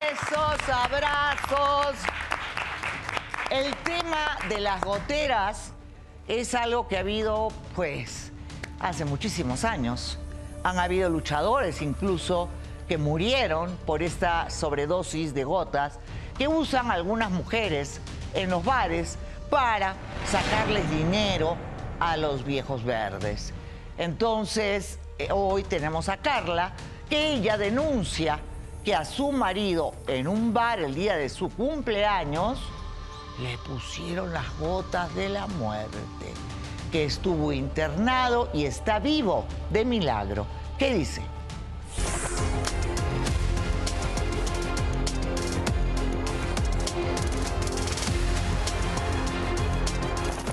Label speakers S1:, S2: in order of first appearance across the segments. S1: Besos, abrazos. El tema de las goteras es algo que ha habido, pues, hace muchísimos años. Han habido luchadores incluso que murieron por esta sobredosis de gotas que usan algunas mujeres en los bares para sacarles dinero a los viejos verdes. Entonces, eh, hoy tenemos a Carla, que ella denuncia que a su marido en un bar el día de su cumpleaños le pusieron las gotas de la muerte, que estuvo internado y está vivo de milagro. ¿Qué dice?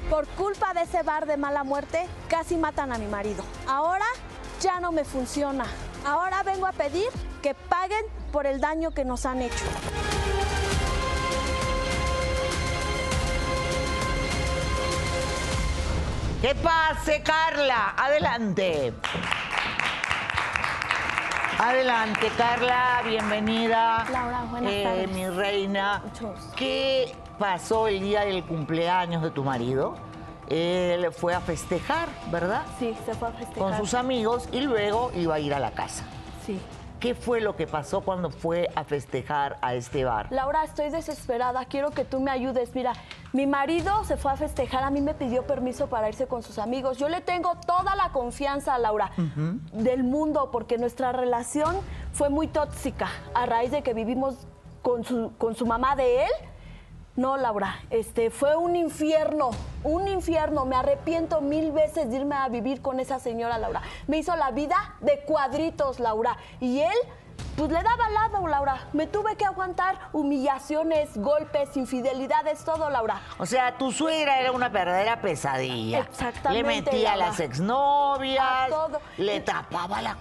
S2: Por culpa de ese bar de mala muerte, casi matan a mi marido. Ahora ya no me funciona. Ahora vengo a pedir que paguen por el daño que nos han hecho.
S1: ¿Qué pase, Carla? Adelante. Adelante, Carla, bienvenida.
S2: Laura, buenas tardes.
S1: Eh, Mi reina.
S2: Mucho gusto.
S1: ¿Qué pasó el día del cumpleaños de tu marido? Él fue a festejar, ¿verdad?
S2: Sí, se fue a festejar.
S1: Con sus amigos y luego iba a ir a la casa.
S2: Sí.
S1: ¿Qué fue lo que pasó cuando fue a festejar a este bar?
S2: Laura, estoy desesperada, quiero que tú me ayudes. Mira, mi marido se fue a festejar, a mí me pidió permiso para irse con sus amigos. Yo le tengo toda la confianza a Laura del mundo porque nuestra relación fue muy tóxica a raíz de que vivimos con su, con su mamá de él. No, Laura, este fue un infierno, un infierno. Me arrepiento mil veces de irme a vivir con esa señora, Laura. Me hizo la vida de cuadritos, Laura. Y él, pues le daba lado, Laura. Me tuve que aguantar humillaciones, golpes, infidelidades, todo, Laura.
S1: O sea, tu suegra era una verdadera pesadilla.
S2: Exactamente,
S1: Le metía a
S2: Laura.
S1: las exnovias,
S2: A todo.
S1: le tapaba la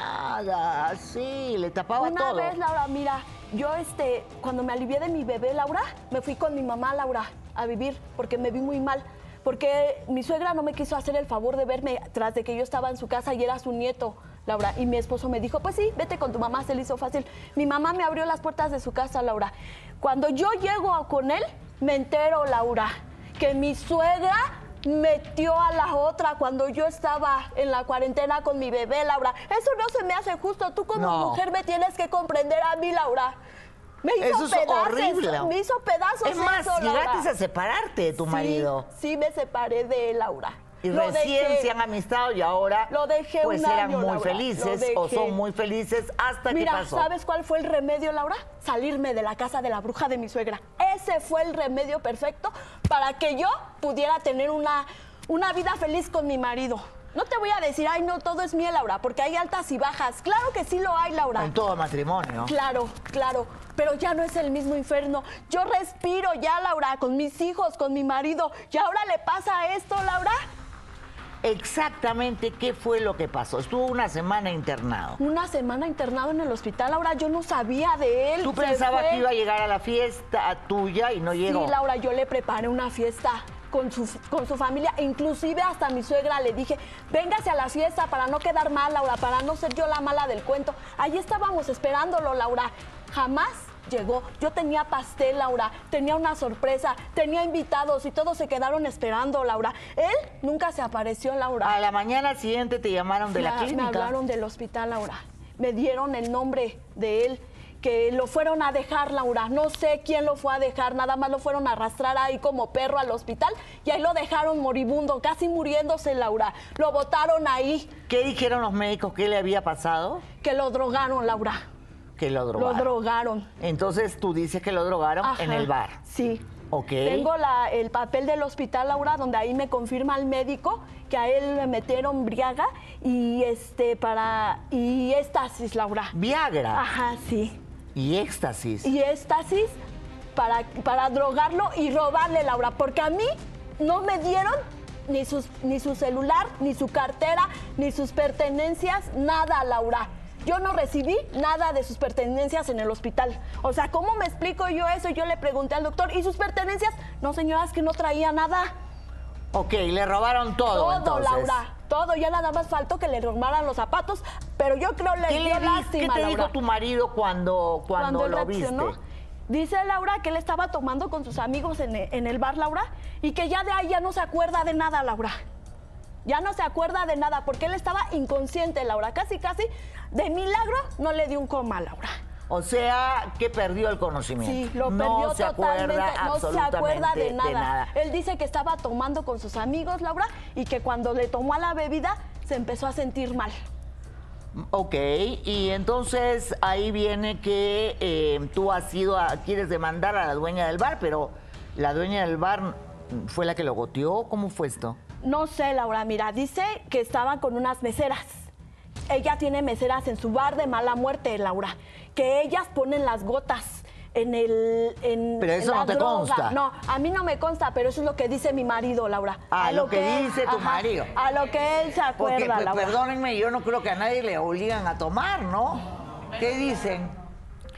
S1: cochinada, sí, le tapaba
S2: Una
S1: todo.
S2: vez, Laura, mira, yo este, cuando me alivié de mi bebé, Laura, me fui con mi mamá, Laura, a vivir, porque me vi muy mal. Porque mi suegra no me quiso hacer el favor de verme tras de que yo estaba en su casa y era su nieto, Laura. Y mi esposo me dijo, pues sí, vete con tu mamá, se le hizo fácil. Mi mamá me abrió las puertas de su casa, Laura. Cuando yo llego a- con él, me entero, Laura, que mi suegra metió a la otra cuando yo estaba en la cuarentena con mi bebé, Laura. Eso no se me hace justo. Tú como
S1: No.
S2: mujer me tienes que comprender a mí, Laura. Me hizo
S1: Eso es
S2: pedazos,
S1: horrible.
S2: Me hizo pedazos
S1: Es más,
S2: eso, Laura.
S1: llegaste a separarte de tu
S2: Sí,
S1: marido.
S2: Sí, me separé de él, Laura.
S1: Y
S2: Lo
S1: recién
S2: dejé.
S1: se han amistado y ahora
S2: Lo dejé
S1: pues
S2: un
S1: eran
S2: año,
S1: muy
S2: Laura,
S1: felices
S2: lo
S1: o
S2: dejé.
S1: son muy felices hasta
S2: Mira,
S1: que pasó.
S2: ¿sabes cuál fue el remedio, Laura? Salirme de la casa de la bruja de mi suegra. Ese fue el remedio perfecto para que yo pudiera tener una, una vida feliz con mi marido. No te voy a decir, ay, no, todo es miel, Laura, porque hay altas y bajas. Claro que sí lo hay, Laura.
S1: Con todo matrimonio.
S2: Claro, claro, pero ya no es el mismo infierno. Yo respiro ya, Laura, con mis hijos, con mi marido. ¿Y ahora le pasa esto, Laura?
S1: Exactamente qué fue lo que pasó. Estuvo una semana internado.
S2: Una semana internado en el hospital, Laura, yo no sabía de él.
S1: Tú
S2: Se
S1: pensabas
S2: fue.
S1: que iba a llegar a la fiesta tuya y no llegó.
S2: Sí, Laura, yo le preparé una fiesta con su, con su familia, inclusive hasta mi suegra le dije, véngase a la fiesta para no quedar mal, Laura, para no ser yo la mala del cuento. Ahí estábamos esperándolo, Laura. Jamás llegó. Yo tenía pastel, Laura, tenía una sorpresa, tenía invitados y todos se quedaron esperando, Laura. Él nunca se apareció, Laura.
S1: A la mañana siguiente te llamaron de la
S2: Me- Me
S1: clínica.
S2: hablaron del hospital, Laura. Me dieron el nombre de él, que lo fueron a dejar, Laura. No sé quién lo fue a dejar, nada más lo fueron a arrastrar ahí como perro al hospital y ahí lo dejaron moribundo, casi muriéndose, Laura. Lo botaron ahí,
S1: ¿Qué dijeron los médicos? ¿Qué le había pasado?
S2: que lo drogaron, Laura.
S1: Que lo drogaron.
S2: Lo drogaron.
S1: Entonces tú dices que lo drogaron
S2: Ajá,
S1: en el bar.
S2: Sí.
S1: Ok.
S2: Tengo la- el papel del hospital, Laura, donde ahí me confirma el médico que a él le metieron briaga y este para y éstasis, Laura.
S1: Viagra.
S2: Ajá, sí.
S1: Y Y éxtasis.
S2: y éxtasis para, para drogarlo y robarle, Laura, porque a mí no me dieron ni, sus, ni su celular, ni su cartera, ni sus pertenencias, nada, Laura. Yo no recibí nada de sus pertenencias en el hospital. O sea, ¿cómo me explico yo eso? Yo le pregunté al doctor, ¿y sus pertenencias? No, señora, es que no traía nada.
S1: Ok, le robaron todo.
S2: Todo,
S1: Pues entonces.
S2: Laura, todo. Ya nada más faltó que le robaran los zapatos, pero yo creo le
S1: ¿Qué, le
S2: dio
S1: di-
S2: lástima,
S1: qué te
S2: Laura
S1: dijo tu marido cuando, cuando,
S2: cuando él
S1: lo
S2: reaccionó,
S1: viste?
S2: Dice Laura que él estaba tomando con sus amigos en e- en el bar, Laura, y que ya de ahí ya no se acuerda de nada, Laura. Ya no se acuerda de nada, porque él estaba inconsciente, Laura. Casi, casi, de milagro no le dio un coma, Laura.
S1: O sea, que perdió el conocimiento.
S2: Sí, lo
S1: no
S2: perdió
S1: se
S2: totalmente,
S1: Acuerda
S2: no se acuerda
S1: absolutamente
S2: de nada. Él dice que estaba tomando con sus amigos, Laura, y que cuando le tomó a la bebida se empezó a sentir mal.
S1: Ok, y entonces ahí viene que eh, tú has ido a, quieres demandar a la dueña del bar, pero la dueña del bar mm, fue la que lo goteó. ¿Cómo fue esto?
S2: No sé, Laura, mira, dice que estaba con unas meseras. Ella tiene meseras en su bar de mala muerte, Laura. Que ellas ponen las gotas en el. En,
S1: Pero
S2: en
S1: eso
S2: la
S1: no te
S2: droga.
S1: consta.
S2: No, a mí no me consta, pero eso es lo que dice mi marido, Laura.
S1: Ah, lo que
S2: él-
S1: dice tu marido.
S2: A lo que él se acuerda,
S1: Porque, pues,
S2: Laura.
S1: perdónenme, yo no creo que a nadie le obligan a tomar, ¿no? ¿Qué dicen?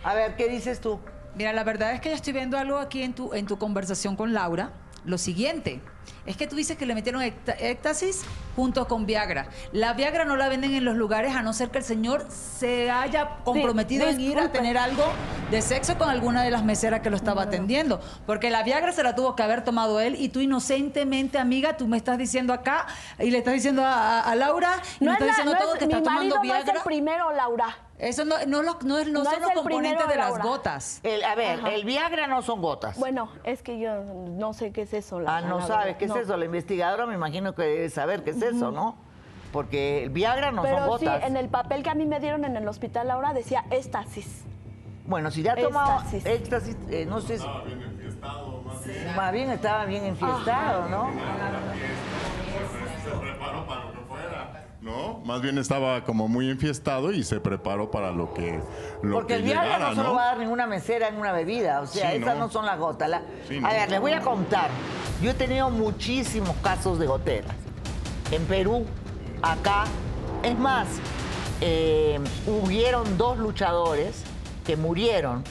S1: A ver, ¿qué dices tú?
S3: Mira, la verdad es que yo estoy viendo algo aquí en tu, en tu conversación con Laura. Lo siguiente, es que tú dices que le metieron écta- éxtasis junto con Viagra. La Viagra no la venden en los lugares a no ser que el señor se haya comprometido en ir a
S2: disculpe.
S3: tener algo de sexo con alguna de las meseras que lo estaba atendiendo. Porque la Viagra se la tuvo que haber tomado él y tú inocentemente, amiga, tú me estás diciendo acá y le estás diciendo a, a- a Laura, y me estás
S2: es la-
S3: diciendo
S2: no
S3: todo
S2: es-
S3: que
S2: mi
S3: está tomando
S2: marido no
S3: Viagra.
S2: es el primero, Laura.
S3: Eso no, no, los- no es- no
S2: No
S3: son
S2: es
S3: los
S2: el
S3: componentes
S2: primero,
S3: de las
S2: Laura.
S3: gotas.
S1: El- a ver,
S2: Ajá.
S1: el Viagra no son gotas.
S2: Bueno, es que yo no sé qué es eso, Laura.
S1: Ah, no
S2: la
S1: sabes
S2: verdad,
S1: qué es
S2: no.
S1: eso. La investigadora me imagino que debe saber qué es eso, ¿no? Porque el Viagra no son
S2: Pero sí,
S1: gotas.
S2: en el papel que a mí me dieron en el hospital, Laura, decía éstasis.
S1: Bueno, si ya tomaba
S2: Éxtasis.
S1: éxtasis, eh, no sé si. Estaba bien enfiestado, más bien. estaba bien enfiestado, ¿no?
S4: preparó para lo que fuera. No, más bien estaba como muy enfiestado y se preparó para lo que lo
S1: Porque
S4: que
S1: el Viagra
S4: llegara,
S1: no solo va a dar ninguna mesera en una bebida, o sea,
S4: Sí,
S1: esas no.
S4: no.
S1: son las gotas. la-
S4: Sí,
S1: A
S4: no.
S1: ver, les voy a contar. Yo he tenido muchísimos casos de goteras. En Perú, acá. Es más, eh, hubieron dos luchadores que murieron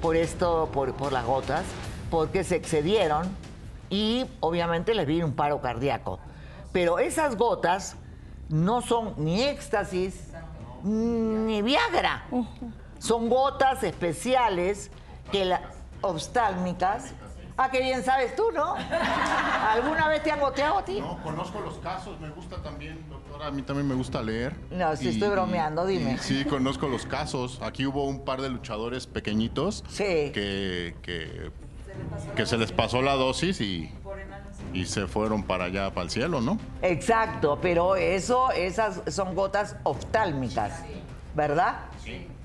S1: por esto, por, por las gotas, porque se excedieron y obviamente les vino un paro cardíaco. Pero esas gotas no son ni éxtasis ni Viagra. Son gotas especiales que las oftálmicas. Ah, qué bien sabes tú, ¿no? ¿Alguna vez te han goteado a ti?
S4: No, conozco los casos, me gusta también, doctora, a mí también me gusta leer.
S1: No, sí, estoy bromeando, dime.
S4: y sí, conozco los casos. Aquí hubo un par de luchadores pequeñitos
S1: Sí.
S4: que, que, que se les pasó la dosis y, y se fueron para allá, para el cielo, ¿no?
S1: Exacto, pero eso, esas son gotas oftálmicas, ¿verdad?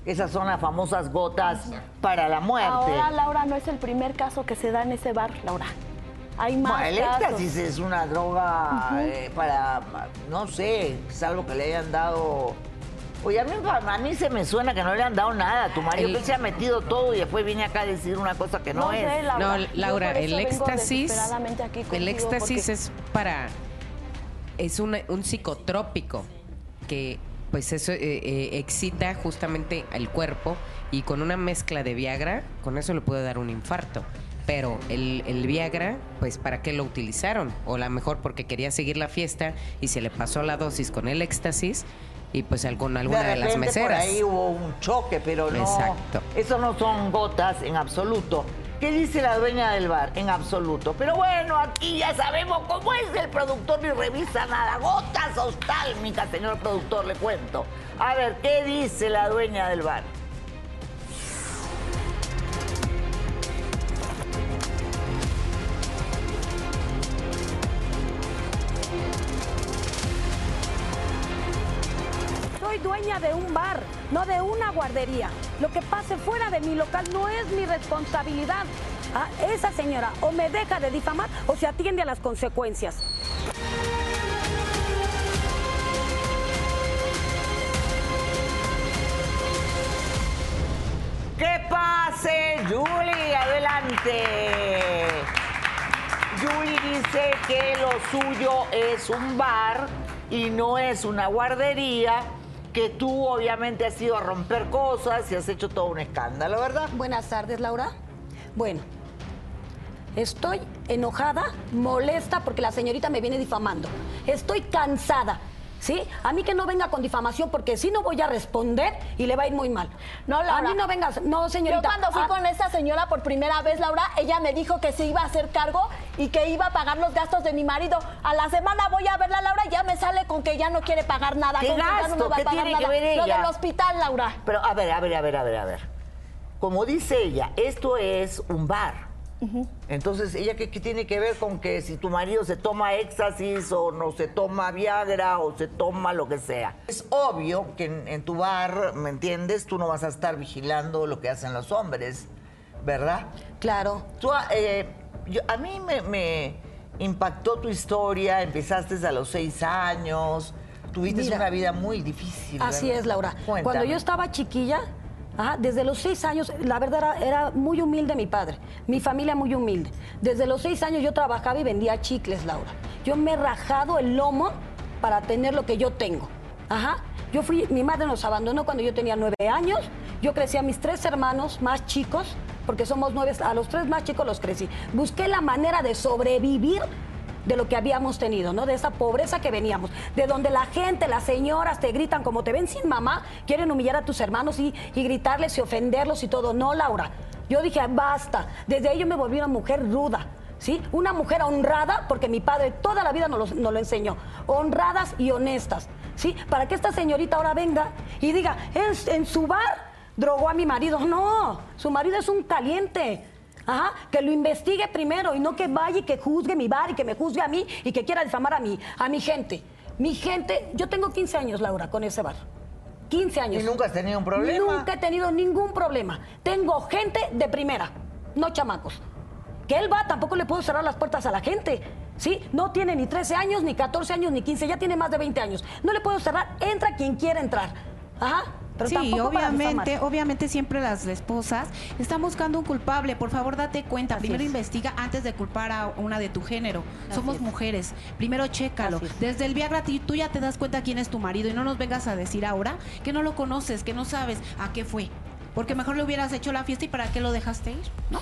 S1: Esas son las famosas gotas para la muerte.
S2: Ahora, Laura, no es el primer caso que se da en ese bar, Laura. Hay más
S1: Bueno, el
S2: casos.
S1: éxtasis es una droga eh, para, no sé, salvo que le hayan dado... Oye, a mí, a mí se me suena que no le han dado nada a tu marido,
S5: El-
S1: que él se ha metido todo y después viene acá a decir una cosa que no,
S2: No
S1: es.
S2: sé, Laura.
S5: No,
S2: Yo
S5: Laura,
S2: por eso
S5: el
S2: vengo
S5: éxtasis,
S2: desesperadamente aquí
S5: el
S2: contigo
S5: éxtasis
S2: porque-
S5: es para, es una- un psicotrópico que, pues eso eh, eh, excita justamente al cuerpo y con una mezcla de Viagra, con eso le puede dar un infarto. Pero el, el Viagra, pues ¿para qué lo utilizaron? O la mejor porque quería seguir la fiesta y se le pasó la dosis con el éxtasis y pues al- con alguna de,
S1: repente
S5: las
S1: por
S5: meseras.
S1: ahí hubo un choque, pero no.
S5: Exacto.
S1: Eso no son gotas en absoluto. ¿Qué dice la dueña del bar? En absoluto. Pero bueno, aquí ya sabemos cómo es el productor y revisa nada. Gotas oftálmicas, señor productor, le cuento. A ver, ¿qué dice la dueña del bar?
S6: Soy dueña de un bar, no de una guardería. Lo que pase fuera de mi local no es mi responsabilidad. Ah, esa señora o me deja de difamar o se atiende a las consecuencias.
S1: ¿Qué Este. Yuri dice que lo suyo es un bar y no es una guardería. Que tú obviamente has ido a romper cosas y has hecho todo un escándalo, ¿verdad?
S6: Buenas tardes, Laura. Bueno, estoy enojada, molesta porque la señorita me viene difamando. Estoy cansada. ¿Sí? A mí que no venga con difamación porque si no voy a responder y le va a ir muy mal.
S2: No, Laura.
S6: A mí no vengas. No, señorita.
S2: Yo cuando fui
S6: Ah,
S2: con esta señora por primera vez, Laura, ella me dijo que se iba a hacer cargo y que iba a pagar los gastos de mi marido. A la semana voy a verla, Laura, y ya me sale con que ya no quiere pagar nada.
S1: ¿Qué
S2: con que ya
S1: gasto?
S2: no va a
S1: ¿Qué
S2: pagar
S1: tiene que
S2: nada.
S1: ver
S2: Lo
S1: ella?
S2: del hospital, Laura.
S1: Pero a ver, a ver, a ver, a ver, a ver. Como dice ella, esto es un bar. Entonces, ¿ella qué, qué tiene que ver con que si tu marido se toma éxtasis o no se toma Viagra o se toma lo que sea? Es obvio que en, en tu bar, ¿me entiendes? Tú no vas a estar vigilando lo que hacen los hombres, ¿verdad?
S6: Claro.
S1: Tú, ah, eh, yo- a mí me, me impactó tu historia, empezaste a los seis años, tuviste
S6: Mira.
S1: una vida muy difícil.
S6: Así
S1: ¿verdad?
S6: es, Laura. Cuando
S1: Cuéntame.
S6: yo estaba chiquilla, ajá, desde los seis años, la verdad era, era muy humilde mi padre, mi familia muy humilde. Desde los seis años yo trabajaba y vendía chicles, Laura. Yo me he rajado el lomo para tener lo que yo tengo. Ajá. Yo fui, mi madre nos abandonó cuando yo tenía nueve años. Yo crecí a mis tres hermanos más chicos, porque somos nueve, a los tres más chicos los crecí. Busqué la manera de sobrevivir de lo que habíamos tenido, ¿no? De esa pobreza que veníamos, de donde la gente, las señoras te gritan como te ven sin mamá, quieren humillar a tus hermanos y, y gritarles y ofenderlos y todo. No, Laura. Yo dije, basta. Desde ahí yo me volví una mujer ruda, ¿sí? Una mujer honrada, porque mi padre toda la vida nos lo, nos lo enseñó. Honradas y honestas, ¿sí? Para que esta señorita ahora venga y diga, en, en su bar drogó a mi marido. No, su marido es un caliente. Ajá, que lo investigue primero y no que vaya y que juzgue mi bar y que me juzgue a mí y que quiera difamar a mí, a mi gente. Mi gente, yo tengo 15 años, Laura, con ese bar. 15 años.
S1: ¿Y nunca has tenido un problema?
S6: Nunca he tenido ningún problema. Tengo gente de primera, no chamacos. Que él va, tampoco le puedo cerrar las puertas a la gente. ¿Sí? No tiene ni 13 años, ni 14 años, ni 15, ya tiene más de 20 años. No le puedo cerrar, entra quien quiera entrar. Ajá. Pero
S7: sí,
S6: tampoco para difamar.
S7: obviamente, obviamente siempre las esposas están buscando un culpable. Por favor, date cuenta. primero
S6: es.
S7: investiga antes de culpar a una de tu género. Somos mujeres. Primero chécalo.
S6: Así es.
S7: Desde el Viagra ti- tú ya te das cuenta quién es tu marido y no nos vengas a decir ahora que no lo conoces, que no sabes a qué fue. Porque mejor le hubieras hecho la fiesta y para qué lo dejaste ir, ¿no?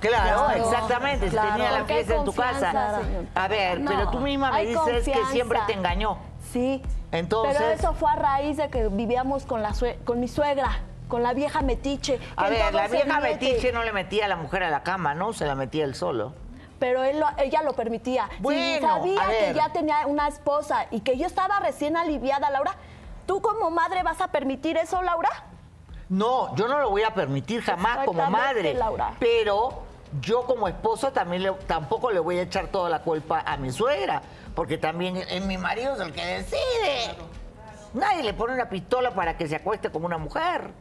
S1: Claro,
S2: Claro,
S1: exactamente. si
S2: claro.
S1: tenía la
S2: Porque hay
S1: fiesta en tu casa.
S2: confianza, señor.
S1: A ver,
S2: No,
S1: pero tú misma me
S2: hay
S1: dices que
S2: confianza.
S1: siempre te engañó.
S2: Sí.
S1: Entonces-
S2: Pero eso fue a raíz de que vivíamos con, la sue- con mi suegra, con la vieja metiche. que
S1: A
S2: en
S1: ver,
S2: todo
S1: la
S2: se
S1: vieja
S2: mete.
S1: metiche no le metía a la mujer a la cama, ¿no? Se la metía él solo.
S2: Pero él lo- ella lo permitía. si
S1: Bueno, a
S2: sabía
S1: ver.
S2: que ya tenía una esposa y que yo estaba recién aliviada, Laura, ¿tú como madre vas a permitir eso, Laura?
S1: No, yo no lo voy a permitir jamás como
S2: Exactamente,
S1: madre.
S2: Laura.
S1: Pero yo como esposa también le- tampoco le voy a echar toda la culpa a mi suegra, porque también es mi marido es el que decide. Nadie le pone una pistola para que se acueste como una mujer.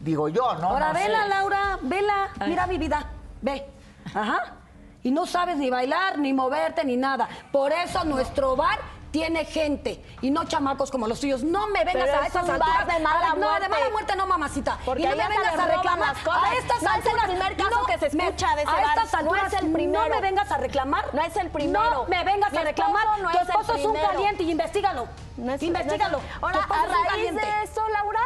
S1: Digo yo, ¿no?
S6: Ahora
S1: No sé.
S6: vela, Laura, vela. Mira mi vida, ve. Ajá. Y no sabes ni bailar, ni moverte, ni nada. Por eso nuestro bar tiene gente y no chamacos como los tuyos. No me vengas
S2: Pero
S6: a
S2: es
S6: estas
S2: un
S6: alturas.
S2: bar de mala
S6: a la- No, de
S2: muerte.
S6: mala muerte no, mamacita.
S2: Porque
S6: y no me
S2: allá se
S6: vengas
S2: les
S6: a
S2: roban
S6: reclamar.
S2: las cosas.
S6: A estas
S2: No es el
S6: alturas,
S2: primer caso
S6: no
S2: que se
S6: me-
S2: escucha de ese
S6: A
S2: bar.
S6: estas
S2: No
S6: alturas,
S2: es el primero.
S6: no me vengas a reclamar.
S2: No es el primero.
S6: No me vengas
S2: Mi
S6: a reclamar.
S2: esposo no
S6: tu
S2: es el
S6: esposo es, un
S2: primero.
S6: caliente y investigalo.
S2: No es-
S6: investigalo.
S2: no es-
S6: Tu
S2: Ahora,
S6: esposo
S2: a
S6: es un
S2: raíz
S6: caliente.
S2: de eso, Laura,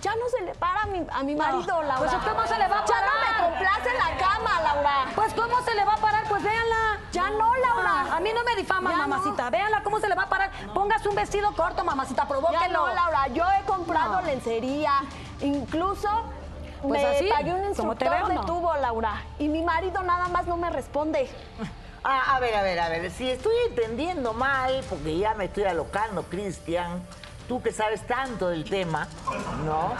S2: ya no se le para a mi, a mi marido, Laura.
S6: Pues, ¿cómo se le va a
S2: Ya no
S6: parar?
S2: me complace en la cama, Laura.
S6: Pues cómo se le va a parar, pues véanla.
S2: Ya no, Laura.
S6: Ah, A mí no me difama,
S2: Ya no.
S6: mamacita. Véanla cómo se le va a parar. Póngase un vestido corto, mamacita,
S2: Ya
S6: provóquenlo.
S2: no, Laura. Yo he comprado
S6: No.
S2: lencería. Incluso
S6: Pues
S2: me
S6: así,
S2: pagué un
S6: como
S2: instructor
S6: te veo,
S2: de
S6: no.
S2: tubo, Laura. Y mi marido nada más no me responde.
S6: Pues
S1: Ah, a ver, a ver, a ver. Si estoy entendiendo mal, porque ya me estoy alocando, Cristian, tú que sabes tanto del tema, ¿no?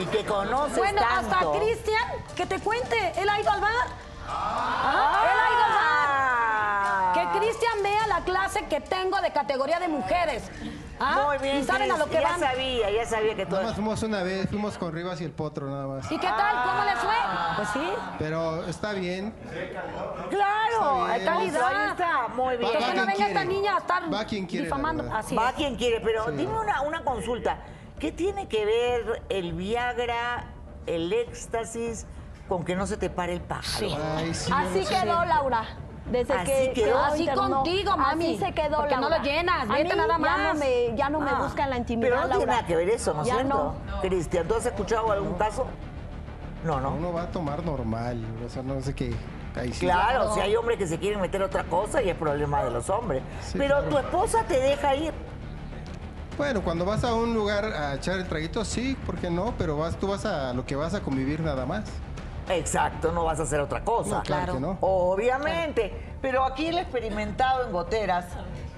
S1: Y que conoces
S6: Bueno,
S1: tanto.
S6: hasta Cristian, que te cuente. Él ha ido al bar. Ajá, Él ha ido al bar.
S1: Ah.
S6: Que Cristian vea la clase que tengo de categoría de mujeres. ¿Ah?
S1: Muy bien,
S6: Y saben a lo
S1: Cris,
S6: que
S1: ya
S6: van.
S1: sabía, ya sabía que tú...
S8: Nada más fuimos una vez, fuimos con Rivas y el Potro nada más.
S6: ¿Y qué tal? ¿Cómo le fue?
S1: Ah.
S6: Pues sí.
S8: Pero está bien.
S1: Claro,
S8: Está
S1: hay
S8: bien.
S1: calidad. Ahí está, muy bien.
S6: Que
S8: Va
S6: no
S8: quien
S6: venga esta
S8: quiere.
S6: niña a estar
S8: Va quien quiere, la
S6: difamando.
S8: verdad.
S6: Así
S1: Va
S6: es.
S1: quien quiere, pero
S8: Sí.
S1: dime una, una consulta. ¿Qué tiene que ver el Viagra, el éxtasis con que no se te pare el pájaro.
S8: Ay, sí,
S2: Así
S8: no sé.
S2: quedó Laura. Desde
S1: Así
S2: que
S1: quedó.
S2: que
S6: Así
S2: internó.
S6: contigo, mami.
S2: Así se quedó
S6: Porque no
S2: Laura.
S6: lo llenas,
S2: A
S6: vete
S2: mí
S6: nada
S2: Ya
S6: más. Ah.
S2: no me, ya no me busca en la intimidad,
S1: Ah, Pero no tiene
S2: Laura.
S1: nada que ver eso, ¿no es
S2: Ya
S1: cierto?
S2: no.
S1: Cristian, ¿tú has escuchado algún caso? No, no.
S8: Uno va a tomar normal, o sea, no sé qué. Ahí sí.
S1: Claro, si hay hombres que se quieren meter otra cosa y es problema de los hombres.
S8: Sí,
S1: Pero
S8: claro.
S1: tu esposa te deja ir.
S8: Bueno, cuando vas a un lugar a echar el traguito, sí, ¿por qué no? Pero vas, tú vas a lo que vas a convivir nada más.
S1: Exacto, no vas a hacer otra cosa.
S8: No, claro que no.
S1: Obviamente. Pero aquí el experimentado en goteras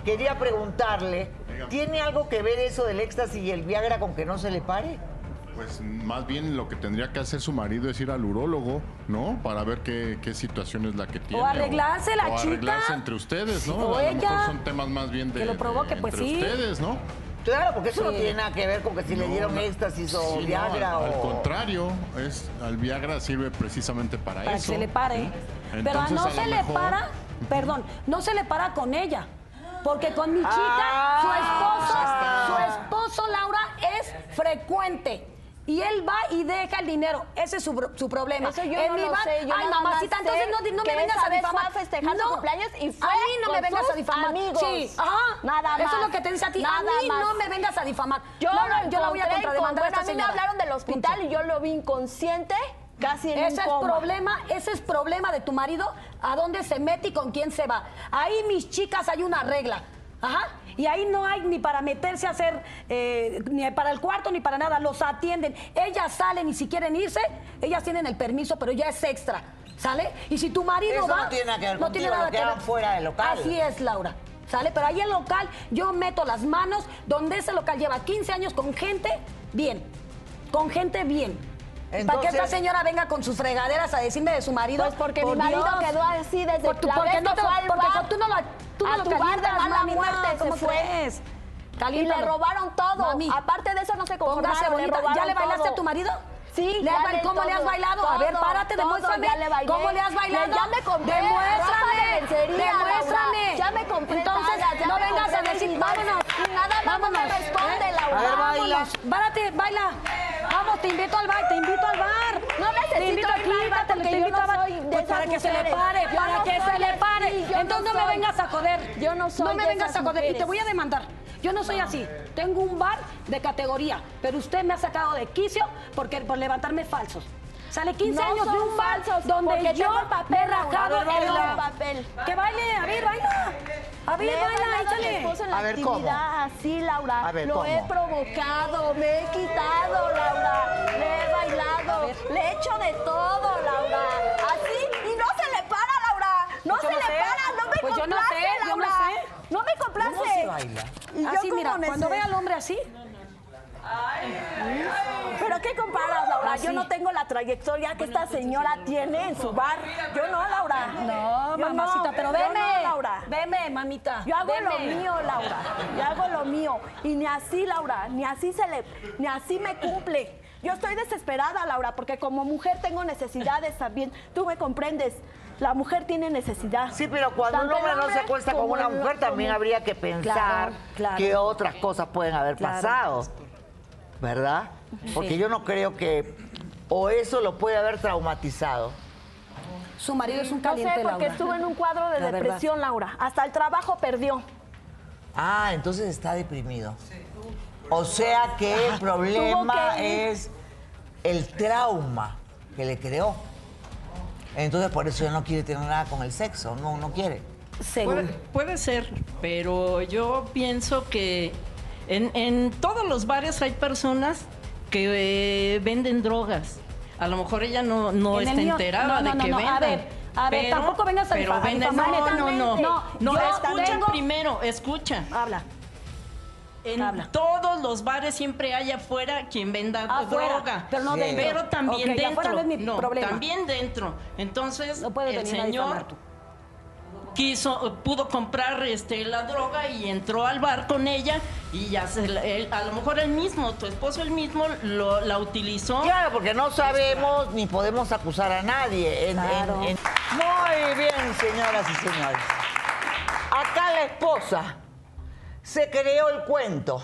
S1: quería preguntarle, ¿tiene algo que ver eso del éxtasis y el Viagra con que no se le pare?
S4: Pues más bien lo que tendría que hacer su marido es ir al urólogo, ¿no? Para ver qué, qué situación es la que tiene.
S6: arreglarse la
S4: o
S6: chica.
S4: arreglarse entre ustedes, ¿no?
S6: o
S4: a lo mejor
S6: ella.
S4: son temas más bien de.
S6: Que lo
S4: de-
S6: provoque, pues,
S4: entre
S6: sí.
S4: ustedes, ¿no?
S1: Claro, porque eso no tiene nada que ver con que si le
S4: No,
S1: dieron
S4: no.
S1: éxtasis o
S4: Sí, no,
S1: Viagra
S4: al,
S1: o.
S4: al contrario, es, al Viagra sirve precisamente para,
S6: Para que
S4: eso.
S6: se le pare.
S4: ¿sí?
S6: Pero
S4: Entonces, a
S6: no
S4: lo
S6: se le
S4: mejor-
S6: para, perdón, no se le para con ella. Porque con mi chica,
S1: Ah,
S6: su
S1: ya
S6: esposo,
S1: está.
S6: su esposo Laura es frecuente. Y él va y deja el dinero. Ese es su, pro- su problema.
S2: Eso yo
S6: En
S2: no
S6: mi
S2: lo
S6: bar-
S2: sé, yo
S6: Ay,
S2: nada más
S6: mamacita,
S2: sé
S6: entonces no, di- no
S2: que
S6: me vengas
S2: esa
S6: a
S2: vez fue
S6: difamar.
S2: a festejar su cumpleaños y fue
S6: A mí no me
S2: con
S6: vengas a
S2: sus
S6: difamar.
S2: amigos.
S6: Sí, ajá.
S2: Nada
S6: Eso es
S2: más.
S6: lo que te dice a ti.
S2: Nada
S6: a mí
S2: más.
S6: no me vengas a difamar.
S2: Yo
S6: Laura,
S2: lo
S6: yo la voy a
S2: encontré
S6: contrademandar
S2: incon-
S6: esta
S2: Bueno, a mí me
S6: señora.
S2: hablaron del hospital
S6: Punto.
S2: y yo lo vi inconsciente, casi en un
S6: Ese es
S2: coma.
S6: problema, ese es problema de tu marido, a dónde se mete y con quién se va. Ahí, mis chicas, hay una regla. Ajá. Y ahí no hay ni para meterse a hacer, eh, ni para el cuarto, ni para nada. Los atienden. Ellas salen y si quieren irse, ellas tienen el permiso, pero ya es extra. ¿Sale? Y si tu marido
S1: Eso no
S6: va.
S1: tiene nada que ver contigo, lo que hagan fuera del local.
S6: Así es, Laura. ¿Sale? Pero ahí el local, yo meto las manos. Donde ese local lleva 15 años con gente, bien. Con gente bien. Para que
S1: Entonces-
S6: esta señora venga con sus fregaderas a decirme de su marido.
S2: Pues porque
S6: Por
S2: mi marido
S6: Dios.
S2: quedó así desde
S6: Por tu-
S2: la
S6: porque
S2: vez
S6: no
S2: que
S6: te-
S2: fue al
S6: porque
S2: bar.
S6: tú no lo, tú
S2: A
S6: no lo
S2: tu bar de
S6: calientas,
S2: mala
S6: mami, no,
S2: muerte se
S6: ¿cómo
S2: fue.
S6: crees?
S2: Y le
S6: Caliéntalo.
S2: robaron todo.
S6: Mami,
S2: Aparte de eso, no se conformaron.
S6: póngase
S2: le
S6: bonita. ¿Ya
S2: robaron
S6: le bailaste
S2: todo.
S6: a tu marido?
S2: Sí,
S6: Le
S2: ya
S6: has bail-
S2: le-
S6: ¿Cómo le has
S2: todo,
S6: bailado? a ver,
S2: todo,
S6: párate,
S2: todo,
S6: demuéstrame.
S2: ya le bailé.
S6: ¿Cómo le has
S2: Le-
S6: bailado?
S2: ya me compré ropa de
S6: Demuéstrame.
S2: lencería, Laura.
S6: demuéstrame.
S2: Ya me compré
S6: Entonces,
S2: bragas, ya
S6: no
S2: me
S6: vengas a
S2: compré
S6: decir,
S2: vestidos.
S6: vámonos.
S2: Y nada más no me
S6: vámonos.
S2: responde,
S6: ¿eh?
S2: Laura. A ver,
S1: baila.
S6: Vámonos. Párate, baila. Vamos, te invito al bar, te invito al bar.
S2: No necesito
S6: te invito
S2: ir
S6: aquí,
S2: al bar
S6: porque
S2: porque
S6: te
S2: yo
S6: invito
S2: no
S6: al bar.
S2: soy de
S6: Pues
S2: esas
S6: para que se le
S2: mujeres.
S6: pare,
S2: Yo
S6: para
S2: no
S6: que
S2: soy
S6: se le
S2: así,
S6: pare.
S2: yo no
S6: Entonces no me
S2: soy.
S6: vengas a joder.
S2: Yo no soy
S6: No me
S2: de
S6: vengas
S2: esas
S6: a joder y te
S2: mujeres.
S6: voy a demandar. Yo no soy así. Tengo un bar de categoría, pero usted me ha sacado de quicio porque por levantarme falsos. Sale 15
S2: No
S6: años de
S2: son
S6: un bar
S2: falsos,
S6: donde
S2: porque
S6: yo
S2: tengo papel,
S6: me he
S2: Laura.
S6: rajado
S2: Tengo
S6: el ojo.
S2: papel.
S6: Que baile, a ver, baila. A ver,
S2: Le he
S6: baila,
S2: bailado a mi
S6: échale.
S2: esposo en la
S1: A ver, ¿cómo?
S2: actividad, así, Laura.
S1: A ver,
S2: lo
S1: ¿cómo?
S2: he provocado, me he quitado, Laura. Le he bailado, le he hecho de todo, Laura. Así, y no se le para, Laura. No
S6: Pues yo no
S2: se le
S6: sé.
S2: para, no me
S6: Pues yo no
S2: complace,
S6: sé, yo no
S2: Laura.
S6: sé.
S2: No me complace.
S1: ¿Cómo se baila?
S2: Y yo
S6: Así,
S2: como
S6: mira, cuando
S2: neces-
S6: ve al hombre así,
S2: ¿Pero qué comparas, Laura?
S6: Así.
S2: Yo no tengo la trayectoria que
S6: pues
S2: esta señora tiene en su bar. Yo no, Laura.
S6: no,
S2: Yo
S6: mamacita,
S2: no.
S6: pero
S2: Yo
S6: veme.
S2: no, Laura.
S6: Veme, mamita.
S2: Yo hago lo
S6: veme.
S2: mío, Laura. Yo hago lo mío. Y ni así, Laura, ni así se le, ni así me cumple. Yo estoy desesperada, Laura, porque como mujer tengo necesidades también. Tú me comprendes. La mujer tiene necesidad.
S1: Sí, pero cuando
S2: Tanto
S1: un hombre
S2: el
S1: no se acuesta con
S2: como
S1: una
S2: el-
S1: mujer, también
S2: como-
S1: habría que pensar
S2: Claro, claro.
S1: qué otras cosas pueden haber
S2: Claro.
S1: pasado. ¿Verdad? Porque yo no creo que o eso lo puede haber traumatizado.
S6: Su marido es un
S2: No sé,
S6: caliente,
S2: porque
S6: Laura.
S2: estuvo en un cuadro de
S6: La verdad.
S2: depresión, Laura. Hasta el trabajo perdió.
S1: Ah, entonces está deprimido. O sea que el problema
S2: tuvo que-
S1: es el trauma que le creó. Entonces por eso ya no quiere tener nada con el sexo, no, no quiere.
S9: Puede, puede ser, pero yo pienso que en, en todos los bares hay personas que eh, venden drogas. A lo mejor ella no, no
S6: En el
S9: está
S6: mío-
S9: enterada
S6: no, no,
S9: de
S6: no,
S9: que
S6: no, a
S9: venden.
S6: ver, a ver,
S9: pero-
S6: tampoco vengas a
S9: pero
S6: difamar-
S9: venden-
S6: difamar,
S9: No, no, no.
S6: no,
S9: No,
S6: yo
S9: escucha
S6: tengo-
S9: primero, escucha.
S6: Habla.
S9: En
S6: Habla.
S9: todos los bares siempre hay afuera quien venda
S6: Afuera,
S9: droga.
S6: pero no dentro.
S9: Pero también
S6: Ok,
S9: dentro.
S6: afuera no es mi
S9: no,
S6: problema.
S9: también dentro. Entonces,
S6: No puedes
S9: el
S6: venir a
S9: señor
S6: difamar tú.
S9: quiso, pudo comprar este, la droga y entró al bar con ella y ya se la- él- a lo mejor él mismo, tu esposo él mismo lo- la utilizó.
S1: Claro, porque no sabemos ni podemos acusar a nadie. En- en-
S6: Claro.
S1: en- Muy bien, señoras y señores. Acá la esposa se creó el cuento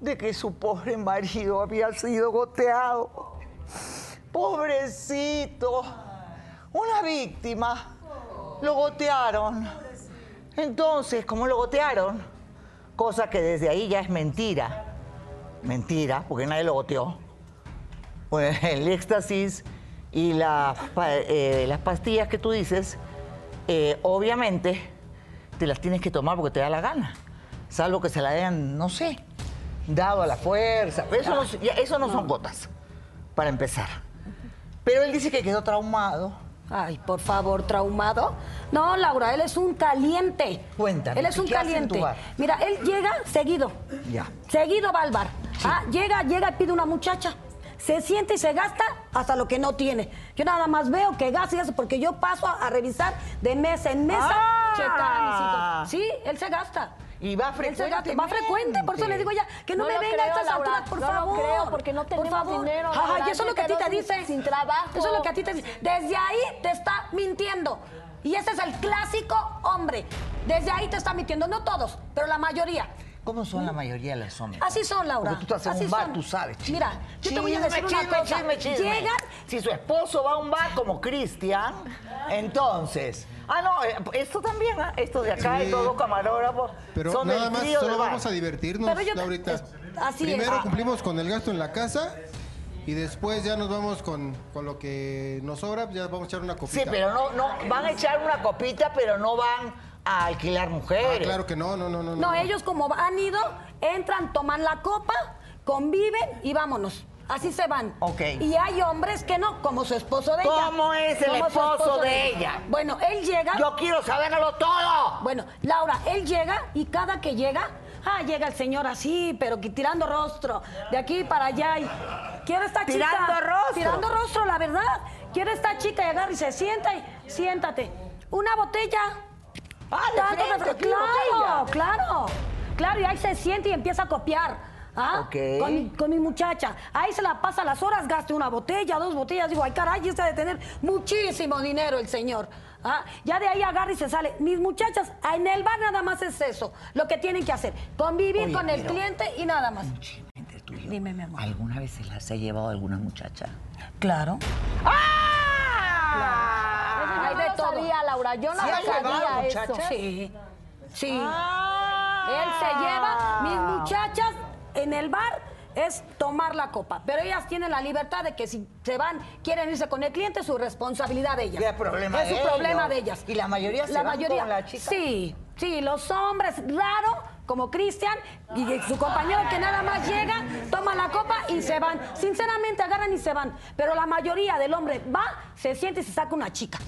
S1: de que su pobre marido había sido goteado Pobrecito. Una víctima. Lo gotearon. Entonces, como lo gotearon, cosa que desde ahí ya es mentira. Mentira, porque nadie lo goteó. Pues, el éxtasis y la pa- eh, las pastillas que tú dices, eh, obviamente te las tienes que tomar porque te da la gana. Salvo que se la hayan, no sé, dado a la fuerza. Pero Eso no, s- ya- eso no son gotas, para empezar. Pero él dice que quedó traumado.
S6: Ay, por favor, traumado. No, Laura, él es un caliente.
S1: Cuéntame,
S6: Él es
S1: ¿qué
S6: un
S1: hace en tu
S6: caliente.
S1: bar?
S6: Mira, él llega seguido.
S1: Ya.
S6: Seguido va al bar. Ah, llega, llega y pide una muchacha. Se siente y se gasta hasta lo que no tiene. Yo nada más veo que gasta y eso porque yo paso a, a revisar de mesa en mesa.
S1: Ah.
S6: checar mis hijos. Sí, él se gasta.
S1: Y va
S6: Él se gasta, va frecuente, por eso le digo ya, que no,
S2: No
S6: me
S2: lo
S6: venga a
S2: creo,
S6: estas
S2: Laura,
S6: alturas, por
S2: no lo
S6: favor.
S2: creo, porque no
S6: Por
S2: tenemos
S6: favor.
S2: dinero,
S6: Ay,
S2: Laura,
S6: y eso es lo que a ti te
S2: quedó
S6: dicen.
S2: sin trabajo.
S6: Eso es lo que a ti te dicen. Desde ahí te está mintiendo. Y ese es el clásico hombre. Desde ahí te está mintiendo. No todos, pero la mayoría.
S1: ¿Cómo son la mayoría de los hombres?
S6: Mm. Así son, Laura.
S1: Porque tú estás en
S6: Así
S1: un bar,
S6: son.
S1: tú sabes. chisme.
S6: Mira, yo te voy a
S1: Chisme,
S6: decir una
S1: chisme,
S6: cosa.
S1: chisme, chisme.
S6: Llegan-
S1: Si su esposo va a un bar como Cristian, entonces. Ah, no, eh, esto también, ¿ah? Esto de acá,
S8: Sí.
S1: estos dos camarógrafos.
S8: Pero
S1: son
S8: nada
S1: del
S8: más,
S1: trío de
S8: solo
S1: bar.
S8: vamos a divertirnos
S6: Pero yo te-
S8: ahorita.
S6: es- así es.
S8: Primero
S6: Ah.
S8: cumplimos con el gasto en la casa y después ya nos vamos con, con lo que nos sobra, ya vamos a echar una
S1: Sí,
S8: copita.
S1: pero no, no, van a echar una copita, pero no van a alquilar
S8: Ah,
S1: mujeres.
S8: claro que no, no, no, no.
S6: No, ellos como han ido, entran, toman la copa, conviven y vámonos. Así se van.
S1: Ok.
S6: Y hay hombres que no, como su esposo de ella.
S1: ¿Cómo es el
S6: Como su
S1: esposo de ella?
S6: Bueno, él llega.
S1: Yo quiero saberlo todo.
S6: Bueno, Laura, él llega y cada que llega, ah, llega el señor así, pero que tirando rostro, de aquí para allá. Y, ¿Quiere esta chica?
S1: Tirando rostro.
S6: Tirando rostro, la verdad. ¿Quiere esta chica? Y agarra y se sienta y siéntate. Una botella.
S1: Ah, de
S6: Tanto
S1: frente, aquí,
S6: Claro,
S1: botella.
S6: claro. Claro, y ahí se siente y empieza a copiar. ¿Ah?
S1: Ok.
S6: Con, mi- con mi muchacha. Ahí se la pasa las horas, gaste una botella, dos botellas. Digo, ay, caray, este ha de tener muchísimo dinero el señor. ¿Ah? Ya de ahí agarra y se sale. Mis muchachas, en el bar nada más es eso. Lo que tienen que hacer. Convivir
S1: Oye,
S6: con el
S1: pero-
S6: cliente y nada más.
S1: Entre tú y yo,
S6: Dime, mi amor.
S1: ¿Alguna vez se las ha llevado alguna muchacha?
S6: Claro.
S1: ¡Ah!
S6: Ay,
S2: Hay de
S6: de todo.
S2: sabía, Laura. Yo no
S1: ¿Sí
S2: lo
S1: has llevado
S2: sabía eso.
S1: muchachas?
S6: Sí. Sí.
S1: Ah.
S6: Él se lleva, mis muchachas en el bar es tomar la copa, pero ellas tienen la libertad de que si se van, quieren irse con el cliente, es su responsabilidad de ellas.
S1: Ya es problema
S6: Es su
S1: de
S6: problema
S1: ellos.
S6: de ellas.
S1: ¿Y la mayoría se van con la chica?
S6: Sí, sí, los hombres, raro, como Cristian y su compañero que nada más llega, toma la copa y se van. Sinceramente agarran y se van, pero la mayoría del hombre va, se siente y se saca una chica.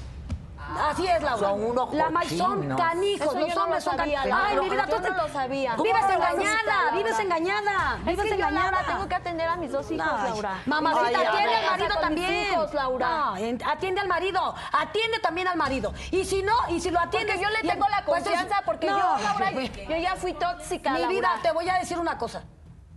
S6: Así es, Laura.
S1: Son unos
S6: la ma- son
S1: cochinos.
S6: canijos,
S2: Eso yo
S6: los
S2: no
S6: hombres
S2: lo
S6: son
S2: sabía,
S6: canijos.
S2: Laura.
S6: Ay, mi vida,
S2: Yo
S6: tú
S2: no lo sabía. ¿Cómo
S6: Vives
S2: me vas a
S6: engañada,
S2: aceptar,
S6: vives
S2: Laura?
S6: engañada,
S2: Es
S6: vives
S2: que yo,
S6: engañada.
S2: Laura, tengo que atender a mis dos hijos,
S6: Ay,
S2: Laura.
S1: Ay,
S6: Mamacita,
S1: a
S6: atiende
S1: ver.
S6: al marido
S2: Con mis
S6: también.
S2: hijos, Laura.
S6: No, en- atiende al marido, atiende también al marido. Y si no, y si lo atiendes...
S2: Porque yo le
S6: y-
S2: tengo la
S6: pues es-
S2: confianza, porque
S6: No,
S2: yo, Laura,
S6: pues,
S2: yo ya fui tóxica,
S6: mi
S2: Laura.
S6: vida, te voy a decir una cosa.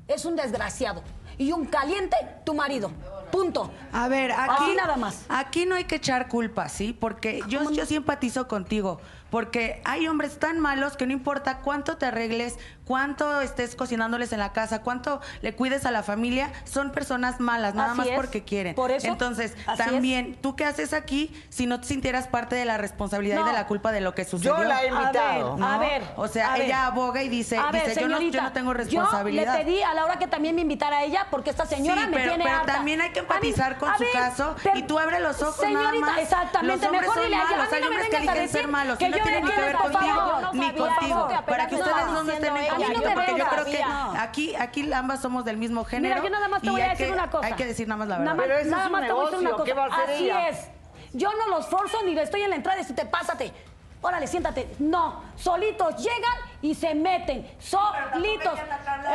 S6: Es un desgraciado y un caliente tu marido. Punto.
S10: A ver, aquí,
S6: Así nada más.
S10: aquí no hay que echar culpa, ¿sí? Porque yo, yo sí empatizo contigo. Porque hay hombres tan malos que no importa cuánto te arregles, cuánto estés cocinándoles en la casa, cuánto le cuides a la familia, son personas malas, nada
S6: Así
S10: más
S6: es.
S10: porque quieren.
S6: Por eso,
S10: Entonces,
S6: así es.
S10: también, ¿tú qué haces aquí si no te sintieras parte de la responsabilidad
S6: No.
S10: y de la culpa de lo que sucedió?
S1: la he invitado.
S10: ¿no?
S6: A ver,
S10: O sea,
S6: a ver.
S10: ella aboga y dice,
S6: A ver,
S10: dice, yo, no, yo
S6: señorita,
S10: no tengo responsabilidad.
S6: Yo le pedí a Laura que también me invitara a ella porque esta señora
S10: Sí,
S6: me
S10: pero-
S6: tiene
S10: pero
S6: harta.
S10: también hay que
S6: A mí-
S10: empatizar con
S6: a
S10: su caso
S6: per-
S10: y tú abre los ojos nada
S6: Señorita,
S10: más.
S6: exactamente.
S10: Los hombres
S6: mejor
S10: son
S6: dile a ella,
S10: malos,
S6: a mí
S10: hay
S6: no me
S10: hombres que
S6: vengas a
S10: eligen
S6: decir
S10: ser malos,
S6: que
S10: y no
S6: yo
S10: tienen
S6: me
S10: que ver
S6: quedo
S10: contigo,
S6: por favor.
S10: ni
S6: Yo no
S10: contigo.
S6: sabía,
S10: Para
S6: apenas
S10: que
S6: me
S10: ustedes
S6: estaba
S10: no estén
S2: diciendo
S10: en
S2: ella.
S6: A mí no
S10: conflicto,
S6: me
S10: porque yo
S6: vengas.
S10: creo que
S6: Sabía.
S10: aquí, aquí ambas somos del mismo género.
S6: Mira, yo nada más te
S10: y
S6: voy a
S10: hay
S6: decir
S10: que-
S6: una cosa.
S10: Hay que decir nada más la verdad.
S6: Nada más,
S1: Pero ese es
S6: nada
S1: un
S6: más te voy a decir una
S1: negocio,
S6: cosa.
S1: ¿qué va a hacer
S6: Así
S1: ella?
S6: es. Yo no los forzo ni le estoy en la entrada y si te pásate. Órale, siéntate. No, solitos llegan y se meten. Solitos.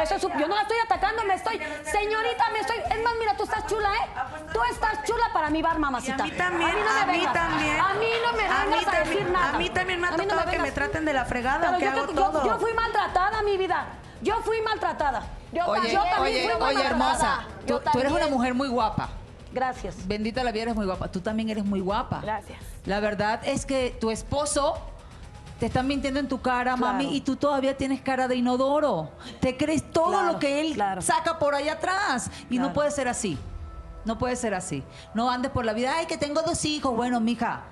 S6: Eso es su- yo no la estoy atacando, me estoy. Señorita, me estoy. Es más, mira, tú
S10: Ah,
S6: estás chula,
S10: pues,
S6: ¿eh? Tú estás chula para mi bar,
S10: Y
S6: mamacita.
S10: a mí también,
S6: no me
S10: a mí
S6: vengas.
S10: también.
S6: A mí no me
S10: A mí
S6: vengas a,
S10: también-
S6: decir nada.
S10: a mí también me ha
S6: A mí no
S10: tocado que
S6: vengas.
S10: me traten de la fregada,
S6: Pero
S10: que
S6: yo,
S10: hago
S6: te- yo-
S10: todo.
S6: yo fui maltratada, mi vida. Yo fui maltratada. Yo,
S3: Oye,
S6: yo también
S3: oye,
S6: fui
S3: oye,
S6: maltratada.
S3: hermosa. Tú,
S6: Yo
S3: tú eres una
S6: también.
S3: mujer muy guapa.
S6: Gracias.
S3: Bendita la vida, eres muy guapa. Tú también eres muy guapa.
S2: Gracias.
S3: La verdad es que tu esposo te está mintiendo en tu cara, mami, y tú todavía tienes cara de inodoro. Te crees todo
S6: Claro,
S3: lo que él
S6: claro.
S3: saca por ahí atrás. Y no puede ser así. No puede ser así. No andes por la vida, ay, que tengo dos hijos. Bueno, mija,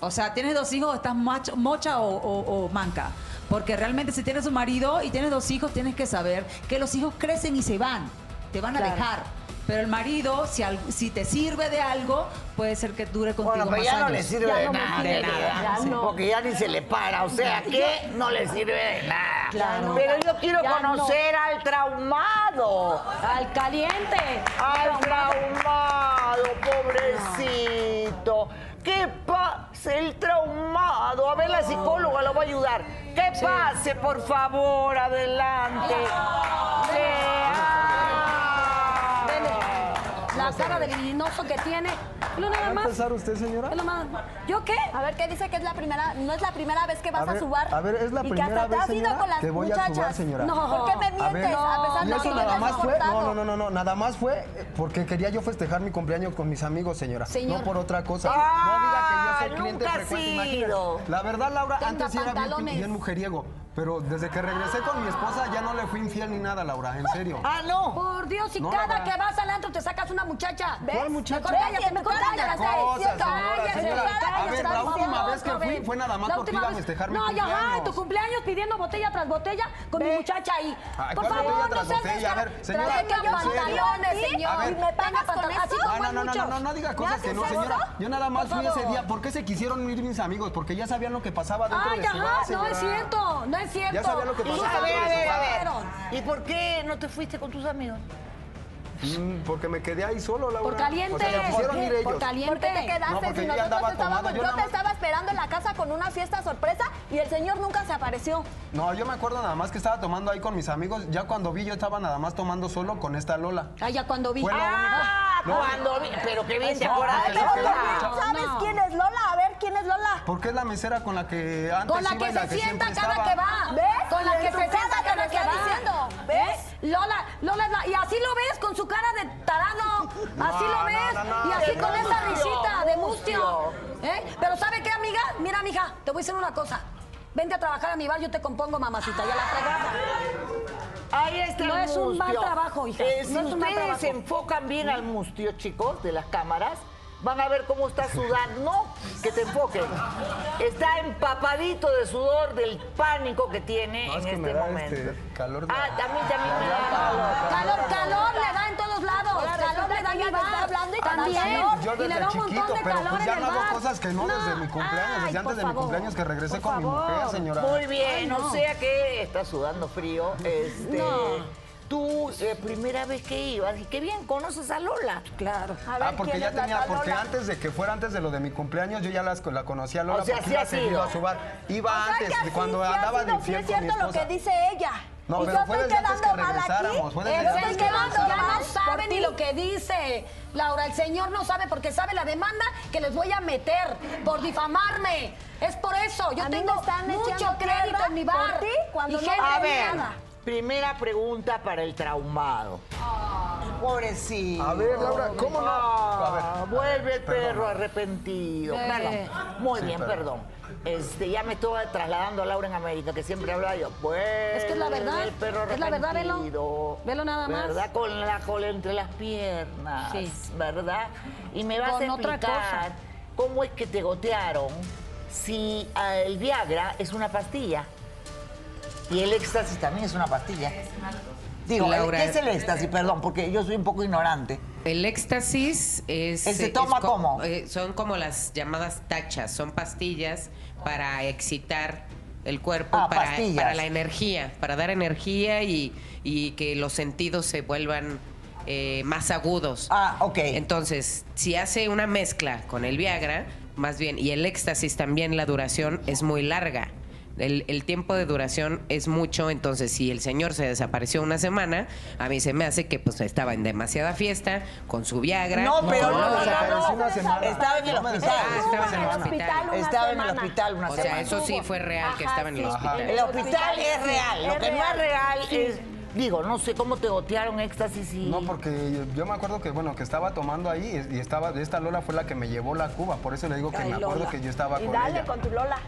S3: o sea, tienes dos hijos, estás macho- mocha o, o- o manca. Porque realmente si tienes un marido y tienes dos hijos, tienes que saber que los hijos crecen y se van, te van a
S1: Claro.
S3: dejar. Pero el marido, si, al- si te sirve de algo, puede ser que dure contigo
S1: Bueno, pero
S3: más
S1: ya no
S3: años.
S1: le sirve de, nada, de nada,
S3: Sí.
S1: porque ya ni se le para, o sea, que no le sirve de nada. Pero yo quiero
S6: Ya no.
S1: conocer al traumado.
S6: Al caliente.
S1: Al traumado, pobrecito. ¿Qué pasa el traumado? A ver, la psicóloga lo va a ayudar. ¿Qué pase, por favor, adelante.
S11: Ah.
S6: La cara de libidinoso que tiene. Lo nada más.
S11: empezar usted, señora?
S6: Es lo más- ¿Yo qué? A ver, ¿qué dice que es la primera, no es la primera vez que
S11: vas A a ver, su bar? a ver, ¿es la Y que primera hasta te vez, has ido señora? con las Te voy a su bar, muchachas. señora.
S6: No. ¿Por qué me
S11: A ver,
S6: mientes? A, pesar
S11: ¿y
S6: de que
S11: eso
S6: yo
S11: nada
S6: te
S11: más
S6: he
S11: fue? No,
S6: soportado.
S11: no, no, no, no, nada más fue eh, porque quería yo festejar mi cumpleaños con mis amigos, señora.
S6: Señor. Ah,
S11: No por otra cosa. no diga que yo soy cliente
S6: nunca
S11: frecuente,
S6: ha
S11: imagínate.
S6: sido.
S11: La verdad, Laura,
S6: Tenga
S11: antes sí era bien,
S6: pantalones.
S11: bien mujeriego, pero desde que regresé con mi esposa ya no le fui infiel ni nada, Laura, en serio.
S1: Ah, no.
S6: Por Dios, y
S11: No,
S6: cada
S11: Laura.
S6: que vas al antro te sacas una muchacha. ¿Ves?
S11: ¿Cuál muchacha?
S6: Mejor cállate, mejor cállate.
S11: Cosas, señora,
S6: Cállate,
S11: señora.
S6: cállate,
S11: A ver,
S6: estás
S11: la última
S6: baboso,
S11: vez que fui
S6: joven.
S11: fue nada más
S6: La
S11: porque
S6: última
S11: iba a
S6: vez-
S11: festejar mi
S6: No, ya, ajá,
S11: cumpleaños.
S6: en tu cumpleaños pidiendo botella tras botella con mi muchacha ahí.
S11: Ay,
S6: Por
S11: ¿cuál
S6: favor,
S11: botella
S6: no
S11: tras
S6: seas
S11: botella? A ver,
S6: descarado.
S11: señora,
S6: Traiga
S11: ¿en serio?
S6: pantalones,
S11: ¿Sí? A
S6: señor.
S11: ver.
S6: Y me pagas
S11: No,
S6: pantalones. Así
S11: no,
S6: toman
S11: no, no,
S6: muchos.
S11: no, no diga
S6: ¿Me
S11: cosas
S6: haces
S11: que no,
S6: eso?
S11: señora. Yo nada más
S6: Por
S11: fui ese
S6: favor.
S11: día. ¿Por qué se quisieron ir mis amigos? Porque ya sabían lo que pasaba dentro
S6: Ay,
S11: de su
S6: ajá,
S11: bar,
S6: no es
S11: señora.
S6: cierto, no es cierto.
S11: Ya sabía lo que
S6: Y
S11: pasaba
S6: a ver,
S11: dentro
S6: a
S11: de su
S6: ver, a
S11: bar.
S6: ver.
S1: ¿Y por qué no te fuiste con tus amigos?
S11: Mm, porque me quedé ahí solo, Laura.
S6: Por caliente.
S11: O sea, ya quisieron ir ellos.
S6: ¿Por qué te
S11: No,
S6: quedaste
S11: porque
S6: si
S11: yo ya
S6: nosotros
S11: andaba
S6: te estábamos?
S11: tomando,
S6: Yo,
S11: yo nada
S6: te
S11: más-
S6: estaba esperando en la casa con una fiesta sorpresa y el señor nunca se apareció.
S11: No, yo me acuerdo nada más que estaba tomando ahí con mis amigos. Ya cuando vi, yo estaba nada más tomando solo con esta Lola.
S6: Ah, ya cuando vi.
S11: Fue lo
S6: Ah,
S11: único. No,
S1: cuando vi- pero qué bien te
S6: no,
S1: acuerdas de
S6: pero
S1: Lola.
S6: qué bien, ¿Sabes quién es Lola? A ver, ¿quién es Lola?
S11: Porque es la mesera con la que antes
S6: Con la
S11: iba
S6: que
S11: y la
S6: se
S11: que
S6: sienta
S11: siempre
S6: cada
S11: estaba.
S6: que va.
S12: ¿Ves?
S6: Con la
S12: En
S6: que
S12: su
S6: se
S12: cara
S6: sienta
S12: cada
S6: cada
S12: que
S6: que va
S12: va.
S6: diciendo. ¿Ves? Lola, Lola es la... Y así lo ves con su cara de tarado. Así lo
S12: no,
S6: ves.
S12: no, no,
S6: Y así
S12: de
S6: con esa
S12: mustio,
S6: risita de mustio.
S12: mustio.
S6: ¿Eh? Pero ¿sabe qué, amiga? Mira, mija, te voy a decir una cosa. Vente a trabajar a mi bar, yo te compongo, mamacita. Ya la fregada.
S1: Ahí está
S6: No
S1: el
S6: es un mal
S1: este mustio.
S6: trabajo, hija.
S1: Eh, si
S6: No es un mal
S1: ustedes
S6: trabajo.
S1: se enfocan bien al mustio, chicos, de las cámaras, van a ver cómo está sudando. No, que te enfoquen. Está empapadito de sudor del pánico que tiene
S11: No,
S1: en
S11: es que
S1: este
S11: me da
S1: momento.
S11: este calor.
S1: Ah, también, también me da calor.
S6: Calor, calor le da en todos lados.
S12: Ahora
S6: calor
S12: resulta
S6: le da
S12: que
S6: en
S12: ya
S6: mi
S12: te está
S6: bar.
S12: hablando y te da
S6: También.
S12: calor.
S11: Yo
S6: y le da
S11: desde
S6: un
S11: chiquito,
S6: montón de
S11: pero
S6: calor
S11: pues
S6: en
S11: ya
S6: el
S11: no hago
S6: bar.
S11: cosas que no, desde mi cumpleaños, desde
S6: ay, por
S11: antes de mi
S6: favor,
S11: cumpleaños que regresé
S6: por
S11: con mi mujer,
S6: favor.
S11: señora.
S1: Muy bien,
S6: Ay,
S1: o
S6: no.
S1: sea que está sudando frío. Este,
S6: No.
S1: Tú, eh, primera vez que ibas, y qué bien, conoces a Lola.
S6: Claro.
S11: Ah, porque ya tenía, porque antes de que fuera antes de lo de mi cumpleaños, yo ya las, la conocía Lola
S1: O sea,
S11: porque
S1: sí
S11: iba
S1: has
S11: seguido
S1: ido.
S11: a su bar. Iba antes, de cuando
S12: sí ha
S11: andaba de
S12: sido
S11: infiel
S12: fiel,
S11: con mi
S12: cierto lo
S11: esposa.
S12: que dice ella.
S11: No,
S12: y
S11: pero
S12: yo
S11: fue
S12: estoy
S11: desde antes
S12: quedando
S11: que
S12: mal
S11: regresáramos,
S12: aquí.
S11: fue desde
S12: Yo
S11: antes
S6: pues
S12: estoy
S11: que
S12: quedando
S11: regresáramos.
S6: Ya
S12: mal
S6: no sabe
S12: por
S6: ni
S12: ti.
S6: lo que dice. Laura, el señor no sabe porque sabe la demanda que les voy a meter por difamarme. Es por eso. Yo
S12: A mí me
S6: tengo
S12: están
S6: mucho
S12: echando
S6: crédito
S12: tierra
S6: en mi
S12: por
S6: bar.
S12: ti cuando
S6: y
S12: no
S6: gente
S1: A ver,
S6: nada.
S1: primera pregunta para el traumado.
S6: Ah.
S1: Pobrecito.
S11: A ver, Laura, ¿cómo no?
S1: Ah,
S11: A ver,
S1: vuelve el
S11: perdón.
S1: perro arrepentido.
S11: Eh.
S1: Perdón. Muy
S11: Sí,
S1: bien, perdón.
S11: perdón.
S1: Este, ya me estoy trasladando a Laura en América, que siempre habla yo. Vuelve
S6: Es que es la verdad,
S1: El perro
S6: es la verdad, velo.
S1: arrepentido.
S6: Velo nada más.
S1: ¿Verdad? Con la cola entre las piernas.
S6: Sí.
S1: ¿Verdad? Y me vas
S6: Con
S1: a
S6: otra
S1: explicar
S6: cosa.
S1: cómo es que te gotearon si ah, el Viagra es una pastilla. Y el éxtasis también es una pastilla. Digo,
S5: Laura,
S1: ¿qué es el éxtasis? Perdón, porque yo soy un poco ignorante.
S5: El éxtasis es...
S1: ¿Ese
S5: eh,
S1: toma
S5: co-
S1: cómo?
S5: eh, son como las llamadas tachas, son pastillas para excitar el cuerpo,
S1: Ah,
S5: para,
S1: pastillas.
S5: para la energía, para dar energía y, y que los sentidos se vuelvan eh, más agudos.
S1: Ah, ok.
S5: Entonces, si hace una mezcla con el Viagra, más bien, y el éxtasis también, la duración es muy larga. El, el tiempo de duración es mucho, entonces si el señor se desapareció una semana, a mí se me hace que pues estaba en demasiada fiesta con su Viagra.
S1: No, pero
S5: con
S1: no,
S5: los-
S1: no, no, no.
S11: una semana.
S1: Estaba en el
S11: No me
S1: hospital.
S11: desaparecí
S5: Ah, estaba en el hospital.
S1: una Estaba en el semana. hospital una
S5: o sea,
S1: semana.
S5: eso sí fue real que estaba en el hospital.
S1: El hospital es real. Lo que no es real es Digo, no sé cómo te gotearon éxtasis y.
S11: No, porque yo me acuerdo que, bueno, que estaba tomando ahí y, y estaba, esta Lola fue la que me llevó la Cuba, por eso le digo que
S2: Ay,
S11: me acuerdo
S2: Lola.
S11: que yo estaba
S2: Y
S11: con
S2: dale
S11: ella. Ah, pues
S2: con tu Lola.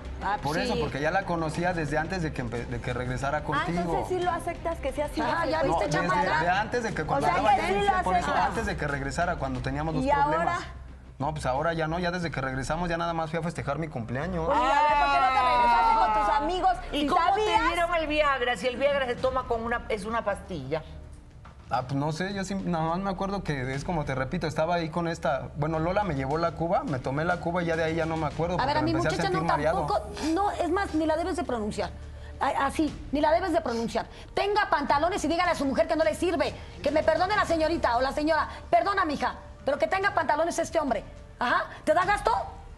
S11: Por eso, porque ya la conocía desde antes de que, empe- de que regresara
S2: Ah,
S11: contigo.
S2: entonces sí lo aceptas que sea así.
S6: Ah, ya
S11: No, desde, de antes de que cuando
S2: O sea,
S11: andaba
S2: que
S11: yo
S2: sí
S11: en
S2: lo
S11: Francia, por eso
S2: aceptas.
S11: antes de que regresara cuando teníamos los
S2: ¿Y
S11: problemas.
S2: ahora?
S11: No, pues ahora ya no, ya desde que regresamos ya nada más fui a festejar mi cumpleaños.
S2: Oye, a ver, ¿por qué no te regresaste con tus amigos?
S1: Ah. ¿Y
S2: ¿Y
S1: cómo
S2: sabías?
S1: te dieron el Viagra? Si el Viagra se toma con una. es una pastilla.
S11: Ah, pues no sé, yo sí, nada más me acuerdo que es como te repito, estaba ahí con esta, bueno, Lola me llevó la cuba, me tomé la cuba y ya de ahí ya no me acuerdo
S6: A
S11: porque
S6: ver, a
S11: me
S6: mi
S11: empecé
S6: muchacha
S11: sentir
S6: no
S11: mareado.
S6: tampoco, no, es más, ni la debes de pronunciar. A- Así, ni la debes de pronunciar. Tenga pantalones y dígale a su mujer que no le sirve. Que me perdone la señorita o la señora. Perdona, mija, pero que tenga pantalones este hombre. Ajá, ¿te da gasto?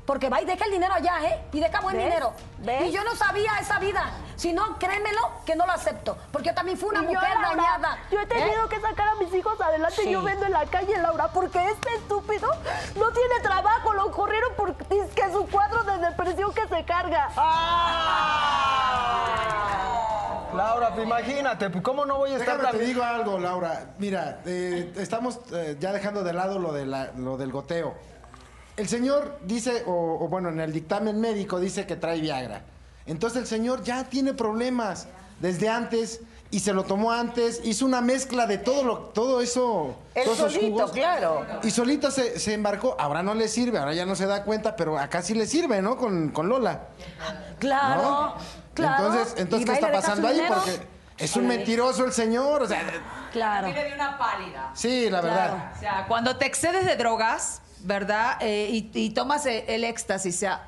S6: Porque va y deja el dinero allá, ¿eh? Y deja buen
S2: ¿Ves?
S6: dinero.
S2: ¿Ves?
S6: Y yo no sabía esa vida. Si no, créemelo que no lo acepto. Porque yo también fui una
S2: Y yo,
S6: mujer
S2: Laura,
S6: dañada.
S2: Yo he tenido
S6: ¿eh?
S2: que sacar a mis hijos adelante
S6: Sí.
S2: y yo vendo en la calle, Laura, porque este estúpido no tiene trabajo. Lo corrieron por es que su cuadro de depresión que se carga.
S11: Ah. Laura, pues imagínate, pues cómo no voy a estar
S12: Déjame te
S11: también-
S12: digo algo, Laura. Mira, eh, estamos eh, ya dejando de lado lo, de la- lo del goteo. El señor dice, o, o bueno, en el dictamen médico dice que trae Viagra. Entonces el señor ya tiene problemas desde antes y se lo tomó antes, hizo una mezcla de todo lo, todo eso,
S1: Él
S12: todos esos
S1: solito,
S12: jugos.
S1: claro.
S12: Y solito se, se embarcó. Ahora no le sirve, ahora ya no se da cuenta, pero acá sí le sirve, ¿no? Con, con Lola.
S6: Claro,
S12: ¿no?
S6: claro.
S12: Entonces, entonces
S6: Y
S12: ¿qué
S6: va y
S12: está
S6: le deja su
S12: pasando ahí?
S6: dinero.
S12: Porque es un
S6: Sí.
S12: mentiroso el señor, o sea,
S6: Claro.
S3: Vive de una pálida.
S12: sí, la verdad.
S3: O sea, cuando te excedes de drogas, ¿verdad? Eh, y, y tomas e- el, éxtasis, sea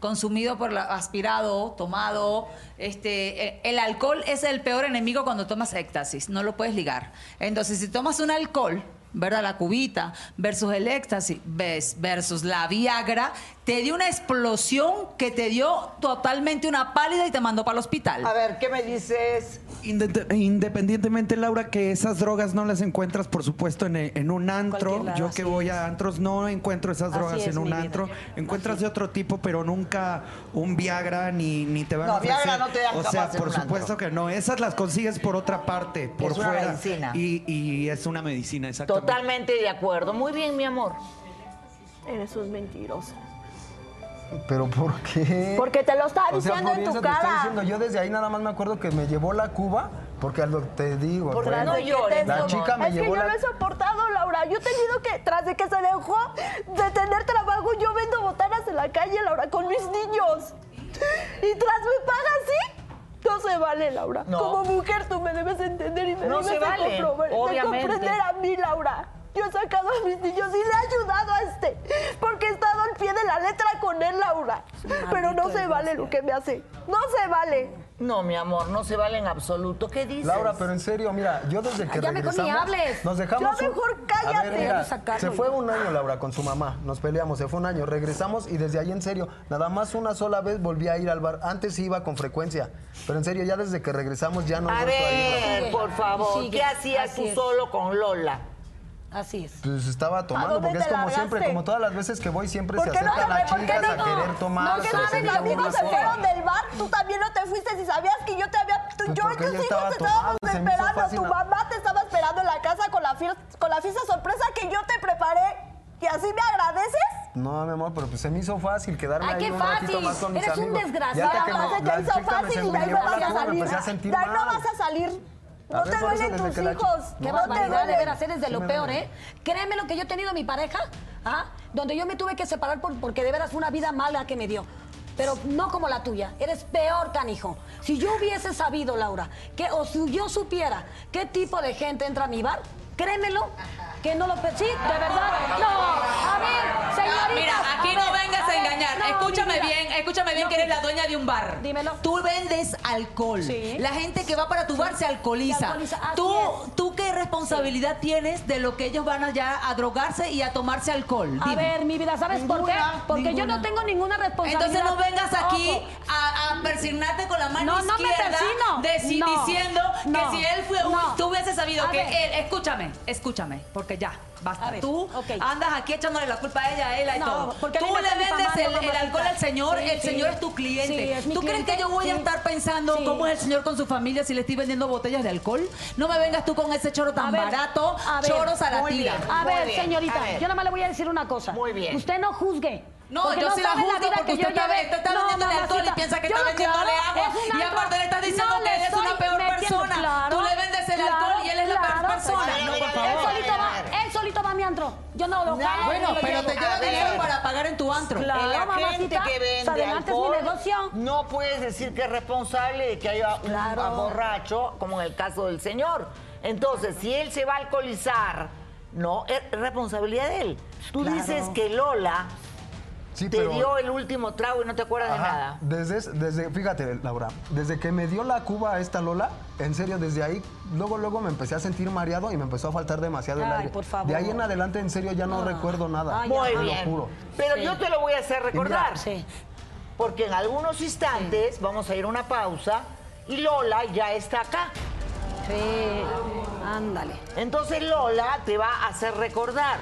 S3: consumido por la, aspirado, tomado, este, eh, el alcohol es el peor enemigo cuando tomas éxtasis, no lo puedes ligar. Entonces, si tomas un alcohol, ¿verdad? La cubita versus el éxtasis ves, versus la Viagra, te dio una explosión que te dio totalmente una pálida y te mandó para el hospital.
S1: A ver, ¿qué me dices?
S13: Inde- Independientemente, Laura, que esas drogas no las encuentras, por supuesto, en, e- en un antro.
S14: Cualquier lado,
S13: Yo que voy a antros no encuentro esas
S14: Así
S13: drogas
S14: es,
S13: en un
S14: mi vida.
S13: antro. Encuentras de otro tipo, pero nunca un Viagra ni, ni te van
S1: No,
S13: a ofrecer.
S1: Viagra no te dan
S13: O
S1: jamás
S13: sea,
S1: en
S13: por
S1: un
S13: supuesto que no. Esas las consigues por otra parte, por
S1: Es una
S13: fuera.
S1: medicina.
S13: Y, y es una medicina, exactamente.
S1: Totalmente de acuerdo. Muy bien, mi amor.
S2: Eres un mentiroso.
S11: Pero ¿por qué?
S2: Porque te lo estaba
S11: O sea,
S2: diciendo
S11: por
S2: en tu
S11: eso te estoy
S2: cara.
S11: diciendo, yo desde ahí nada más me acuerdo que me llevó la Cuba, porque al doc- te digo,
S2: Porque
S11: bueno,
S2: no llores,
S11: la
S2: amor.
S11: chica me
S2: es que
S11: llevó
S2: yo
S11: la
S2: no he soportado, Laura. Yo he tenido que, tras de que se dejó de tener trabajo, yo vendo botanas en la calle, Laura, con mis niños. Y tras me paga así, no se vale, Laura.
S1: No.
S2: Como mujer tú me debes entender y me
S1: No
S2: debes
S1: se
S2: de
S1: vale,
S2: comprobar- de
S1: obviamente.
S2: comprender a mí, Laura. Yo he sacado a mis niños y le he ayudado a este, porque he estado al pie de la letra con él, Laura. Pero no se vale lo que me hace. No se vale.
S1: No, mi amor, no se vale en absoluto. ¿Qué dices?
S11: Laura, pero en serio, mira, yo desde que
S1: Ay, ya mejor
S11: regresamos...
S1: ni hables.
S11: Nos dejamos...
S1: Ya
S11: un-
S1: mejor
S11: A
S1: cállate.
S11: ver, mira,
S1: Vamos a sacarlo
S11: se fue
S1: ya.
S11: un año, Laura, con su mamá. Nos peleamos, se fue un año. Regresamos y desde ahí, en serio, nada más una sola vez volví a ir al bar. Antes sí iba con frecuencia. Pero en serio, ya desde que regresamos ya no... he
S1: A
S11: vuelto ir, Laura.
S1: ver, por favor,
S6: Sigue.
S1: ¿qué hacías
S6: Así
S1: tú
S6: es.
S1: solo con Lola?
S6: Así es.
S11: Pues estaba
S6: ¿A
S11: tomando,
S6: dónde
S11: porque es
S6: te
S11: como siempre,
S6: largaste?
S11: como todas las veces que voy, siempre se
S2: ¿Por qué no
S11: acercan
S2: te
S11: las
S2: fue? ¿Por qué
S11: chicas
S2: no?
S11: a querer tomar.
S2: No, que
S11: se
S2: no, mis
S11: acercan
S2: amigos se
S11: burlas.
S2: fueron del bar, tú también no te fuiste si sabías que yo te había... tú-
S11: Pues
S2: yo y
S11: porque yo
S2: tus hijos
S11: estaba
S2: te estábamos
S11: tomado, se me hizo
S2: esperando,
S11: fácil
S2: tu
S11: la-
S2: mamá te estaba esperando en la casa con la, fier- con la fiesta sorpresa que yo te preparé. ¿Y así me agradeces?
S11: No, mi amor, pero pues se me hizo fácil quedarme
S2: Ay,
S11: ahí
S2: qué
S11: un ratito
S2: fácil.
S11: más con mis
S2: Eres un
S11: amigos.
S2: desgraciado.
S11: Ya hasta que
S2: Nada más
S11: me-
S2: se te
S11: la
S2: hizo
S11: chica me se-
S2: fácil,
S11: me
S2: de ahí
S11: llevó
S2: no vas
S11: la
S2: a
S11: cuba, me
S2: salir.
S11: empecé a sentir
S2: De ahí no
S11: mal.
S2: vas a salir.
S11: A
S2: No
S11: ver, por
S2: te
S11: eso
S2: duelen
S11: desde
S2: tus
S11: que la chi-
S2: hijos.
S6: Qué
S11: No,
S6: barbaridad
S11: no,
S6: de veras, eres de
S11: sí
S6: lo
S11: me
S6: peor,
S11: duele.
S6: ¿eh? Créeme lo que yo he tenido mi pareja, ¿ah? donde yo me tuve que separar por- porque de veras fue una vida mala que me dio. Pero no como la tuya, eres peor, canijo. Si yo hubiese sabido, Laura, que o si yo supiera qué tipo de gente entra a mi bar, créemelo, que no lo... pe- Sí, de verdad, no. A ver, señorita.
S3: Mira, aquí no vengas a engañar. escúchame bien, escúchame bien que eres la dueña de un bar. Dímelo. Tú vendes alcohol. La gente que va para tu bar se alcoholiza.
S6: Se alcoholiza, así
S3: ¿Tú,
S6: es.
S3: ¿Tú qué responsabilidad tienes de lo que ellos van allá a drogarse y a tomarse alcohol?
S6: A ver, mi vida, ¿sabes por qué? Porque yo no tengo ninguna responsabilidad.
S3: Entonces no vengas aquí
S6: Ojo.
S3: a, a persignarte con la mano
S6: No, no me
S3: izquierda
S6: persino.
S3: deci-
S6: No,
S3: diciendo
S6: no,
S3: que si él fue un-
S6: no.
S3: tú hubieses sabido
S6: A
S3: que
S6: ver.
S3: él, escúchame, escúchame, porque ya, basta.
S6: A ver,
S3: tú andas aquí echándole la culpa a ella, a él, a
S6: No,
S3: todo.
S6: porque a mí
S3: Tú
S6: me
S3: le
S6: están
S3: vendes
S6: difamando,
S3: el, el
S6: mamacita.
S3: alcohol al señor,
S6: Sí,
S3: el
S6: sí,
S3: señor eres tu cliente.
S2: Sí, es mi
S3: ¿Tú crees
S2: cliente,
S3: que yo voy a
S2: sí.
S3: estar pensando
S2: Sí.
S3: cómo es el señor con su familia si le estoy vendiendo botellas de alcohol? No me vengas tú con ese choro tan
S6: ver,
S3: barato,
S6: a ver,
S3: choros a la
S6: muy
S3: tira.
S6: bien, A muy ver, bien, señorita, a ver. yo nada más le voy a decir una cosa. Muy bien. Usted no juzgue.
S3: No,
S6: porque
S3: yo sí la
S6: sabe
S3: juzgo
S6: vida
S3: porque
S6: que
S3: usted
S6: yo
S3: está
S6: llevé.
S3: ve- está vendiéndole alcohol y
S6: mamacita,
S3: piensa que
S6: yo
S3: está
S6: no,
S3: vendiéndole agua.
S6: es un
S3: Y aparte le está
S6: antro.
S3: diciendo que eres una
S6: estoy
S3: peor
S6: metiendo,
S3: persona. Tú le vendes el alcohol y él es la peor persona. No, por favor.
S6: Él solito va, él solito va a mi antro. Yo no lo
S3: No,
S6: jalo,
S3: bueno,
S6: ni lo
S3: pero
S6: llevo.
S3: te lleva
S6: A ver.
S3: dinero para pagar en tu antro.
S6: Claro,
S1: la gente
S6: mamacita,
S1: que
S6: pues
S1: vende
S6: adelante es mi
S1: alcohol,
S6: negocio.
S1: no puedes decir que es responsable de que haya un
S6: Claro.
S1: borracho, como en el caso del señor. Entonces, si él se va a alcoholizar, no, es responsabilidad de él. Tú
S11: Claro.
S1: dices que Lola te
S11: pero-
S1: dio el último trago y no te acuerdas de
S11: Ajá.
S1: nada.
S11: Desde, es- desde, fíjate, Laura, desde que me dio la cuba a esta Lola, en serio, desde ahí, luego, luego me empecé a sentir mareado y me empezó a faltar demasiado el
S1: Ay,
S11: aire.
S1: por favor.
S11: De ahí en adelante, en serio, ya
S2: Ah.
S11: no recuerdo nada.
S1: Muy
S11: te lo
S1: bien.
S11: juro.
S1: ah, Pero
S11: Sí.
S1: yo te lo voy a hacer recordar. Porque en algunos instantes vamos a ir a una pausa y Lola ya está acá.
S6: Sí, ándale.
S1: Entonces Lola te va a hacer recordar,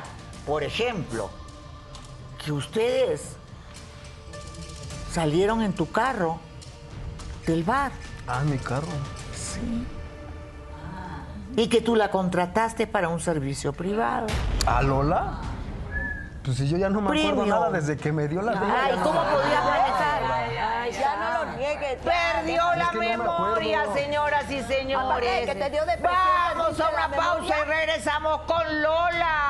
S1: por ejemplo, que ustedes salieron en tu carro del bar.
S11: Ah, mi carro.
S1: Sí. Y que tú la contrataste para un servicio privado.
S11: ¿A Lola? Pues si yo ya no me acuerdo
S1: Premium.
S11: nada desde que me dio la cuba.
S1: Ay,
S11: ya no
S1: ¿cómo
S11: me acuerdo.
S1: podía manejar?
S6: Ya no lo niegues.
S1: Perdió la memoria, señoras y señores.
S6: Aparte de que te dio depresión,
S1: Vamos a
S6: perdiste
S1: una
S6: la
S1: pausa
S6: memoria.
S1: y regresamos con Lola.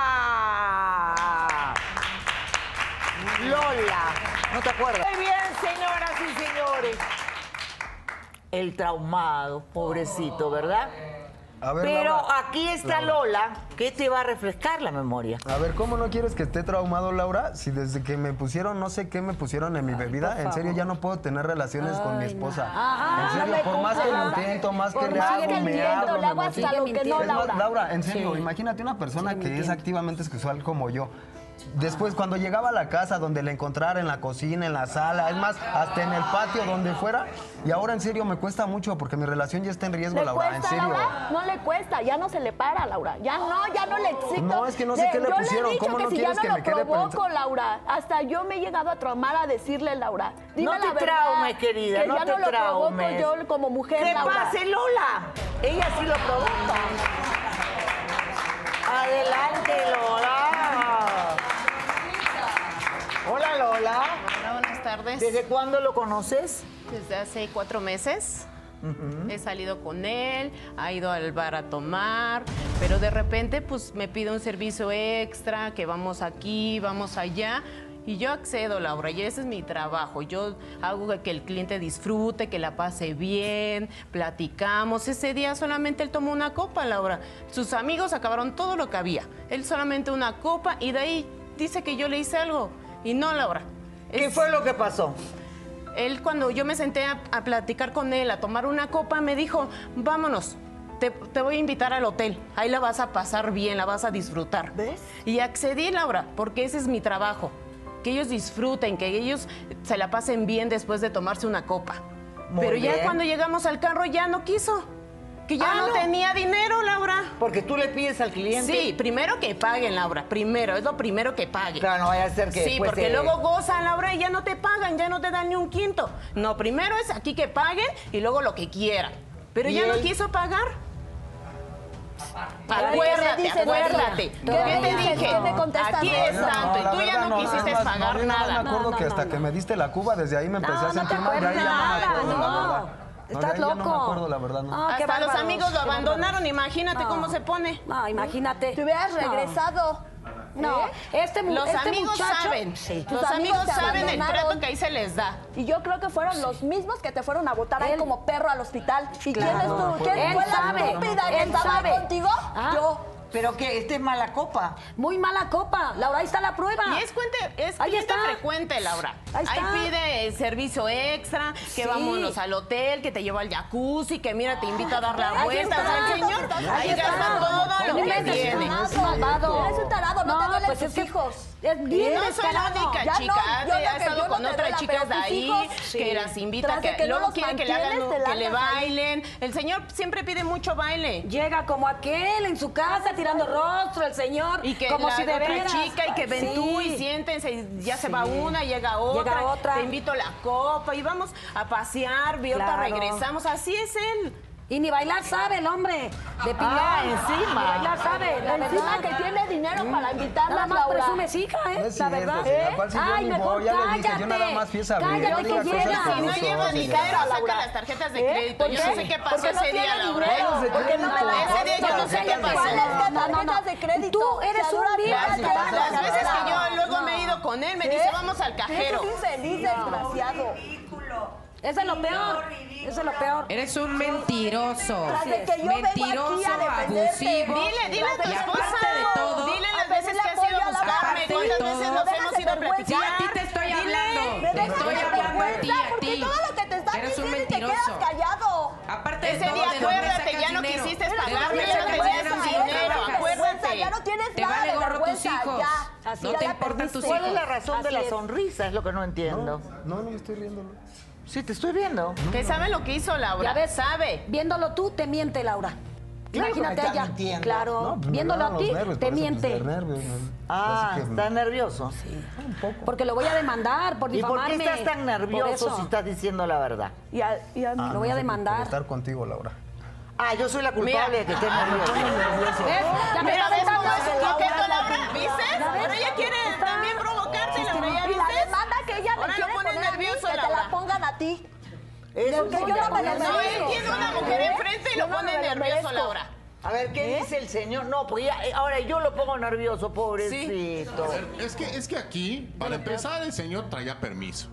S1: Lola, no te acuerdas. Muy bien, señoras y señores. El traumado, pobrecito, ¿verdad?
S11: A ver,
S1: Pero
S11: Laura.
S1: aquí está
S11: Laura.
S1: Lola, que te va a refrescar la memoria.
S11: A ver, ¿cómo no quieres que esté traumado, Laura? Si desde que me pusieron, no sé qué me pusieron en mi bebida, en serio ya no puedo tener relaciones con mi esposa.
S6: Ajá,
S11: en
S6: no
S11: serio,
S6: me
S11: por más que lo
S6: cumplas.
S11: intento, más
S6: Por
S11: que le
S6: más
S11: hago,
S6: que
S11: me
S6: intento,
S11: abro,
S6: le
S11: me
S6: hago hasta
S11: emociono.
S6: lo que no,
S11: Es más,
S6: Laura.
S11: Laura, en serio,
S6: Sí. Ah.
S11: imagínate una persona que es activamente sexual como yo. Después, cuando llegaba a la casa, donde la encontrara, en la cocina, en la sala, es más, hasta en el patio, donde fuera. Y ahora, en serio, me cuesta mucho porque mi relación ya está en riesgo,
S2: ¿Le
S11: Laura, en
S2: cuesta,
S11: serio.
S2: Laura? No le cuesta, ya no se le para, Laura. Ya no, ya no le exijo.
S11: No, es que no sé qué le
S2: yo
S11: pusieron,
S2: Le he dicho
S11: ¿cómo
S2: que
S11: no
S2: si
S11: quieres
S2: ya
S11: que
S2: no
S11: me
S2: lo
S11: quede
S2: provoco,
S11: pensando?
S2: Laura. Hasta yo me he llegado a traumar a decirle, Laura. Dime
S1: No
S2: la
S1: te
S2: verdad,
S1: traumes, querida,
S2: que
S1: no
S2: ya
S1: te
S2: no lo
S1: traumes.
S2: provoco yo como mujer,
S1: ¡Que
S2: Laura. ¿Eh?
S1: pase Lola! Ella sí lo provoca. Adelante, Lola. Hola, Lola.
S14: Hola, buenas tardes.
S1: ¿Desde cuándo lo conoces?
S14: Desde hace cuatro meses. He salido con él, ha ido al bar a tomar, pero de repente pues me pide un servicio extra, que vamos aquí, vamos allá. Y yo accedo, Laura, y ese es mi trabajo. Yo hago que el cliente disfrute, que la pase bien, platicamos. Ese día solamente él tomó una copa, Laura. Sus amigos acabaron todo lo que había. Él solamente una copa y de ahí dice que yo le hice algo. Y no, Laura.
S1: ¿Qué fue lo que pasó?
S14: Él cuando yo me senté a, a platicar con él, a tomar una copa, me dijo, vámonos, te, te voy a invitar al hotel, ahí la vas a pasar bien, la vas a disfrutar. ¿Ves? Y accedí, Laura, porque ese es mi trabajo, que ellos disfruten, que ellos se la pasen bien después de tomarse una copa.
S1: Muy
S14: Pero ya
S1: bien.
S14: cuando llegamos al carro ya no quiso, que ya
S1: Ah,
S14: no,
S1: no.
S14: tenía dinero, Laura.
S1: Porque tú le pides al cliente.
S14: Sí, primero que paguen, Laura, primero, es lo primero que paguen.
S1: Claro, no vaya a ser que pues, eh,
S14: Sí,
S11: pues,
S1: después
S11: eh,
S14: porque
S1: te-
S14: luego gozan, Laura, y ya no te pagan, ya no te dan ni un quinto. No, primero es aquí que paguen y luego lo que quieran. Pero
S1: ¿Y
S14: ya
S1: él?
S14: no quiso pagar.
S2: Ahora, ¿qué
S14: Acuérdate,
S2: le dices,
S14: acuérdate.
S2: Lola?
S14: ¿Qué
S2: Todavía
S14: te
S2: no.
S14: dije?
S2: ¿Qué me contestas,
S14: Aquí
S2: Lola?
S14: es
S11: la
S14: tanto. y tú ya
S11: verdad
S14: no,
S11: es
S14: quisiste
S11: más,
S14: pagar
S11: no, yo nada
S14: nada.
S11: más me acuerdo que hasta que me diste la cuba, desde ahí me empecé
S14: No,
S11: a
S14: no te
S11: sentir mal. De ahí ya no me
S14: acuerdas
S11: acuerdo, la verdad.
S14: nada,
S6: no.
S11: de ahí
S6: Estás
S11: ya No me
S6: loco.
S11: acuerdo, la verdad, no.
S6: Ah, qué
S14: Hasta los
S6: bárbaros,
S14: amigos lo
S6: qué bárbaros.
S14: abandonaron, imagínate
S6: No.
S14: cómo se pone.
S6: No, imagínate.
S2: Te hubieras regresado.
S6: No,
S2: ¿Eh?
S6: este, mu-
S14: Los
S6: este
S14: amigos
S6: muchacho-
S14: saben.
S6: Sí.
S14: Los
S2: Tus
S14: amigos
S2: te
S14: saben el
S2: abandonaron.
S14: trato que ahí se les da.
S2: Y yo creo que fueron los mismos que te fueron a botar ahí como perro al hospital. ¿Y quién es
S6: Claro.
S2: tu? ¿Quién
S6: Él
S2: fue la
S6: sabe,
S2: estúpida que
S6: él
S2: estaba
S6: sabe.
S2: contigo?
S6: Ah.
S2: Yo.
S1: Pero que este es mala copa.
S6: Muy mala copa. Laura, ahí está la prueba.
S14: Y es, cuente, es
S6: Ahí
S14: cliente
S6: está.
S14: frecuente, Laura.
S6: Ahí
S14: Ahí,
S6: está.
S14: pide eh, servicio extra, que
S6: Sí.
S14: vámonos al hotel, que te lleva al jacuzzi, que mira, te invita a dar la
S2: Ahí
S14: vuelta.
S2: está.
S14: O sea, el señor,
S2: Ahí
S14: ahí
S2: está.
S14: gasta todo lo que
S2: Eres un
S14: tiene.
S2: tarado, malvado. Eres un tarado, no, te duelen
S6: pues
S2: tus
S6: es que-
S2: hijos. Es bien
S14: no soy la
S2: descarado.
S14: única
S2: Ya no,
S14: chica,
S2: yo
S14: ha
S2: lo que-
S14: estado
S2: yo lo
S14: con
S2: te
S14: otras
S2: duela,
S14: chicas de
S2: pero tus
S14: ahí,
S2: hijos, sí.
S14: que las invita,
S2: Tras de
S14: que,
S2: que no
S14: luego
S2: los
S14: quiere que le hagan,
S2: mantienes,
S14: un-
S2: te
S14: que le
S2: largas ahí.
S14: bailen. El señor siempre pide mucho baile.
S6: Llega como aquel en su casa tirando rostro, el señor.
S14: Y que
S6: como
S14: la
S6: si de
S14: otra
S6: veras.
S14: chica y que ven tú y
S6: Sí.
S14: siéntense y ya se va
S6: Sí.
S14: una, llega otra,
S6: Llega otra.
S14: te invito la copa y vamos a pasear, y otra
S6: Claro.
S14: regresamos, así es él.
S6: Y ni bailar sabe el hombre. De pilón.
S14: Ah, encima.
S6: Ni bailar sabe. La
S2: Encima
S6: verdad.
S2: que tiene dinero para invitarla,
S6: Nada más
S2: Laura.
S6: presumes hija, ¿eh?
S11: Mm. No es
S6: la
S11: cierto,
S6: verdad.
S11: señora, ¿cuál si yo
S6: Ay,
S11: ni
S6: mejor
S11: voy? Ya le dije,
S6: cállate.
S11: yo nada más fui a saber,
S6: Cállate
S11: diga
S6: que
S11: cosas
S6: llega.
S11: que
S14: Si no
S11: son,
S14: lleva ni
S11: señora.
S14: cadera, saca las tarjetas
S6: ¿Eh?
S14: de crédito. Yo no sé qué pasó
S2: Porque no
S14: ese día,
S2: tiene
S14: Laura.
S2: dinero.
S14: ¿eh?
S2: Porque no me la
S14: Ese día yo no sé qué pasó.
S2: tarjetas de crédito.
S6: Tú eres un
S2: Saluda
S6: vil
S2: a mi
S6: desgraciado.
S2: casa.
S14: Las veces que yo luego me he ido con él, me
S6: ¿Sí?
S14: dice, vamos al cajero.
S6: Eres un feliz desgraciado. Eso es lo peor. Eso es lo peor.
S5: Eres un mentiroso.
S6: Tras de que yo vengo aquí a
S5: mentiroso,
S6: defenderte.
S5: abusivo.
S6: Dile, dile a tu
S5: y aparte
S6: esposa.
S5: de todo.
S6: Dile
S14: las A veces pedirle que has apoyo ido a a la buscarme, verdad. cuántas
S5: Aparte de
S14: veces nos
S5: todo,
S14: hemos ido a
S5: vergüenza.
S14: platicar.
S5: Ya a ti te estoy
S14: Dile.
S5: hablando.
S14: Me
S5: Te
S14: dejas
S5: estoy
S14: de
S5: hablando a ti,
S14: vergüenza,
S5: a ti. Eres un mentiroso.
S2: callado.
S5: Aparte de
S14: Ese
S5: todo,
S14: día
S5: ¿de dónde
S14: acuérdate,
S5: sacas
S14: ya no
S5: dinero?
S14: quisiste
S5: Eres un
S14: pagarme, ya no
S5: vergüenza,
S14: tenías
S5: vergüenza,
S14: dinero,
S5: vergüenza,
S14: acuérdate.
S2: ya no tienes
S5: Te vale
S2: nada de
S5: gorro tus
S2: vergüenza,
S5: hijos.
S2: ya. Así
S5: No
S2: ya
S5: te
S2: la
S5: importan tus
S2: perdiste.
S1: ¿Cuál
S5: hijos.
S1: es la razón de
S2: Así
S1: la
S2: es.
S1: sonrisa? Es lo que no entiendo.
S11: No, no me estoy riendo.
S1: Sí, te estoy viendo.
S14: Que Eh, sabe lo que hizo Laura.
S6: Ya ves,
S14: sabe.
S6: Viéndolo tú, te miente, Laura.
S1: Claro,
S6: Imagínate
S1: ya
S6: a ella.
S1: mintiendo.
S6: Claro,
S1: No, pues me
S6: viéndolo
S1: ganaron
S6: a
S1: los
S6: ti,
S1: nervios,
S6: te
S1: por eso, pues,
S6: miente.
S1: Ah, ¿estás nervioso? Sí,
S6: un poco. Porque lo voy a demandar por
S1: ¿Y por qué
S6: difamarme.
S1: estás tan nervioso si estás diciendo la verdad?
S6: Y a, y a-
S11: Ah,
S6: lo
S11: no sé, por-
S6: voy a
S11: por
S6: demandar.
S11: estar contigo, Laura.
S1: Ah, yo soy la culpable de que estés nervioso.
S6: ¿Ves? Ya me
S14: Mira,
S6: está
S14: ¿ves cómo
S6: aventando
S14: es
S6: ese
S14: coqueto,
S6: Laura.
S14: Laura? ¿Viste?
S6: ¿Ya ves?
S14: Ahora ella quiere
S6: Está-
S14: también provocarte, Laura, ¿ya
S2: Y la
S14: viste?
S2: demanda que ella me
S14: Ahora lo
S2: quiere
S14: pones
S2: poner a mí,
S14: nervioso,
S2: que te
S14: Laura.
S2: la pongan a ti.
S1: Eso
S2: Porque
S1: es
S2: yo no me lo
S1: llamar-
S2: merezco.
S14: No, él tiene una mujer
S2: ¿Eh?
S14: enfrente y lo
S2: Yo no
S14: pone
S2: me lo
S14: nervioso,
S2: merezco.
S14: Laura.
S1: A ver, ¿qué dice el señor? No, pues ya, eh, ahora yo lo pongo nervioso, pobrecito.
S4: Es que, es que aquí, para empezar, el señor traía permiso,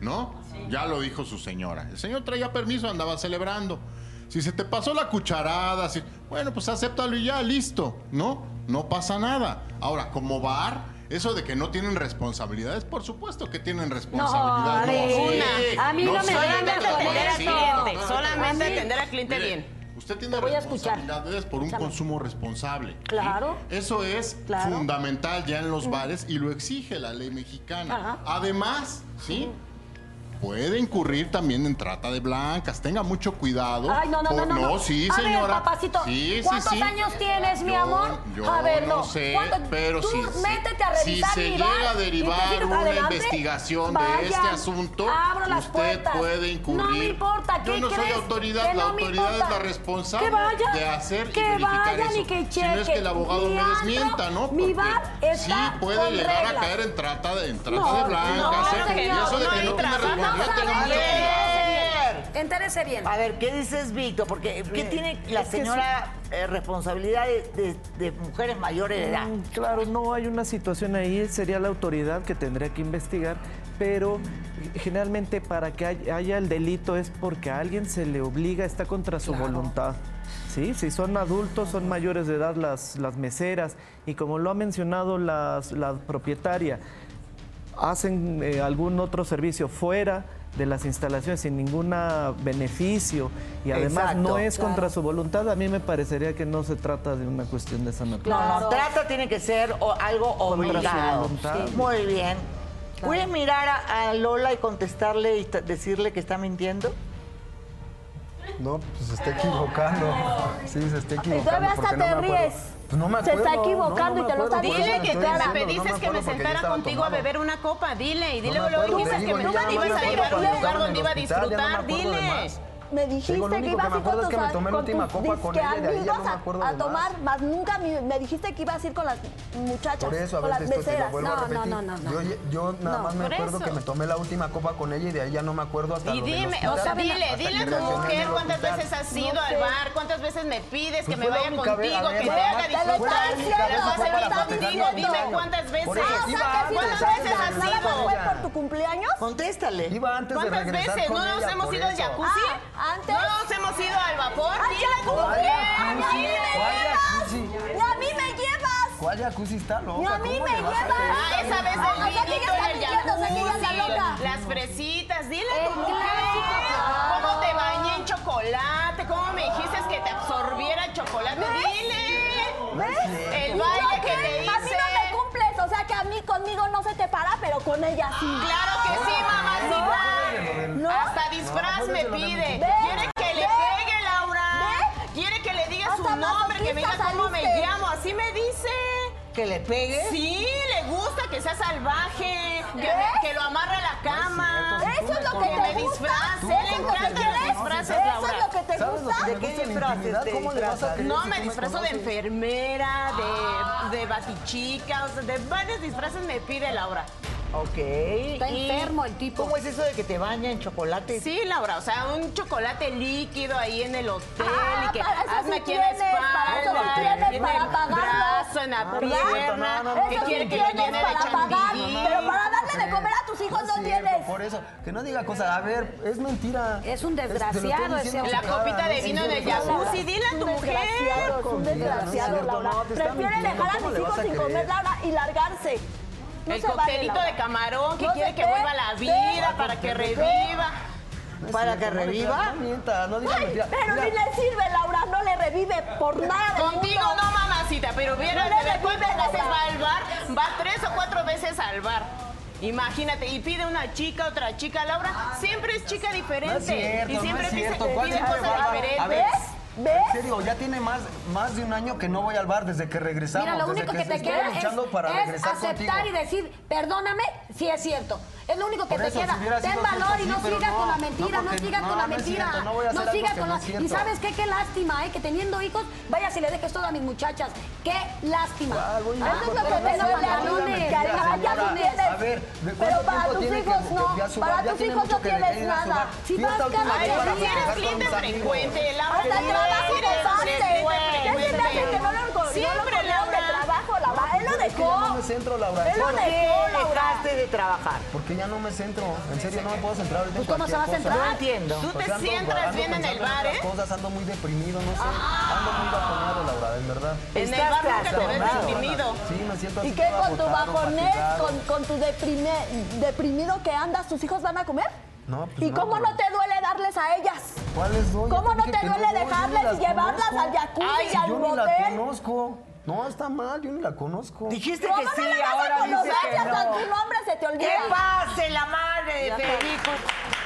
S4: ¿no? Ya lo dijo su señora. El señor traía permiso, andaba celebrando. Si se te pasó la cucharada, si- bueno, pues acéptalo y ya, listo, ¿no? No pasa nada. Ahora, como bar, eso de que no tienen responsabilidades, por supuesto que tienen responsabilidades.
S6: A mí no, me
S4: solamente
S6: vengas con
S4: atender al
S6: eso.
S4: cliente, solamente
S6: A mí-
S4: atender al cliente bien. Usted tiene
S6: Te voy a escuchar.
S4: responsabilidades por un
S6: Escúchame.
S4: consumo responsable. ¿sí?
S6: Claro.
S4: Eso es
S6: Claro.
S4: fundamental ya en los bares y lo exige la ley mexicana.
S6: Ah.
S4: Además, ¿sí? Puede incurrir también en trata de blancas. Tenga mucho cuidado.
S6: Ay, no, no, no,
S4: por-
S6: no.
S4: sí,
S6: A ver,
S4: señora.
S6: papacito,
S4: sí, sí,
S6: ¿cuántos
S4: sí.
S6: años tienes, mi
S4: Yo-
S6: amor?
S4: yo
S6: a ver,
S4: no
S6: no.
S4: sé,
S6: ¿Cuánto-
S4: pero
S6: tú
S4: sí, sí.
S6: métete a
S4: Si
S6: revisar
S4: se
S6: mi
S4: llega a
S6: bar y te
S4: derivar
S6: sigues
S4: una
S6: adelante,
S4: investigación de
S6: vayan,
S4: este asunto,
S6: abro las
S4: usted
S6: puertas.
S4: puede
S6: No me
S4: incurrir.
S6: importa,
S4: Yo
S6: ¿qué
S4: no soy
S6: crees?
S4: autoridad,
S6: Que
S4: la
S6: no me
S4: autoridad
S6: importa.
S4: es la responsable
S6: Que vayan,
S4: de hacer y
S6: que
S4: verificar
S6: vayan
S4: eso.
S6: y que
S4: Si no es que el
S6: chequen.
S4: abogado
S6: Mi
S4: me
S6: antro,
S4: desmienta, ¿no?
S6: mi
S4: Porque
S6: bar
S4: sí
S6: está
S4: puede
S6: con
S4: llegar
S6: reglas.
S4: a caer en trata de, en trata
S6: No,
S4: de
S6: no,
S4: blancas.
S6: no,
S4: ¿eh? Y
S6: señor,
S4: eso de
S6: no
S4: que
S6: hay
S4: no tiene
S6: trata.
S4: responsabilidad, tenga mucho cuidado.
S6: Entérese bien.
S1: A ver, ¿qué dices, Víctor? Porque, ¿qué tiene la
S15: Es que
S1: señora eh, responsabilidad de, de- de mujeres mayores de edad?
S15: Mm, Claro, no hay una situación ahí, sería la autoridad que tendría que investigar, pero generalmente para que hay- haya el delito es porque a alguien se le obliga, está contra su voluntad. Sí, si son adultos, son mayores de edad las, las meseras y como lo ha mencionado las- la propietaria, hacen eh, algún otro servicio fuera de las instalaciones sin ningún beneficio y además
S1: Exacto,
S15: no es
S1: claro.
S15: contra su voluntad, a mí me parecería que no se trata de una cuestión de esa naturaleza.
S1: No, no, trata tiene que ser o- algo
S15: su
S1: obligado.
S15: voluntad.
S1: Sí. Muy bien. ¿Puedes mirar a, a Lola y contestarle y t- decirle que está mintiendo?
S11: No, pues se está equivocando. Sí, se está equivocando.
S2: todavía hasta
S11: porque no me
S2: te
S11: acuerdo.
S2: ríes.
S11: Pues no me
S2: Se
S11: acuerdo.
S2: está
S11: no, no me
S2: equivocando y te
S11: acuerdo,
S2: lo está
S11: por eso
S14: Dile
S11: le estoy
S14: que te me
S11: diciendo,
S14: pediste
S11: no
S14: que
S11: acuerdo porque
S14: me
S11: yo
S14: sentara
S11: estaba
S14: contigo a
S11: tomado.
S14: beber una copa, dile. Y
S11: No
S14: dile,
S11: me
S14: luego
S11: acuerdo,
S14: dijiste
S11: te
S14: que
S11: digo,
S14: me
S11: ya
S14: ibas
S11: no me
S14: a
S11: acuerdo
S14: llevar a un
S11: cuando
S14: lugar
S11: estaba en el
S14: donde iba a
S11: hospital, ya no me
S14: disfrutar,
S11: acuerdo de
S14: dile.
S11: más.
S2: Me
S11: Digo,
S2: dijiste
S11: lo
S2: que
S11: único
S2: ibas
S11: que me
S2: a ir con
S11: acuerdo es
S2: tus
S11: que me tomé la
S2: con
S11: última
S2: tus
S11: copa con
S2: disque
S11: ella, de ahí ya no me
S2: amigas a-
S11: acuerdo
S2: a,
S11: de más.
S2: tomar, más nunca me, me dijiste que ibas a ir con las muchachas,
S11: Por eso, a ver,
S2: con las
S11: te estoy- te lo
S2: meseras.
S11: vuelvo a
S2: No, no,
S11: repetir.
S2: no, no, no.
S11: Yo, yo nada
S2: No,
S11: más me
S2: por
S11: acuerdo
S2: eso.
S11: que me tomé la última copa con ella y de ahí ya no me acuerdo hasta
S14: Y
S11: lo del
S14: dime,
S11: hospital.
S14: o sea, dile,
S11: Hasta
S14: dile
S11: que
S14: a tu
S11: reaccioné en
S14: mujer
S11: el
S14: cuántas
S11: hospital.
S14: veces has ido
S2: No
S14: al
S2: sé.
S14: bar, cuántas veces me pides que
S11: Pues
S14: me
S11: fue la
S14: vaya
S11: única vez,
S14: contigo,
S11: a ver,
S14: que te
S11: nada
S14: haga
S11: más, fue
S14: disfrutar,
S11: la única
S14: que
S11: vez,
S14: la vas
S11: fue
S14: a ver
S11: para
S14: contigo,
S11: festejar
S14: dime
S11: mi
S14: cuántas
S11: cumpleaños.
S14: veces.
S11: Por eso, iba antes de
S14: ¿Cuántas
S11: regresar
S14: veces
S11: con
S14: has
S11: ella.
S14: ido?
S11: ¿Fue por
S2: tu cumpleaños?
S1: Contéstale.
S11: Iba antes de
S14: ¿Cuántas
S11: regresar
S14: veces?
S11: con
S14: ¿No nos
S11: ella,
S14: hemos
S11: por
S14: ido al
S11: eso.
S14: jacuzzi?
S2: Ah, antes.
S14: ¿No nos hemos ido al vapor?
S2: Ah,
S14: Dile a tu
S2: jacuzzi.
S14: mujer,
S11: ¿Cuál
S14: dile.
S11: jacuzzi?
S2: ¡Y a mí me llevas!
S11: ¿Cuál jacuzzi está loca?
S2: ¡Y a mí
S11: ¿Cómo
S2: me
S11: le vas a
S2: llevas!
S11: creer?
S14: Ah, esa vez
S2: Ah, o sea,
S14: el
S2: que
S14: vinito
S2: ella
S14: en
S2: está
S14: el
S2: mintiendo, o sea, que ella está loca.
S14: jacuzzi, las fresitas, dile a tu
S2: El
S14: mujer
S2: clásico.
S14: cómo te bañé en chocolate, cómo me dijiste que te absorbiera el chocolate,
S2: ¿Ves?
S14: dile.
S2: ¿Ves?
S14: El
S2: ¿Y yo
S14: baile que
S2: qué?
S14: te
S2: A mí
S14: hice.
S2: no me cumples, o sea que a mí conmigo no se te para, pero con ella sí.
S14: Claro que sí, Fras me pide.
S1: Ve,
S14: Quiere que le
S1: ve,
S14: pegue, Laura. Quiere que le diga su
S1: Hasta
S14: nombre, que me diga
S1: masoquista
S14: cómo me
S1: saliste.
S14: llamo. Así me dice.
S1: ¿Que le pegue?
S14: Sí, le gusta que sea salvaje, que,
S1: ¿Ve?
S14: que lo amarre a la cama.
S1: si tú Eso es me lo que te
S14: me
S1: gusta.
S14: disfrace.
S1: Tú
S14: Le
S1: eso es lo que
S14: encantan
S1: te
S14: los
S1: gusta.
S14: disfraces,
S1: Eso es
S14: Laura.
S1: lo que te ¿Sabes lo que gusta? te ¿De qué gusta en la disfraces intimidad? te ¿Cómo le vas a disfrazas? creer
S14: No,
S1: si
S14: me
S1: tú me
S14: disfrazo de
S1: conoces?
S14: enfermera, de, de batichica, o sea, de varios disfraces me pide Laura.
S1: Ok.
S14: Está enfermo
S1: el tipo. ¿Cómo es eso de que te baña en chocolate?
S14: Sí, Laura, o sea, un chocolate líquido ahí en el hotel y que
S1: para eso
S14: hazme
S1: sí
S14: aquí en la
S1: tienes, para eso sí
S14: espalda,
S1: tienes,
S14: en
S1: para
S14: el
S1: pagarlo.
S14: brazo, en la
S1: Ah,
S14: pierna,
S1: perfecto, no, no,
S14: que
S1: eso sí
S14: quiere que
S1: tienes
S14: lo llene de
S1: para pagar,
S14: chantilly.
S1: pero para darle de comer
S14: a tus hijos no
S11: tienes. Por eso, que no diga cosas. A ver, es mentira. Es un
S14: La copita de vino en el jacuzzi, dile a tu mujer.
S2: desgraciado, es un desgraciado, Laura. Prefiere dejar a mis hijos sin comer, Laura, y largarse. No
S14: el
S2: se vale,
S14: coctelito
S2: Laura.
S14: de camarón que
S2: No
S14: quiere
S2: se
S14: que
S2: ve,
S14: vuelva la
S2: ve.
S14: vida para que reviva.
S11: ¿Para que reviva? No mientas, no digas
S2: Ay,
S11: mentiras.
S2: pero
S11: Mira,
S2: ni le sirve, Laura, no le revive por nada. del
S14: Contigo
S2: mundo.
S14: no, mamacita, pero vieras
S2: No le
S14: de ver cuántas
S2: revive,
S14: veces
S2: Laura.
S14: va al bar, va tres o cuatro veces al bar. Imagínate, y pide una chica, otra chica, Laura, siempre es chica diferente.
S11: No es cierto,
S14: y
S11: no
S14: siempre
S11: es
S14: pide,
S11: cierto. ¿Cuál
S14: pide
S11: chica de
S14: cosas
S11: barba?
S14: diferentes.
S11: A ver, En serio, ya tiene más, más de un año que no voy al bar desde que regresamos.
S6: Mira, lo
S11: desde
S6: único que,
S11: se
S6: te
S11: estuvo
S6: queda es,
S11: luchando para
S6: es
S11: regresar
S6: aceptar
S11: contigo.
S6: y decir, perdóname, si es cierto. Es lo único que
S11: Por
S6: te
S11: eso,
S6: queda.
S11: si hubiera
S6: Ten
S11: sido
S6: valor
S11: cierto,
S6: y
S11: sí,
S6: no
S11: pero
S6: sigas
S11: no,
S6: con la
S11: no,
S6: mentira, no,
S11: porque
S6: sigas
S11: no,
S6: con la
S11: no es
S6: mentira.
S11: cierto, no voy a hacer algo
S6: sigas
S11: que
S6: con
S11: no
S6: la.
S11: es
S6: y
S11: cierto.
S6: sabes qué, qué lástima, ¿eh? Que teniendo hijos, vaya si le dejes todo a mis muchachas. Qué lástima.
S11: Ah,
S6: Eso es
S11: porque
S6: lo que
S11: no
S6: te
S11: es
S6: duele a
S11: verdad,
S6: lunes.
S11: mentira,
S6: Cariño, ya
S11: señora.
S6: lunes.
S11: A ver, ¿de cuánto
S6: Pero para
S11: tiempo
S6: tus
S11: tiene que-
S6: hijos
S11: que- que a su
S6: no.
S11: bar?
S6: Para
S11: Ya
S6: tus
S11: tiene
S6: hijos
S11: mucho
S6: no
S11: que dejar
S6: tienes
S11: ir a su
S6: nada.
S11: bar.
S6: Si
S11: Fiesta
S6: vas
S11: última vez
S6: cada
S11: para
S6: día.
S11: festejar
S14: Eres cliente
S11: con mis amigos.
S14: frecuente, Laura.
S6: Hasta
S14: eres cliente
S6: trabajo constante. ¿Qué
S2: ¿eh?
S6: se te hace
S14: frecuente.
S6: que no lo recor- no lo
S14: Siempre,
S6: corrieron
S14: Laura.
S6: de trabajo, Laura? Él lo
S11: Es que ya no
S6: dejó.
S11: me centro, Laura. en
S6: Él lo
S11: serio.
S6: dejó, Laura.
S1: de trabajar?
S11: Porque ya no me centro. En serio, no me puedo centrar ahorita en
S6: Pues, ¿cómo se
S11: cualquier
S6: va a
S11: cosa.
S6: centrar? No entiendo.
S14: Tú te
S11: Porque ando-
S14: sientas
S11: ando
S14: bien en
S11: pensando
S14: el bar,
S11: otras
S14: ¿eh?
S11: cosas, ando muy deprimido, no sé. Ando muy bajoneado, Laura, en verdad.
S14: En el bar nunca te ves
S11: Bajoneado.
S14: deprimido.
S11: Sí, me siento así
S2: ¿Y qué
S11: todo
S2: con tu
S11: agotado,
S2: bajonés,
S11: fatigado.
S2: con, con tu deprime- deprimido que andas, tus hijos van a comer?
S11: No, pues
S2: ¿Y
S11: no,
S2: cómo
S11: pero-
S2: no te duele darles a ellas?
S11: ¿Cuál es doña?
S2: ¿Cómo no
S11: dije
S2: te
S11: que
S2: duele
S11: voy, yo ni
S2: dejarlas
S11: las
S2: y llevarlas
S11: conozco.
S2: al jacuzzi
S11: Ay,
S2: y
S11: si
S2: al
S11: yo ni la
S2: motel?
S11: conozco. No, está mal, yo ni la conozco.
S1: Dijiste
S2: ¿Cómo
S1: que
S2: no
S1: sí,
S2: la vas
S1: ahora
S2: a conocer
S1: dice
S2: si
S1: que
S2: hasta
S1: no.
S2: tu nombre se te olvida?
S1: ¡Que pase la madre de
S2: Ya está.
S1: Federico!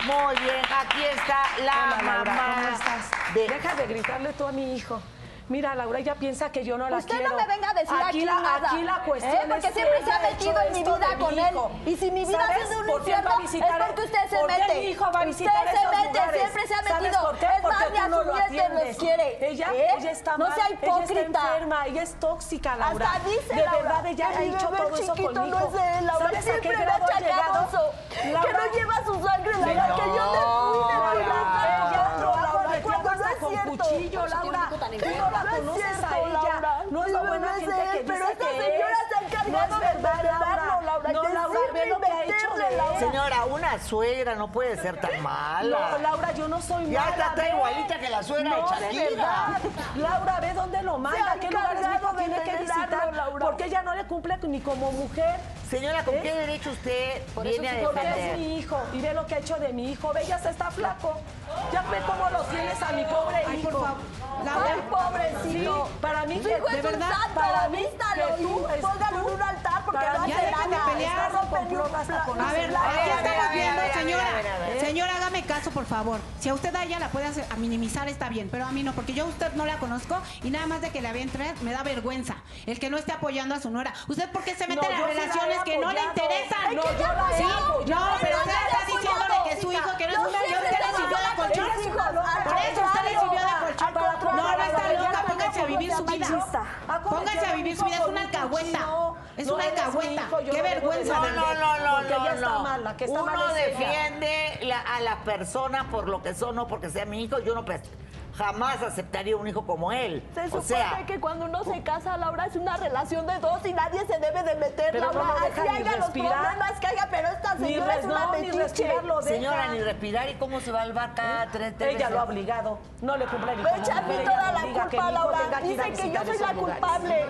S1: Muy bien, aquí está la
S16: Hola, Laura,
S1: mamá.
S16: ¿cómo estás?
S1: de-
S16: Deja de gritarle tú a mi hijo. Mira, Laura ya piensa que yo no la
S2: Usted
S16: quiero.
S2: no me venga a decir aquí,
S16: la,
S2: nada.
S16: Aquí la cuestión
S2: ¿eh? Porque
S16: es
S2: siempre
S16: que
S2: se ha
S16: ella
S2: metido
S16: hecho
S2: en mi
S16: esto
S2: vida
S16: de
S2: con él.
S16: hijo.
S2: Y si mi vida
S16: ¿Sabes
S2: es de un
S16: por qué él
S2: infierno,
S16: va a visitar-
S2: es porque usted se
S16: por qué
S2: mete.
S16: mi hijo va a
S2: usted
S16: visitar
S2: se
S16: esos
S2: mete,
S16: lugares?
S2: siempre se ha
S16: ¿Sabes
S2: metido.
S16: por qué?
S2: Es
S16: Porque
S2: más, ni
S16: tú
S2: a
S16: no
S2: sus
S16: lo
S2: nietos los
S16: atiendes.
S2: quiere.
S16: Ella,
S2: ¿eh?
S16: ella está
S2: No
S16: mal,
S2: sea
S16: Ella
S2: hipócrita.
S16: está enferma, ella es tóxica, Laura.
S2: Hasta dice,
S16: De
S2: Laura,
S16: verdad, ella
S2: que
S16: ha
S2: mi
S16: hecho
S2: bebé
S16: todo eso
S2: chiquito
S16: conmigo.
S2: no es de él, Laura,
S16: ¿Sabes a qué
S2: siempre
S16: grado
S2: era
S16: ha llegado?
S2: chacaloso, que no lleva sus sangre, Laura,
S16: Señora,
S2: que yo le fui, le fui, le fui.
S16: ella no, Laura,
S2: Cuando
S16: cuando
S2: no es
S16: con
S2: cierto.
S16: cuchillo,
S2: Por eso tiene un
S16: Laura.
S2: hijo tan
S16: Tú no la
S2: enfermo. No es
S16: conoces a
S2: cierto,
S16: ella.
S2: Laura.
S16: No es
S2: Mi
S16: la
S2: bebé
S16: buena
S2: es
S16: gente
S2: de él,
S16: que
S2: pero
S16: dice
S2: esta
S16: que
S2: señora
S16: es.
S2: se ha encargado
S16: No
S2: de
S16: es verdad,
S2: envenenarlo, Laura,
S16: No,
S2: de
S16: Laura, ve lo que ha hecho
S2: decirle,
S16: de
S2: Laura.
S16: él.
S1: Señora, una suegra no puede ser tan mala.
S16: No, Laura, yo no soy
S1: Ya
S16: mala.
S1: está, está
S16: ve.
S1: igualita que la suegra de
S16: no,
S1: Shakira.
S16: verdad. Laura, ve dónde lo manda,
S1: ha
S16: qué lugares mi hijo
S1: encargado de
S16: tiene que
S1: venerarlo,
S16: visitar. Porque ella no le cumple ni como mujer.
S1: Señora, ¿con
S16: ¿Eh?
S1: qué derecho usted
S16: Por eso
S1: viene
S16: sí,
S1: a
S16: porque es
S1: defender?
S16: mi hijo. Y ve lo que ha hecho de mi hijo. Ve, ya se está flaco. Ya ve cómo lo tienes a mi pobre
S7: Ay,
S16: hijo.
S7: por favor. Laura.
S16: Ay, pobrecito.
S7: Sí.
S16: Para mí
S7: Tu
S16: que,
S7: hijo es
S16: de
S7: un
S16: verdad,
S7: santo,
S16: para mí
S7: vístalo
S16: que
S7: y
S16: tú, es
S7: póngalo en
S16: tú.
S7: un altar porque
S16: Para
S7: no
S16: mí,
S7: hace
S16: ya dejen de
S7: nada,
S16: pelear
S7: está
S16: con
S7: rompiendo
S16: plomas
S7: un
S16: a con
S7: A ver,
S16: Laura.
S7: aquí estamos viendo, señora.
S16: a ver, a ver.
S7: Señora, hágame caso, por favor. Si a usted a ella la puede hacer- a minimizar, está bien, pero a mí no, porque yo a usted no la conozco y nada más de que la vea entrar me da vergüenza. El que no esté apoyando a su nuera. ¿Usted por qué se mete
S16: No,
S7: en las
S16: yo sí la he
S7: relaciones que no le
S16: apoyado.
S7: interesan?
S16: Es que yo la he
S7: ¿Sí?
S16: apoyado.
S7: No, pero
S16: No,
S7: usted
S16: no la
S7: está
S16: he
S7: diciéndole
S16: apoyado,
S7: que su hijo,
S16: chica.
S7: que no es
S16: No
S7: un niño,
S16: siempre
S7: usted le
S16: está
S7: sirvió la
S16: mal,
S7: colchón a
S16: eres
S7: su
S16: una loca.
S7: Por eso
S16: Al
S7: usted le sirvió la
S16: contrario,
S7: colchón.
S16: al contrario,
S7: No, no está
S16: Laura,
S7: loca,
S16: ya
S7: póngase a
S16: tampoco
S7: vivir
S16: sea
S7: su vida.
S16: machista. Ha cometido
S7: Póngase a vivir su vida, es
S16: con
S7: una
S16: un
S7: alcahueta.
S16: cuchillo.
S7: Es
S16: No
S7: una
S16: eres mi
S7: alcahueta.
S16: hijo, yo
S7: Qué
S16: no debo
S7: vergüenza.
S16: de-
S1: No, no, no, no,
S16: Porque
S1: no.
S16: ella está
S1: no.
S16: mal, la que está
S1: Uno
S16: mal es ella.
S1: defiende la- a las personas por lo que son, no porque sea mi hijo. Yo no pues, jamás aceptaría un hijo como él.
S2: Se
S1: o
S2: supone
S1: sea,
S2: que cuando uno se casa, Laura, es una relación de dos y nadie se debe de meter,
S16: Pero no
S2: Laura.
S16: lo
S2: Así
S16: deja ni
S2: haga los
S16: respirar.
S2: problemas que haga, pero esta
S16: Ni
S2: señora es
S16: res-
S2: una
S16: no, ni
S2: metiche.
S16: respirar lo deja. ¿Eh?
S1: señora, ni respirar y cómo se va al bar cada tres, tres
S16: Ella
S1: veces?
S16: lo ha obligado. No le cumple ni
S2: Me
S16: como
S2: echa a mí
S16: mujer, ella
S2: toda
S16: le
S2: la
S16: obliga a que
S2: culpa,
S16: mi hijo
S2: Laura.
S16: tenga que ir a
S2: Dicen que
S16: visitar
S2: yo soy
S16: esos
S2: la
S16: lugares.
S2: culpable.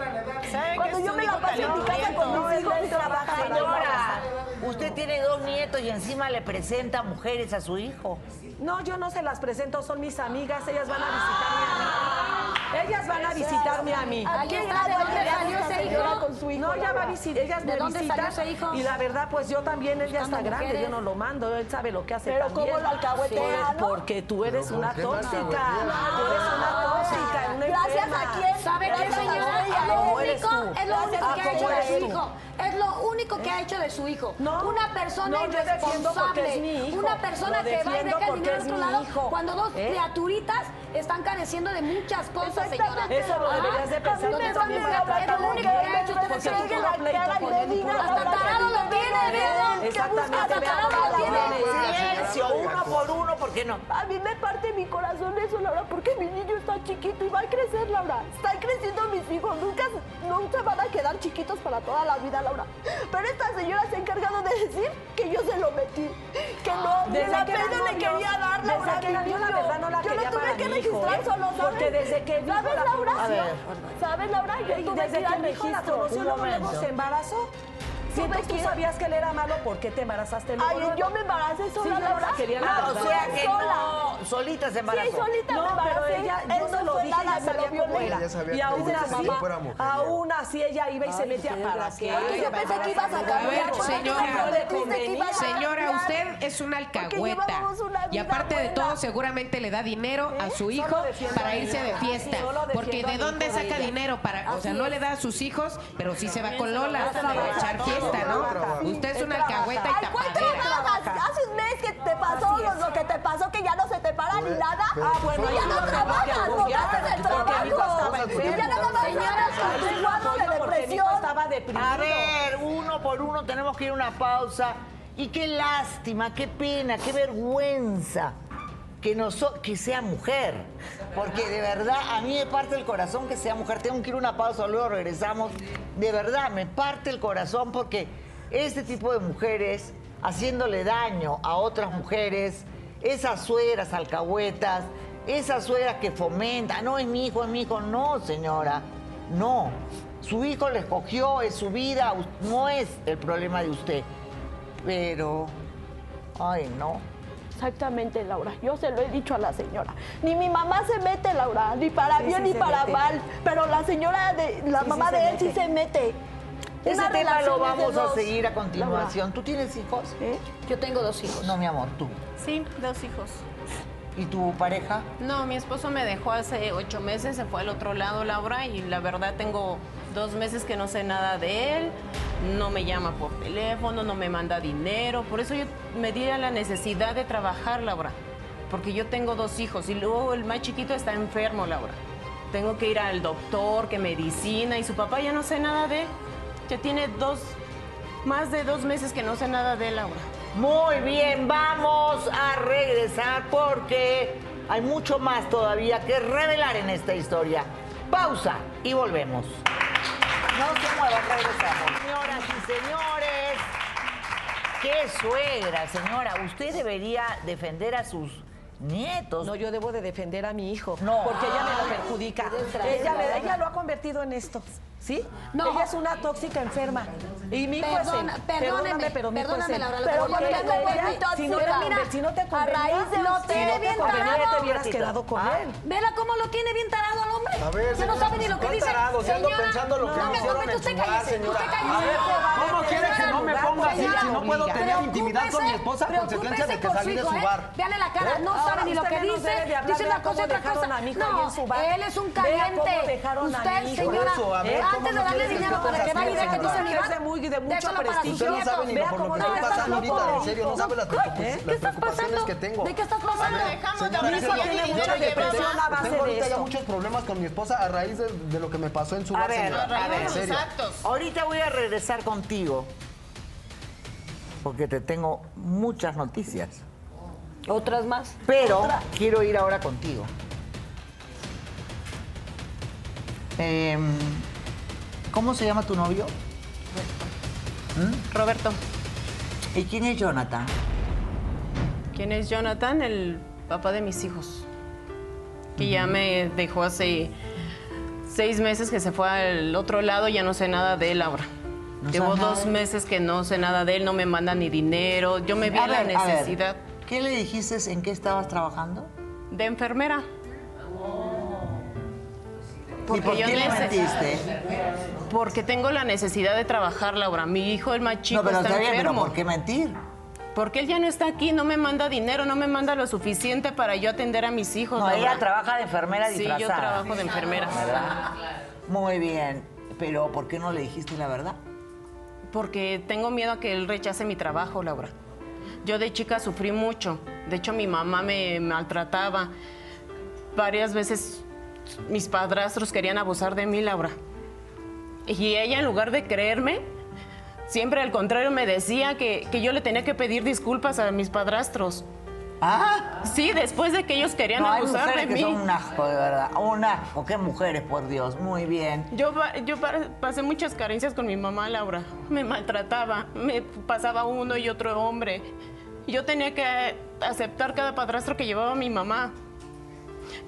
S14: ¿Sabe
S2: Cuando
S14: que es
S2: yo
S14: un
S2: me
S14: hijo
S2: la paso en mi casa
S14: calenturiento?
S2: con mis hijos y trabajando.
S1: Señora, usted tiene dos nietos y encima le presenta mujeres a su hijo.
S16: No, yo no se las presento, son mis amigas, ellas van a visitarme a mí. Ellas van a visitarme a mí.
S2: Aquí está, ¿de dónde salió ese hijo?
S16: Con su hijo. No, ya va a visitar. Ellas
S2: ¿De
S16: me
S2: dónde salió
S16: visitan.
S2: ese hijo?
S16: Y la verdad, pues yo también, él ya
S2: Buscando
S16: está grande,
S2: mujeres.
S16: yo no lo mando, él sabe lo que hace
S2: Pero
S16: también.
S2: ¿cómo lo alcahuetea,
S16: Pues,
S2: no?
S16: Porque tú eres
S2: Pero
S16: una
S2: ¿por qué lo
S16: tóxica. Tú eres
S2: alcahuetea? Ah,
S16: una tóxica, una
S6: Gracias
S16: enferma.
S6: a quién.
S16: ¿Sabe
S6: ¿Sabe qué, señora? Es lo
S16: ¿eh? ¿Cómo eres
S6: único,
S16: tú?
S6: es lo
S16: Gracias
S6: único
S16: a
S6: que ha
S16: cómo
S6: hecho de
S16: eres
S6: su
S16: tú.
S6: hijo. Es lo único que ha hecho de su hijo. una persona
S16: no, yo defiendo porque es mi
S6: irresponsable.
S16: hijo.
S6: Una persona
S16: Lo
S6: que va y
S16: defiendo
S6: deja el
S16: porque
S6: dinero a
S16: es
S6: otro
S16: mi
S6: lado
S16: hijo.
S6: cuando dos
S16: ¿Eh?
S6: criaturitas están careciendo de muchas cosas, señora. Ah,
S16: Exactamente. Eso lo deberías de pensar
S6: Entonces,
S16: tú también para
S6: es
S16: tratar
S6: lo
S16: de
S6: único que ha
S16: entender,
S6: hecho usted de
S16: porque
S6: su
S16: tú
S6: hijo.
S16: la cara y le digas,
S6: Hasta
S16: ahora
S6: tarado lo
S16: que
S6: tiene,
S16: te
S6: vean.
S16: digan. Exactamente,
S6: Hasta
S16: vea
S6: tarado
S16: toda
S6: lo
S16: la
S6: tiene.
S16: hora. Silencio, uno por uno, porque no.
S2: A mí me parte mi corazón de eso, Laura, porque mi niño está chiquito y va a crecer, Laura. Están creciendo mis hijos, nunca, nunca van a quedar chiquitos para toda la vida, Laura. Pero esta señora se ha encargado de decir que yo se lo metí, que no,
S16: Ah, Desde
S2: la
S16: que eran
S2: pena le
S16: novios,
S2: quería dar,
S16: desde
S2: Laura,
S16: que
S2: mi
S16: eran- yo la
S2: niño.
S16: verdad no la
S2: Yo
S16: quería
S2: tuve
S16: para
S2: que
S16: mi hijo,
S2: registrar
S16: ¿eh?
S2: solo, ¿sabes?
S16: Porque desde que dijo
S2: ¿Sabes,
S16: la-
S2: Laura?
S16: A ver.
S2: ¿Sabes, Laura? Yo
S16: Y
S2: tuve
S16: desde
S2: ir al
S16: que mi hijo la
S2: registro.
S16: conoció,
S2: Un
S16: luego luego
S2: momento.
S16: se embarazó. Si
S2: Tuve
S16: entonces tú
S2: que ir-
S16: sabías que él era malo, ¿por qué te embarazaste luego?
S2: Ay,
S16: luego?
S2: yo me embaracé
S16: Sí,
S2: sola,
S16: yo la
S2: Laura.
S16: quería
S1: Ah, o
S16: embarazar.
S1: sea que
S2: Sola.
S1: no, solita se embarazó.
S2: Sí, solita
S16: No,
S2: me
S16: pero
S2: embaracé.
S16: ella,
S2: Él
S16: yo
S2: no
S16: se lo
S2: fue
S16: dije,
S2: nada,
S16: ella
S2: me
S16: sabía
S2: lo
S16: cómo
S2: violó.
S16: era.
S2: Ella sabía
S16: Y
S2: que
S16: aún
S2: ella se
S16: así,
S2: mamá fuera mujer, ya.
S16: aún así ella iba y se metía para qué.
S5: Ay,
S16: Yo pensé que ibas a cambiar.
S5: A ver,
S16: No
S5: señora,
S16: le convenía.
S5: señora, usted es una alcahueta.
S16: llevábamos una
S5: Y
S16: vida ¿Eh?
S5: aparte de todo, seguramente le da dinero a su hijo
S16: defiendo a
S5: para
S16: mi
S5: irse de
S16: hija. Ah,
S5: fiesta.
S16: Solo defiendo
S5: Porque
S16: a
S5: de
S16: mi
S5: dónde
S16: hijo de
S5: saca
S16: ella.
S5: dinero para, o sea,
S16: Así
S5: no
S16: es.
S5: le da a sus hijos, pero sí se va con Lola
S16: Él trabaja,
S5: a echar
S16: todo,
S5: fiesta,
S16: trabaja.
S5: ¿no? Usted es una alcahueta y
S2: Ay, ¿cuál trabajas? Hace un mes que te pasó
S16: Así es.
S2: lo que te pasó, que ya no se te para ni nada.
S16: Ah, bueno,
S2: Y ya
S16: ahí
S2: no
S16: no
S2: trabajas,
S16: había
S2: no
S16: angustia,
S2: ganas el
S16: porque mi hijo
S2: trabajo.
S16: estaba
S2: Y ya
S16: enfermo.
S2: nada más
S16: Señora,
S2: andas
S16: ahí sí
S2: continuando
S16: apoyo
S2: de
S16: porque mi hijo
S2: depresión.
S16: estaba deprimido.
S1: A ver, uno por uno tenemos que ir a una pausa. Y qué lástima, qué pena, qué vergüenza que, noso- que sea mujer. Porque de verdad, a mí me parte el corazón que sea mujer. Tengo que ir a una pausa, luego regresamos. De verdad, me parte el corazón porque este tipo de mujeres haciéndole daño a otras mujeres, esas sueras alcahuetas, esas sueras que fomentan, no es mi hijo, es mi hijo, no, señora, no. Su hijo le escogió, es su vida, u- no es el problema de usted. Pero, ay, no.
S2: Exactamente, Laura. Yo se lo he dicho a la señora. Ni mi mamá se mete, Laura, ni para
S16: Sí,
S2: bien
S16: sí
S2: ni
S16: se
S2: para
S16: mete.
S2: mal. Pero la señora de la
S1: Sí, sí
S2: mamá
S1: se
S2: de él
S1: mete.
S2: sí se mete.
S1: Ese
S2: Una
S1: tema
S2: relación
S1: lo
S2: es de
S1: vamos a
S2: dos,
S1: seguir a
S2: Laura.
S1: continuación. ¿Tú tienes hijos?
S6: Yo tengo dos hijos.
S1: No, mi amor, tú.
S14: Sí, dos hijos.
S1: ¿Y tu pareja?
S14: No, mi esposo me dejó hace ocho meses, se fue al otro lado, Laura, y la verdad tengo dos meses que no sé nada de él. No me llama por teléfono, no me manda dinero. Por eso yo me di a la necesidad de trabajar, Laura. Porque yo tengo dos hijos y luego el más chiquito está enfermo, Laura. Tengo que ir al doctor, que medicina, y su papá ya no sé nada de él. Ya tiene dos, más de dos meses que no sé nada de él, Laura.
S1: Muy bien, vamos a regresar porque hay mucho más todavía que revelar en esta historia. Pausa y volvemos. No se muevan, regresamos. Señoras y señores, qué suegra, señora. Usted debería defender a sus nietos.
S16: No, yo debo de defender a mi hijo.
S1: No.
S16: Porque ella me lo
S1: Ay,
S16: perjudica.
S1: qué desgracia.
S16: Ella, me- ella lo ha convertido en esto. ¿Sí?
S6: No.
S16: Ella es una tóxica enferma. Y mi hijo
S6: Perdona-
S16: es él.
S6: perdóneme,
S16: pero mi hijo
S6: perdóname,
S16: es él.
S6: Laura,
S16: Pero
S6: pero yo no
S16: porque
S6: tengo
S16: ella,
S6: perrito
S16: si no,
S6: tóxica.
S16: te conven- si no te
S6: A
S16: convenía,
S6: raíz de
S16: no
S6: usted, bien tarado.
S16: te hubieras quedado con
S1: Ah.
S16: él.
S6: Vela cómo lo tiene bien tarado al hombre.
S11: A ver,
S6: ya no
S11: señora,
S6: sabe ni lo que
S11: ¿cuál
S6: dice.
S11: tarado? Si ando pensando lo que
S6: no
S11: me
S6: me
S11: hicieron
S6: comente,
S11: en
S6: usted
S11: su
S6: cállese,
S11: bar, señora.
S6: usted
S11: A ver,
S6: cállese.
S11: ¿cómo quiere que no me ponga así si no puedo tener intimidad con mi esposa a consecuencia de que salí de su bar?
S6: Veale la cara, no
S16: Ahora
S6: sabe ni lo
S16: usted
S6: que
S16: ya nos
S6: dice.
S16: debe de hablar,
S6: Dice
S16: vea
S6: una cosa y
S16: cómo
S6: otra
S16: dejaron
S6: cosa.
S16: a mi hijo ahí en su
S6: No,
S16: bar.
S6: él es
S16: Vea
S6: un
S16: cómo
S6: caliente.
S16: dejaron a mi
S6: Usted,
S16: hijo.
S6: señora,
S11: Por eso, a ver, ¿cómo
S6: antes de
S11: no
S6: darle
S11: quieres
S6: dinero
S11: que
S6: para que
S11: cosas
S6: vaya y deje
S11: así,
S6: tu
S11: señora?
S6: sanidad,
S16: Es de muy- de mucho
S6: déselo para sus
S16: prestigio.
S11: Usted no sabe ni lo
S6: nietos.
S16: Vea
S11: por lo
S16: cómo
S11: que
S16: no
S11: está
S16: está
S11: pasando
S16: loco.
S11: ahorita, en serio, no sabe las
S6: ¿Eh?
S11: preocupaciones,
S6: ¿Qué
S11: las
S6: estás
S11: preocupaciones
S6: pasando?
S11: que tengo.
S6: ¿De qué estás pasando?
S11: Señora,
S16: Mi hijo
S11: yo-
S16: tiene
S11: yo
S16: mucha
S11: le
S16: depresión
S11: tengo-
S16: a base
S11: Tengo ahorita
S16: de
S11: ya
S16: esto.
S11: muchos problemas con mi esposa a raíz de, de lo que me pasó en su
S1: A
S11: bar,
S1: ver,
S11: señora.
S1: a ver,
S11: En serio.
S1: ahorita voy a regresar contigo porque te tengo muchas noticias.
S6: ¿Otras más?
S1: Pero quiero ir ahora contigo. Em, ¿Cómo se llama tu novio? ¿Mm?
S14: Roberto.
S1: ¿Y quién es Jonathan?
S14: ¿Quién es Jonathan? El papá de mis hijos. Que ya me dejó hace seis meses que se fue al otro lado, ya no sé nada de él ahora.
S1: No
S14: Llevo
S1: sabes nada
S14: dos
S1: de él.
S14: meses que no sé nada de él, no me manda ni dinero. Yo me vi
S1: A
S14: en la
S1: ver, a ver,
S14: necesidad
S1: ¿Qué le dijiste en qué estabas trabajando?
S14: de enfermera.
S1: ¿Y por
S14: yo
S1: qué le
S14: neces-
S1: mentiste?
S14: Porque tengo la necesidad de trabajar, Laura. Mi hijo, el más chico,
S1: no, pero
S14: está
S1: está bien, pero
S14: enfermo.
S1: ¿por qué mentir?
S14: Porque él ya no está aquí, no me manda dinero, no me manda lo suficiente para yo atender a mis hijos.
S1: No, ella
S14: Laura.
S1: trabaja de enfermera
S14: Sí,
S1: disfrazada. Ah,
S14: yo trabajo de enfermera.
S1: ¿Verdad? Muy bien. Pero ¿por qué no le dijiste la verdad?
S14: Porque tengo miedo a que él rechace mi trabajo, Laura. Yo de chica sufrí mucho. De hecho, mi mamá me maltrataba. Varias veces mis padrastros querían abusar de mí, Laura. Y ella, en lugar de creerme, siempre al contrario me decía que, que yo le tenía que pedir disculpas a mis padrastros.
S1: ¿Ah?
S14: Sí, después de que ellos querían
S1: no, hay
S14: abusar
S1: mujeres que
S14: de mí.
S1: son un asco, de verdad. Un asco. Qué mujeres, por Dios. Muy bien.
S14: Yo, pa- yo pa- pasé muchas carencias con mi mamá, Laura. Me maltrataba, me pasaba uno y otro hombre. Yo tenía que aceptar cada padrastro que llevaba mi mamá.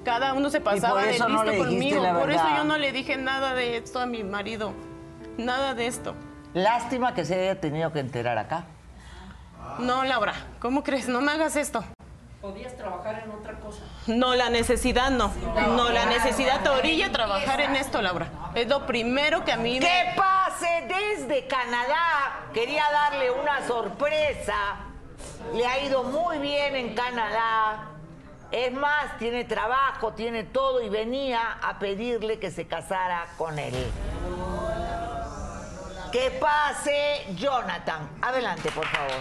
S14: Cada uno se pasaba de
S1: eso
S14: listo
S1: no le dijiste
S14: conmigo.
S1: la
S14: Por eso
S1: verdad.
S14: yo no le dije nada de esto a mi marido. Nada de esto.
S1: Lástima que se haya tenido que enterar acá.
S14: No, Laura, ¿cómo crees? No me hagas esto.
S9: Podías trabajar en otra cosa.
S14: No, la necesidad no. No, la
S9: claro,
S14: necesidad te
S9: la
S14: orilla a trabajar en esto, Laura. Es lo primero que a mí
S1: ¡Que
S14: me...
S1: pase desde Canadá! Quería darle una sorpresa. Le ha ido muy bien en Canadá. Es más, tiene trabajo, tiene todo y venía a pedirle que se casara con él. Que pase Jonathan. Adelante, por favor.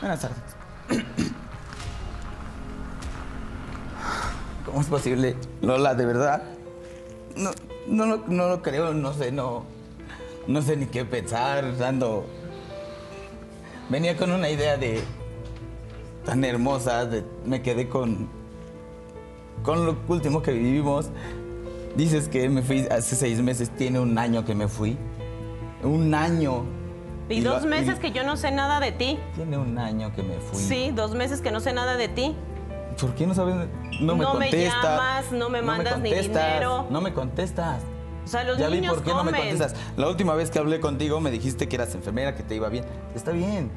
S17: Buenas tardes. ¿Cómo es posible? Lola, de verdad. No, no, lo- no lo creo, no sé, no. No sé ni qué pensar, dando. Venía con una idea de. tan hermosa, de- me quedé con. con lo último que vivimos. Dices que me fui hace seis meses, tiene un año que me fui. Un año.
S14: Y
S17: lo-
S14: dos
S17: y-
S14: meses que yo no sé nada de ti.
S17: Tiene un año que me fui.
S14: Sí, dos meses que no sé nada de ti.
S17: ¿Por qué no sabes? No me
S14: No me
S17: contestas.
S14: llamas, no me mandas ni
S17: contestas,
S14: dinero.
S17: No me contestas.
S14: O sea, los
S17: ya vi
S14: niños
S17: por qué no me
S14: comen.
S17: contestas. La última vez que hablé contigo me dijiste que eras enfermera, que te iba bien. Está bien.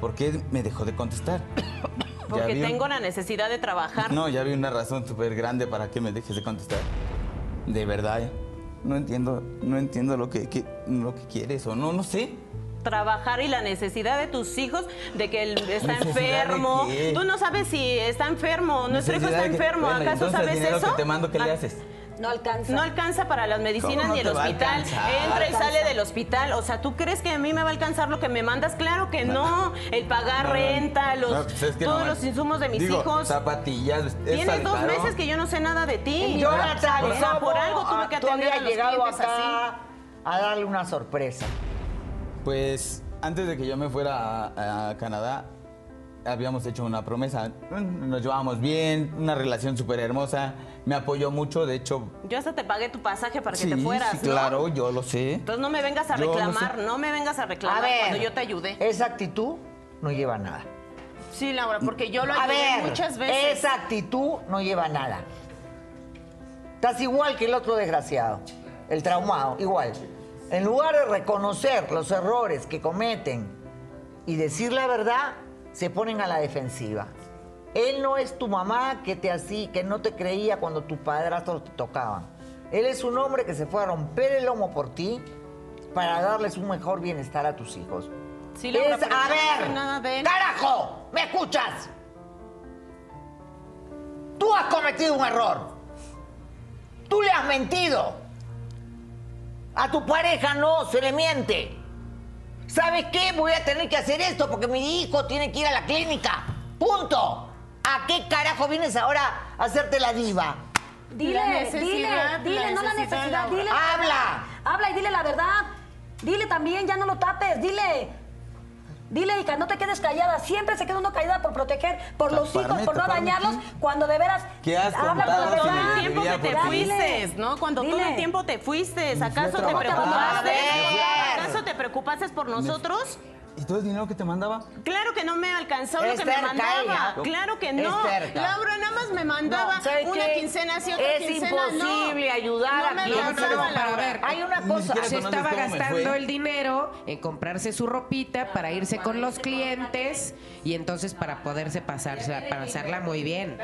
S17: ¿Por qué me dejó de contestar? Ya
S14: porque
S17: vi un-
S14: tengo la necesidad de trabajar.
S17: No, ya vi una razón súper grande para que me dejes de contestar. De verdad, ¿eh? no entiendo, no entiendo lo que, que- lo que quieres o no, no sé.
S14: Trabajar y la necesidad de tus hijos de que él está
S17: ¿Necesidad de
S14: enfermo.
S17: qué?
S14: Tú no sabes si está enfermo. Nuestro hijo
S17: Necesidad
S14: está
S17: de que-
S14: enfermo.
S17: Bueno,
S14: ¿Acaso
S17: entonces, el
S14: sabes
S17: dinero
S14: eso?
S17: que te mando, ¿qué le
S14: Ah,
S17: haces?
S6: No alcanza.
S14: No alcanza para las medicinas
S17: ¿Cómo no
S14: ni el
S17: te va a
S14: hospital.
S17: alcanzar?
S14: Entra y
S17: No
S14: sale del hospital. O sea, ¿tú crees que a mí me va a alcanzar lo que me mandas? Claro que no. El pagar
S17: No, no,
S14: renta, los,
S17: no, pues es que no
S14: todos
S17: manches.
S14: los insumos de mis
S17: Digo,
S14: hijos.
S17: Zapatillas. es
S14: Tienes dos
S17: Alfaro.
S14: meses que yo no sé nada de ti.
S1: Jonathan,
S14: o sea, por algo tuve que
S1: ¿cómo
S17: Ah,
S1: tú
S14: atender a
S1: habías
S14: los
S1: llegado
S14: clientes
S1: acá
S14: así.
S1: a darle una sorpresa.
S17: Pues antes de que yo me fuera a, a Canadá, habíamos hecho una promesa. Nos llevábamos bien, una relación súper hermosa. Me apoyó mucho, de hecho.
S14: Yo hasta te pagué tu pasaje para que
S17: sí,
S14: te fueras.
S17: sí,
S14: ¿no?
S17: claro, yo lo sé.
S14: Entonces no me vengas a
S17: Yo no
S14: reclamar,
S17: sé.
S14: no, me vengas a reclamar
S1: A ver,
S14: cuando yo te ayudé.
S1: Esa actitud no lleva a nada.
S14: Sí, Laura, porque yo lo
S1: a
S14: ayudé
S1: ver,
S14: muchas veces.
S1: Esa actitud no lleva a nada. Estás igual que el otro desgraciado, el traumado, igual. En lugar de reconocer los errores que cometen y decir la verdad, se ponen a la defensiva. Él no es tu mamá que te así, que no te creía cuando tus padrastros te tocaban. Él es un hombre que se fue a romper el lomo por ti para darles un mejor bienestar a tus hijos.
S14: Sí, Laura,
S1: Es-
S14: pero
S1: a
S14: yo no
S1: ver,
S14: sé nada de él.
S1: ¡Carajo! ¿Me escuchas? Tú has cometido un error. Tú le has mentido. A tu pareja no se le miente. ¿Sabes qué? Voy a tener que hacer esto porque mi hijo tiene que ir a la clínica. Punto. ¿A qué carajo vienes ahora a hacerte la diva?
S6: Dile, dile, dile, no la necesidad, dile. la
S1: Habla.
S6: verdad. Habla y dile la verdad. Dile también, ya no lo tapes, dile. Dile, hija, no te quedes callada. Siempre se queda uno callada por proteger, por los
S17: Taparme,
S6: hijos, por no
S17: taparme,
S6: dañarlos, cuando de veras
S17: ¿Qué has
S6: habla con la
S17: contado si
S6: verdad.
S17: me
S14: Todo el tiempo que
S17: debía
S14: te
S17: por ti?
S14: fuiste, ¿no? Cuando todo el
S6: Dile.
S14: tiempo te fuiste, ¿acaso te
S17: trabajar.
S14: preocupaste?
S17: A ver.
S14: ¿Acaso te preocupaste por nosotros?
S17: ¿Y todo el dinero que te mandaba?
S14: Claro que no me alcanzó lo
S17: Es
S14: que me
S17: terca
S14: mandaba.
S17: ella.
S14: Claro que no.
S17: Es terca.
S14: Laura nada más me mandaba
S1: No, ¿sabe
S14: una
S1: qué?
S14: quincena así, otra
S1: es
S14: quincena no.
S1: imposible ayudar
S14: No
S1: a
S14: me
S1: quien
S14: alcanzaba, Laura.
S1: Hay una
S5: Ni
S1: cosa.
S5: siquiera Se estaba cómo me gastando fue. el dinero en comprarse su ropita para irse con los clientes y entonces para poderse pasarse- pasarla muy bien.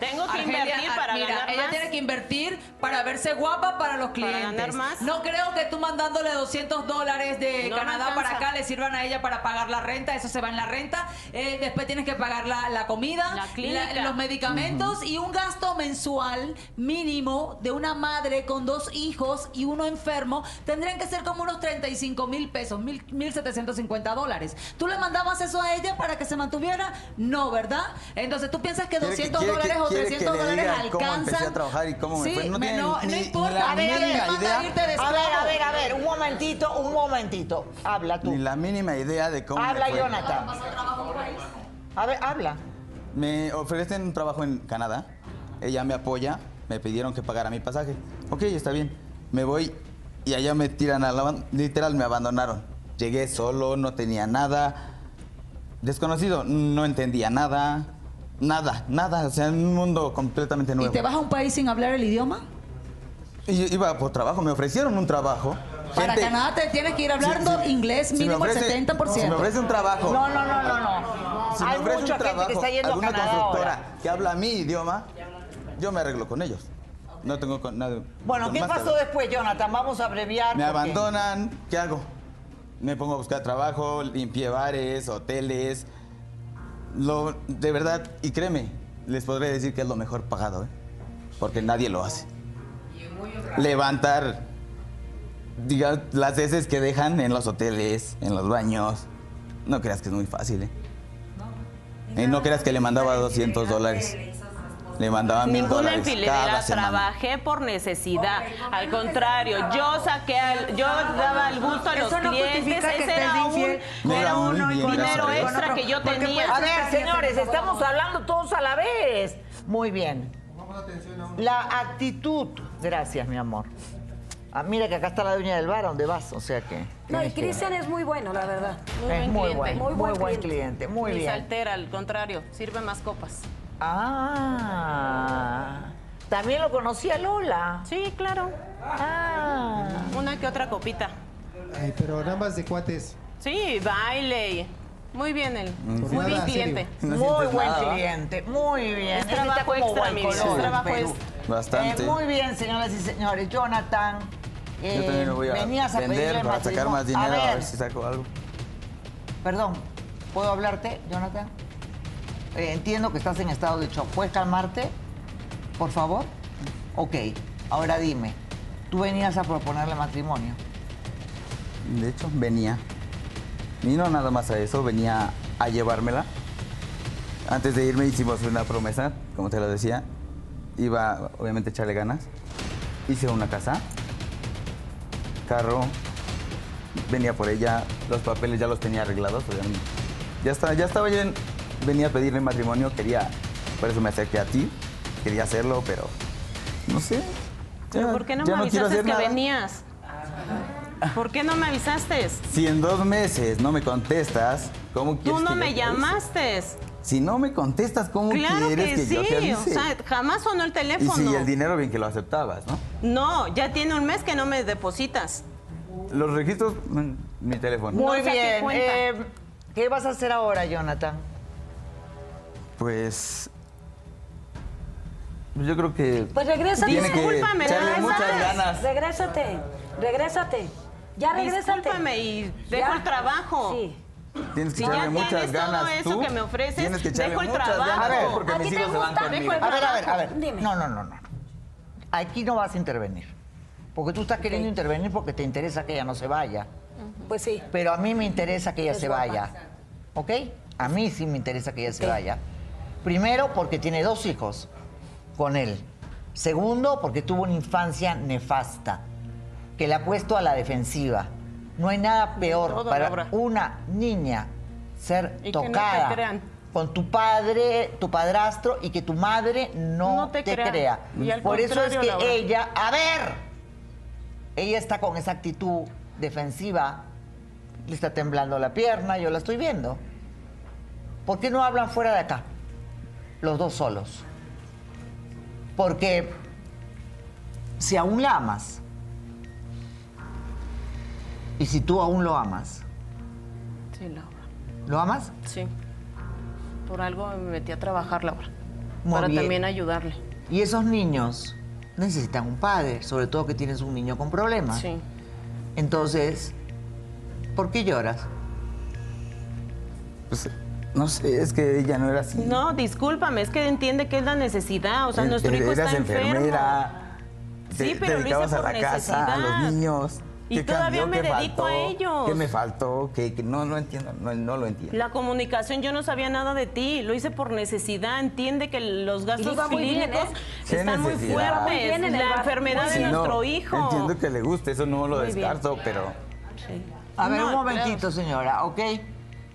S14: Tengo que
S3: Argelia,
S14: invertir
S3: ah,
S14: para
S3: mira,
S14: ganar
S3: ella
S14: más.
S3: tiene que invertir para verse guapa para los clientes.
S14: ganar más.
S3: No creo que tú mandándole 200 dólares de
S14: No me
S3: Canadá para
S14: alcanza.
S3: acá le sirvan a ella para pagar la renta. Eso se va en la renta. Eh, después tienes que pagar la, la comida,
S14: La clínica.
S3: los medicamentos y un gasto mensual mínimo de una madre con dos hijos y uno enfermo tendrían que ser como unos 35 mil pesos, mil- 1.750 dólares. ¿Tú le mandabas eso a ella para que se mantuviera? No, ¿verdad? Entonces tú piensas que
S17: ¿Quiere que-
S3: 200
S17: quiere que-
S3: dólares o
S17: quiere que
S3: 300
S17: le
S3: dólares
S17: diga cómo empecé
S3: alcanzan.
S17: a trabajar y cómo me
S3: Sí,
S17: fue? No
S3: me-
S17: tiene
S3: no-
S17: ni-
S3: no
S17: ni
S3: importa.
S17: la
S1: A ver, a ver,
S17: mínima
S1: manda
S17: idea.
S1: a irte de a ver, a ver, a ver, un momentito, un momentito. Habla tú.
S17: Ni la mínima idea de cómo me
S1: Habla,
S17: fue.
S1: Jonathan. A ver, habla.
S17: Me ofrecen un trabajo en Canadá. Ella me apoya. Me pidieron que pagara mi pasaje. Ok, está bien. Me voy y allá me tiran a la ban- Literal, me abandonaron. Llegué solo, no tenía nada. Desconocido, no entendía nada. Nada, nada. O sea, un mundo completamente
S3: ¿Y
S17: nuevo.
S3: te vas a un país sin hablar el idioma?
S17: Y- Iba por trabajo, me ofrecieron un trabajo.
S3: Para
S17: Gente-
S3: Canadá te tienes que ir hablando inglés
S17: si me
S3: mínimo
S17: ofrece-
S3: el 70%.
S17: si me ofrece un trabajo.
S1: No, no, no, no, no.
S17: Si me
S1: Hay
S17: ofrece
S1: mucha
S17: un
S1: gente
S17: trabajo,
S1: que está yendo a
S17: alguna
S1: Canadá
S17: constructora
S1: ahora.
S17: que habla mi idioma, yo me arreglo con ellos. No tengo con nadie.
S1: Bueno,
S17: con
S1: ¿qué
S17: más
S1: pasó
S17: trabajo.
S1: después, Jonathan? Vamos a abreviar.
S17: Me
S1: porque-
S17: abandonan, ¿qué hago? Me pongo a buscar trabajo, limpié bares, hoteles. Lo, de verdad, y créeme, les podré decir que es lo mejor pagado, ¿eh? Porque nadie lo hace. Levantar, diga, las heces que dejan en los hoteles, en los baños. No creas que es muy fácil, ¿eh? Y no creas que le mandaba 200 dólares. Le mandaba mil
S14: Ninguna
S17: dólares cada
S14: alfilerera
S17: semana.
S14: trabajé por necesidad. Al contrario, yo saqué, al- yo daba el gusto a los
S1: Eso no
S14: clientes.
S1: justifica que
S14: Ese
S1: estés
S14: era
S1: de
S14: un,
S1: infiel.
S14: era
S17: Mira,
S14: un
S17: muy bien, gracias
S14: dinero
S17: a Dios.
S14: extra que yo
S1: Porque
S14: tenía.
S1: puede- A ver, señores, estamos hablando todos a la vez. Muy bien. La actitud. Gracias, mi amor. Ah, mira que acá está la dueña del bar, ¿a dónde vas? O sea que.
S6: No, y
S1: tienes que-
S6: Cristian es muy bueno, la verdad.
S1: es muy buen, muy buen cliente. Muy
S14: Ni se
S1: bien.
S14: altera, al contrario, sirve más copas.
S1: Ah. También lo conocía Lola.
S14: Sí, claro. Ah. Una que otra copita.
S8: Ay, pero nada más de cuates.
S14: Sí, baile. y- Muy bien él. Muy bien
S8: Mm. Nada,
S14: cliente.
S8: serio. No
S1: muy
S8: sientes
S1: buen
S8: nada, ¿va?
S1: cliente, muy bien.
S14: Es
S1: Ese
S14: trabajo
S1: está como
S14: extra, mi vida,
S1: guacolón,
S14: es trabajo
S1: Perú.
S17: Bastante.
S1: Eh, muy bien, señoras y señores. Jonathan, eh,
S17: Yo también me voy a
S1: venías a
S17: vender
S1: pedirle
S17: para
S1: matrimonio.
S17: sacar más dinero, a ver.
S1: A ver,
S17: si saco algo.
S1: perdón, ¿puedo hablarte, Jonathan? Eh, entiendo que estás en estado de shock. ¿Puedes calmarte, por favor? Ok, ahora dime. Tú venías a proponerle matrimonio.
S17: De hecho, venía. Y no nada más a eso, venía a llevármela. Antes de irme hicimos una promesa, como te lo decía. Iba, obviamente, a echarle ganas. Hice una casa, carro, venía por ella, los papeles ya los tenía arreglados. obviamente. Ya estaba, ya estaba bien. Venía a pedirle matrimonio, quería, por eso me acerqué a ti. Quería hacerlo, pero no sé.
S14: Pero
S17: ya-
S14: ¿por qué no
S17: ya
S14: me avisaste
S17: quiero hacer
S14: que
S17: nada.
S14: venías? ¿Por qué no me avisaste?
S17: Si en dos meses no me contestas, ¿cómo quieres
S14: Tú no
S17: que yo
S14: me
S17: te avise?
S14: llamaste.
S17: Si no me contestas, ¿cómo
S14: Claro
S17: quieres
S14: que,
S17: que, yo te
S14: sí. O
S17: avise?
S14: sea, jamás sonó el
S17: y si
S14: teléfono.
S17: el dinero bien que lo aceptabas, ¿no?
S14: No, ya tiene un mes que no me depositas.
S17: Los registros, mm, mi teléfono.
S1: Muy
S14: No saqué
S1: bien.
S14: cuenta.
S1: eh, ¿Qué vas a hacer ahora, Jonathan?
S17: Pues yo creo que
S6: Pues regrésate.
S17: tiene que echarle muchas ganas.
S6: Regrésate, regrésate. Ya regrésate.
S14: Discúlpame y dejo
S6: Ya.
S14: el trabajo.
S6: Sí.
S17: Tienes que
S14: Si ya
S17: echarle
S14: tienes
S17: muchas
S14: todo
S17: ganas
S14: eso
S17: tú.
S14: que me ofreces,
S17: tienes que echarle
S14: dejo el
S17: muchas
S14: trabajo.
S17: ganas
S14: A ver,
S17: tú, porque
S14: ¿a
S17: mis
S14: ti te
S17: hijos se van
S14: gusta? Dejo
S17: conmigo.
S14: el
S1: A ver, a ver, a
S14: trabajo.
S1: ver. No, no, no, no. Aquí no vas a intervenir. Porque tú estás queriendo intervenir porque te interesa que ella no se vaya.
S6: Pues sí.
S1: Pero a mí me interesa que ella
S6: Es
S1: se
S6: guapa.
S1: vaya. ¿Ok? A mí sí me interesa que ella se vaya. Primero, porque tiene dos hijos con él. Segundo, porque tuvo una infancia nefasta, que la ha puesto a la defensiva. No hay nada peor
S14: todo,
S1: para
S14: Laura.
S1: una niña ser
S14: Y que no te
S1: tocada
S14: crean.
S1: con tu padre, tu padrastro y que tu madre no,
S14: No te
S1: te,
S14: crea.
S1: crea.
S14: Y al
S1: Por eso es
S14: contrario,
S1: que
S14: Laura.
S1: ella, a ver, ella está con esa actitud defensiva Le está temblando la pierna, yo la estoy viendo. ¿Por qué no hablan fuera de acá? Los dos solos. Porque si aún la amas, y si tú aún lo amas,
S14: Sí, Laura.
S1: ¿lo amas?
S14: Sí. Por algo me metí a trabajar, Laura.
S1: Muy
S14: para
S1: bien.
S14: también ayudarle.
S1: Y esos niños necesitan un padre, sobre todo que tienes un niño con problemas.
S14: Sí.
S1: Entonces, ¿por qué lloras?
S17: Pues, no sé, es que ella no era así.
S18: No, discúlpame, es que entiende que es la necesidad. O sea,
S17: Eh,
S18: nuestro
S17: eh,
S18: hijo
S17: eras
S18: está enfermo.
S17: enfermera. te-
S18: Sí,
S17: te
S18: pero lo hice
S17: dedicabas a
S18: por
S17: la casa, a
S18: necesidad.
S17: los niños.
S18: Y
S17: ¿Qué
S18: todavía
S17: cambió?
S18: me
S17: ¿Qué
S18: dedico a
S17: faltó?
S18: ellos.
S17: ¿Qué me faltó? que No, no entiendo, no, no lo entiendo.
S18: La comunicación, yo no sabía nada de ti, lo hice por necesidad, entiende que los
S6: Y le
S18: gastos
S6: iba muy bien,
S18: clínicos
S14: ¿eh?
S17: ¿Qué
S18: están muy
S17: necesidad?
S18: fuertes,
S6: Muy
S14: pues,
S6: bien en el
S18: la
S6: bar.
S18: enfermedad de
S17: Sí, no,
S18: nuestro hijo.
S17: Entiendo que le guste, eso no lo descarto, pero
S1: A ver,
S18: No,
S1: un momentito, señora, ¿ok?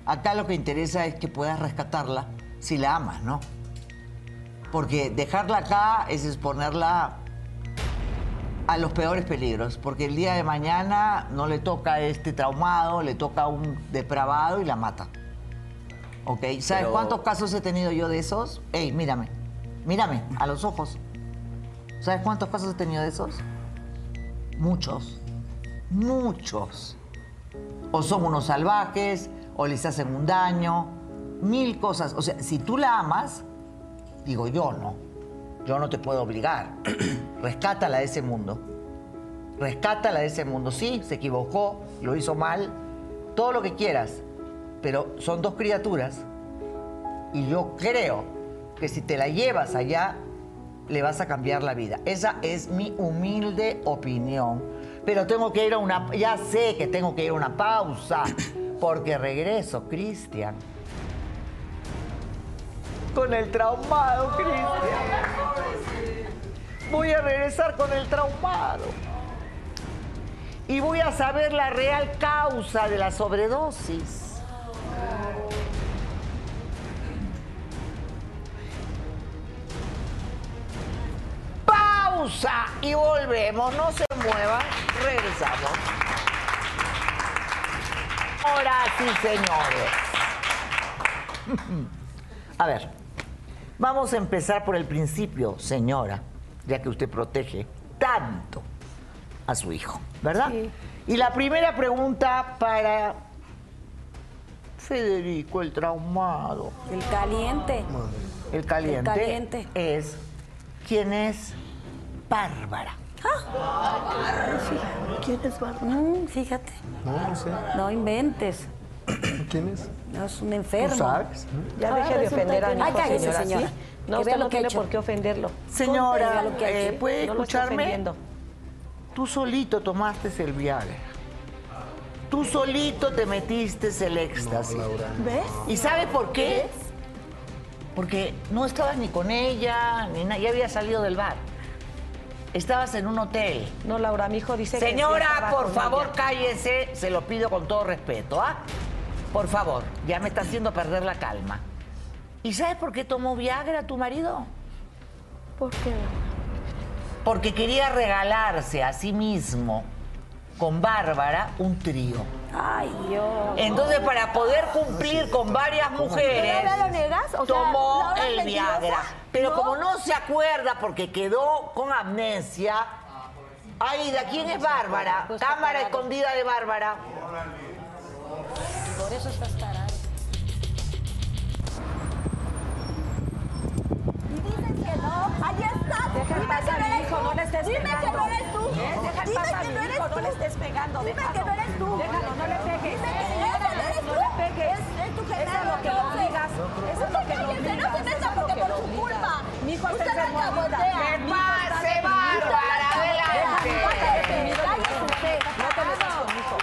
S1: Acá lo que interesa es que puedas rescatarla si la amas, ¿no? Porque dejarla acá es exponerla a los peores peligros, porque el día de mañana no le toca a este traumado, le toca a un depravado y la mata. ¿Ok? ¿Sabes
S17: Pero-
S1: cuántos casos he tenido yo de esos? Ey, mírame, mírame, a los ojos. ¿Sabes cuántos casos he tenido de esos? Muchos, muchos. O son unos salvajes, o les hacen un daño, mil cosas. O sea, si tú la amas, digo yo no, yo no te puedo obligar. Rescátala de ese mundo. Rescátala de ese mundo. Sí, se equivocó, lo hizo mal, todo lo que quieras, pero son dos criaturas y yo creo que si te la llevas allá, le vas a cambiar la vida. Esa es mi humilde opinión. Pero tengo que ir a una... Ya sé que tengo que ir a una pausa, porque regreso, Cristian. Con el traumado, Cristian. Voy a regresar con el traumado. Y voy a saber la real causa de la sobredosis. Pausa y volvemos. No se muevan. Regresamos. Ahora sí, señores. A ver, vamos a empezar por el principio, señora, ya que usted protege tanto a su hijo, ¿verdad? Y la primera pregunta para Federico, el traumado.
S6: El caliente.
S1: El caliente.
S6: El caliente.
S1: Es, ¿quién es Bárbara?
S6: ¿Quién es Bárbara? Mm, fíjate.
S11: No, no sé.
S6: No inventes.
S11: ¿Quién es?
S6: No, es un enfermo.
S11: Tú sabes.
S16: Ya deje de
S6: resulta
S16: ofender a
S6: que
S16: mi
S6: no. Ay,
S16: hijo,
S6: cállese,
S16: señora.
S6: señora.
S16: ¿sí? No,
S6: que vea
S16: usted
S6: lo
S16: no
S6: que
S16: tiene
S6: ha hecho.
S16: por qué ofenderlo.
S1: Señora,
S16: Vea lo que ha
S1: eh,
S16: hecho.
S1: ¿puede
S16: No lo esté
S1: escucharme?
S16: ofendiendo.
S1: Tú solito tomaste el Viagra. Tú solito te metiste el éxtasis.
S2: ¿Eh?
S16: ¿Ves?
S1: ¿Y sabes por qué? Porque no estabas ni con ella, ni nada. Ya había salido del bar. Estabas en un hotel.
S16: No, Laura, mi hijo dice que sí
S1: Señora,
S16: estaba
S1: por
S16: con
S1: favor,
S16: ella.
S1: cállese. Se lo pido con todo respeto, ¿ah? Por favor, ya me está haciendo perder la calma. ¿Y sabes por qué tomó Viagra tu marido?
S16: ¿Por qué?
S1: Porque quería regalarse a sí mismo con Bárbara un trío.
S6: Ay, Dios.
S1: Entonces, para poder cumplir con varias mujeres,
S6: ¿Pero ahora lo niegas? O sea,
S1: tomó
S6: ¿Laura es
S1: el
S6: mentirosa?
S1: Viagra. Pero
S6: ¿No?
S1: como no se acuerda porque quedó con amnesia,
S6: Ah,
S1: Aida, ¿quién es Bárbara?
S6: pues,
S1: Cámara escondida de Bárbara.
S6: Por eso estás tarado. Y dicen que no. Ahí está.
S16: Deja en
S6: Dime
S16: paz
S6: que
S16: a mi hijo,
S6: no eres tú.
S16: no le estés
S6: Dime
S16: pegando.
S6: que no eres tú.
S16: ¿Eh? Deja en
S6: Dime
S16: paz a
S6: que
S16: mi
S6: no eres
S16: hijo,
S6: tú.
S16: no le estés pegando.
S6: Dime
S16: déjalo.
S6: que no eres tú.
S16: Déjalo, no le pegues.
S6: Dime que no
S16: Señora,
S6: eres tú.
S16: no le pegues.
S6: Es- es tu
S16: Eso es
S6: genaro,
S16: lo que lo
S6: entonces.
S16: obligas. Eso es lo que lo
S6: Usted cállese,
S16: obligas.
S6: no
S16: eso
S6: se meta
S16: es lo
S6: porque
S16: que
S6: por
S16: lo
S6: su
S16: obligas.
S6: culpa.
S16: Mi hijo está
S6: Usted
S16: enfermo
S6: la
S16: ahorita.
S6: sabotea.
S16: Mi hijo está deprimido. Déjalo, está deprimido, mi hijo. No te metas con mi hijo.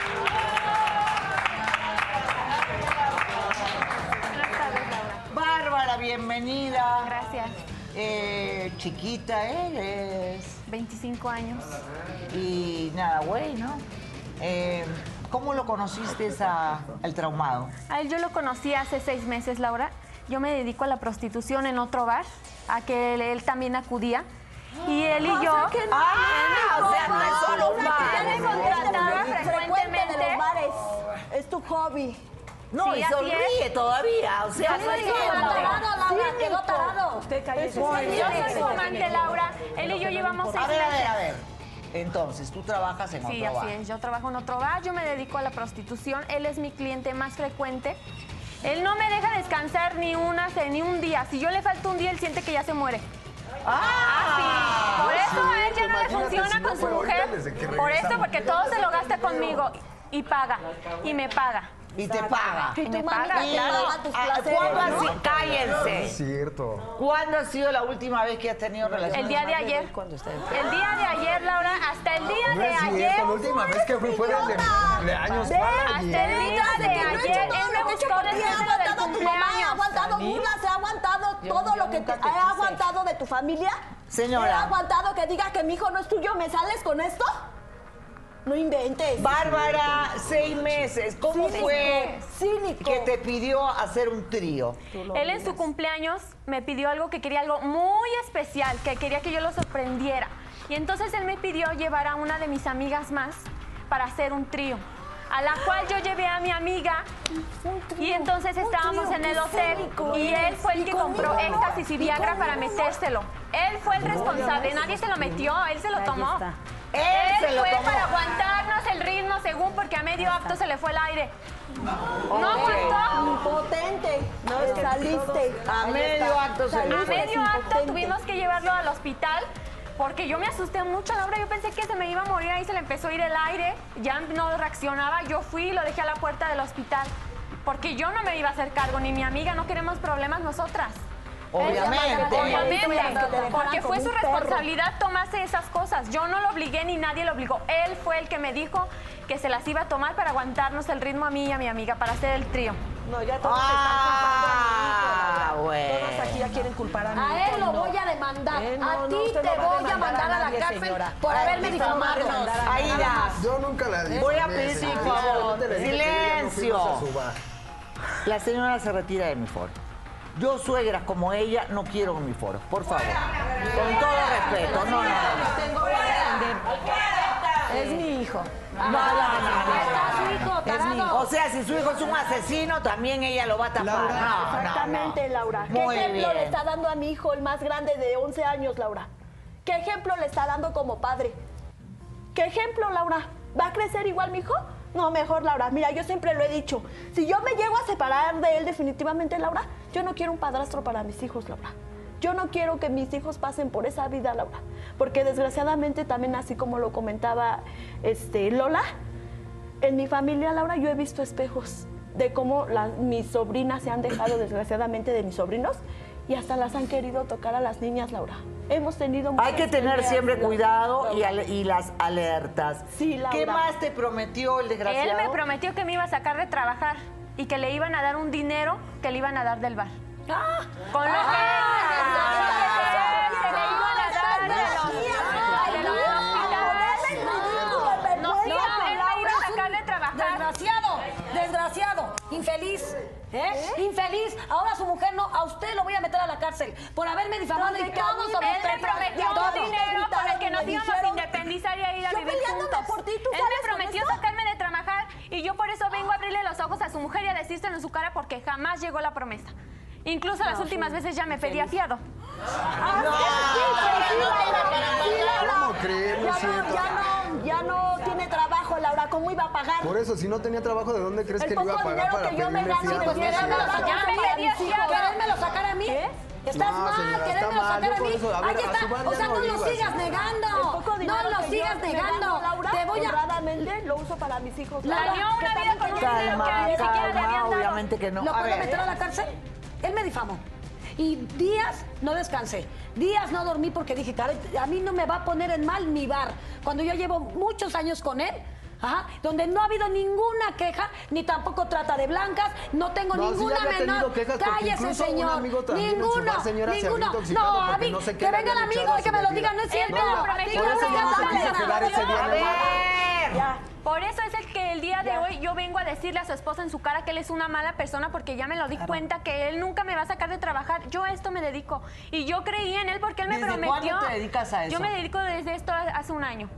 S1: Bárbara, bienvenida.
S19: Gracias.
S1: Eh, chiquita eres.
S19: 25 años.
S1: Y nada, güey, ¿no? Eh, ¿Cómo lo conociste a- al traumado?
S19: A él yo lo conocí hace seis meses, Laura. Yo me dedico a la prostitución en otro bar, a que él, él también acudía. Y él y
S6: O
S19: yo.
S6: sea que no. Ah,
S19: Él me
S6: o sea, no es
S19: cobraba,
S6: solo Este un
S19: o sea, que
S6: bar.
S19: Él me contrataba
S6: Frecuente de los
S19: frecuentemente.
S6: bares. Es tu
S2: un hobby.
S1: No, y sonríe todavía, o sea,
S2: Sí,
S1: no es
S2: quedó
S1: cierto.
S2: tarado, Laura,
S1: Sí,
S2: quedó
S1: Nico.
S2: tarado. Usted cállese. Muy bien.
S19: Yo soy su amante, Laura. Él y yo llevamos seis
S1: A ver, a ver,
S19: meses.
S1: a ver. Entonces, tú trabajas en
S19: Sí,
S1: otro bar.
S19: así es. Yo trabajo en otro bar, yo me dedico a la prostitución. Él es mi cliente más frecuente. Él no me deja descansar ni una, ni un día. Si yo le falto un día, él siente que ya se muere. Ah, sí. Por eso a él ya no le
S16: Imagínate
S19: funciona
S16: si no
S19: con su
S16: fuera ahorita desde que
S19: mujer. Por eso,
S16: regresamos.
S19: porque todo se lo gasta conmigo y paga y me paga.
S1: Y te paga.
S19: Y me
S1: Y
S19: paga,
S1: mami te
S19: claro.
S1: paga tus Ah, placeres, ¿cuándo ¿no? así? Cállense.
S11: Es cierto.
S1: ¿Cuándo ha sido la última vez que has tenido relaciones?
S19: El día de
S1: sexuales?
S19: ayer.
S1: ¿Cuándo está?
S19: El día de ayer, Laura, hasta el día
S11: No
S19: de
S11: es cierto,
S19: ayer.
S11: la última vez que fui fue de cumpleaños.
S19: Ve, Hasta el día
S11: Bien.
S19: de ayer, él me buscó
S2: Porque
S19: después
S2: ha
S19: de lo del
S2: aguantado tu mamá, ha
S19: cumpleaños.
S2: aguantado burlas, ha aguantado todo lo que te- ha aguantado de tu familia.
S1: Señora.
S2: ¿Ha aguantado que digas que mi hijo no es tuyo? ¿Me sales con esto? No inventes.
S1: Bárbara, seis meses. ¿Cómo
S2: Cínico,
S1: fue que te pidió hacer un trío?
S19: Ah, Él en su cumpleaños me pidió algo que quería algo muy especial, que quería que yo lo sorprendiera. Y entonces él me pidió llevar a una de mis amigas más para hacer un trío, a la cual yo llevé a mi amiga y entonces estábamos
S16: trío,
S19: en el
S16: qué
S19: hotel
S16: cínico
S19: y
S16: eres.
S19: él fue el
S16: ¿Y
S19: que
S16: conmigo
S19: compró
S16: no?
S19: éxtasis y
S16: ¿Y
S19: Viagra para
S16: conmigo no?
S19: metérselo. Él fue el
S16: No,
S19: responsable,
S16: ya ves,
S19: nadie se lo
S16: sí.
S19: metió, él se lo
S16: Ahí
S19: tomó.
S16: está.
S19: Él,
S16: se lo
S19: fue
S16: tomó.
S19: para aguantarnos el ritmo según porque a medio acto se le fue el aire.
S16: Ok.
S19: No aguantó.
S2: Impotente.
S19: No, es que
S2: saliste.
S19: A
S2: Ahí
S19: medio
S2: está.
S19: acto se
S2: Saliste
S19: A medio acto
S2: impotente.
S19: tuvimos que llevarlo al hospital porque yo me asusté mucho, Laura. Yo pensé que se me iba a morir ahí, se le empezó a ir el aire. Ya no reaccionaba. Yo fui y lo dejé a la puerta del hospital porque yo no me iba a hacer cargo, ni mi amiga. No queremos problemas nosotras.
S1: Obviamente.
S19: Obviamente, porque fue
S1: como
S19: su
S1: un perro.
S19: responsabilidad tomarse esas cosas. Yo no lo obligué ni nadie lo obligó. Él fue el que me dijo que se las iba a tomar para aguantarnos el ritmo a mí y a mi amiga para hacer el trío.
S1: No, ya
S19: todos
S1: Ah, bueno.
S20: Todas aquí ya quieren culpar a mí.
S2: A él lo voy a demandar.
S6: Eh,
S2: a ti te voy a mandar a la cárcel por haberme difamado.
S1: Aida.
S11: Yo nunca la dije.
S1: Voy a pedirte un favor. Silencio. La señora se retira de mi foro. Yo, suegras como ella, no quiero en mi foro, por favor. Con todo respeto, no, no.
S16: Es mi hijo.
S1: No, no, no, no.
S16: Está su hijo,
S1: Es mi-
S16: tarado.
S1: O sea, si su hijo es un asesino, también ella lo va a tapar. No, no, no.
S2: Exactamente, Laura. ¿Qué
S1: Muy
S2: ejemplo
S1: bien.
S2: le está dando a mi hijo, el más grande de 11 años, Laura? ¿Qué ejemplo le está dando como padre? ¿Qué ejemplo, Laura? ¿Va a crecer igual mi hijo? No, mejor, Laura. Mira, yo siempre lo he dicho. Si yo me llego a separar de él definitivamente, Laura, yo no quiero un padrastro para mis hijos, Laura. Yo no quiero que mis hijos pasen por esa vida, Laura. Porque desgraciadamente también, así como lo comentaba este, Lola, en mi familia, Laura, yo he visto espejos de cómo las- mis sobrinas se han dejado, desgraciadamente, de mis sobrinos y hasta las han querido tocar a las niñas, Laura. Hemos tenido
S1: Hay que
S2: muchas
S1: tener
S2: peleas,
S1: siempre
S2: Laura.
S1: cuidado y, ale- y las alertas. ¿Qué
S19: Laura.
S1: más te prometió el desgraciado?
S19: Él me prometió que me iba a sacar de trabajar y que le iban a dar un dinero que le iban a dar del bar.
S2: ¡Ah!
S19: Con lo que con lo que se le iban a dar de los- de los hospitales.
S16: No,
S19: no, él me iba a sacar de trabajar.
S6: Desgraciado, desgraciado, infeliz. ¿Eh? Infeliz, ahora su mujer no, a usted lo voy a meter a la cárcel por haberme difamado y
S19: Donde
S6: todos
S19: yo-
S6: somos
S19: Él me
S6: pecas,
S19: prometió
S6: todos.
S19: un dinero para que nos
S6: Me
S19: íbamos a
S6: dijeron,
S19: independizar y a ir a
S6: yo
S19: vivir
S6: peleándome
S19: juntos.
S6: por ti, ¿tú
S19: Él
S6: sales
S19: me
S6: con
S19: prometió
S6: eso?
S19: sacarme de trabajar y yo por eso vengo a abrirle los ojos a su mujer y a decírselo en su cara porque jamás llegó la promesa. Incluso las últimas veces ya me pedía fiado.
S6: Ah,
S11: ¿Cómo crees? No es cierto.
S2: Ya no, ya no tiene trabajo, Laura. ¿Cómo iba a pagar?
S11: Por eso, si no tenía trabajo, ¿de dónde crees
S2: El
S11: que le iba a
S2: poco
S11: pagar
S2: dinero
S11: para
S2: que yo
S11: pedirme
S2: me gano
S11: fiado?
S2: de mi
S11: No,
S2: hermana,
S11: señora.
S2: Ya me
S6: Para mis
S2: pedías
S6: hijos,
S2: fiado.
S6: ¿Querérmelo sacar a mí? Estás
S11: No,
S6: mal,
S11: señora,
S6: querérmelo
S11: está mal,
S6: sacar a
S11: yo por
S6: mí.
S11: eso, a ver,
S6: Ahí
S11: a su
S6: está.
S11: bar
S6: O
S11: ya
S6: sea,
S11: no
S6: no lo
S11: ibas.
S6: sigas
S2: El
S6: negando.
S2: poco
S6: No
S2: dinero
S6: lo
S2: que yo
S6: sigas
S2: me
S6: negando.
S2: gano, Laura,
S6: Te voy a.
S2: honradamente, lo uso para mis hijos.
S6: La
S2: Laura,
S6: dio una
S2: que
S6: vida
S2: también
S6: con un
S1: dinero
S6: tenía-
S1: que ni Calma, siquiera le habían dado. obviamente que no.
S6: ¿Lo
S1: A
S6: puedo
S1: ver.
S6: meter a la cárcel? Él me difamó. Y días no descansé. Días no dormí porque dije, "Caray, a mí no me va a poner en mal mi bar. Cuando yo llevo muchos años con él, ajá, donde no ha habido ninguna queja, ni tampoco trata de blancas, no tengo
S11: No, sí
S6: ninguna
S11: había tenido
S6: menor.
S11: quejas porque
S6: Cállese,
S11: incluso un
S6: señor.
S11: amigo también en su
S6: ninguno,
S11: bar, señora, se había
S6: ninguno.
S11: intoxicado
S6: No, a
S11: porque
S6: mí,
S11: no sé qué
S6: que
S11: le
S6: venga el
S11: habían
S6: amigo
S11: echado a
S6: y que
S11: su
S6: me lo
S11: bebida.
S6: digan, no es
S11: Él
S6: cierto.
S11: me lo
S6: A ti
S11: prometió,
S6: no
S11: no
S6: me
S11: se
S6: vas a
S11: quiso
S6: negar.
S11: quedar ese día en el bar.
S19: Por eso es el que el día de hoy yo vengo a decirle a su esposa en su cara que él es una mala persona porque ya me lo di cuenta que él nunca me va a sacar de trabajar. Yo a esto me dedico y yo creí en él porque él me
S1: ¿Desde
S19: prometió.
S1: cuándo te dedicas a eso?
S19: Yo me dedico desde esto hace un año.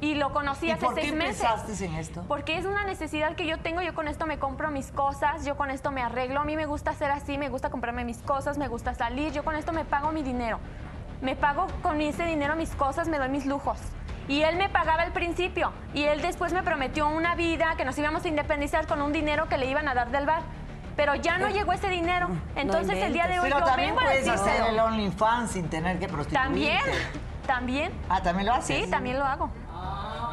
S19: Y lo conocí
S1: ¿Y
S19: hace
S1: por qué
S19: seis meses.
S1: empezaste en esto?
S19: Porque es una necesidad que yo tengo, yo con esto me compro mis cosas, yo con esto me arreglo, a mí me gusta ser así, me gusta comprarme mis cosas, me gusta salir, yo con esto me pago mi dinero. Me pago con ese dinero mis cosas, me doy mis lujos. Y él me pagaba al principio y él después me prometió una vida, que nos íbamos a independizar con un dinero que le iban a dar del bar. Pero ya no llegó ese dinero. Entonces el día de hoy
S1: Pero
S19: yo
S1: también
S19: vengo a
S1: puedes hacer
S19: decírselo.
S1: el OnlyFans sin tener que prostituirte.
S19: También, también.
S1: Ah, ¿también lo haces?
S19: Sí, también lo hago.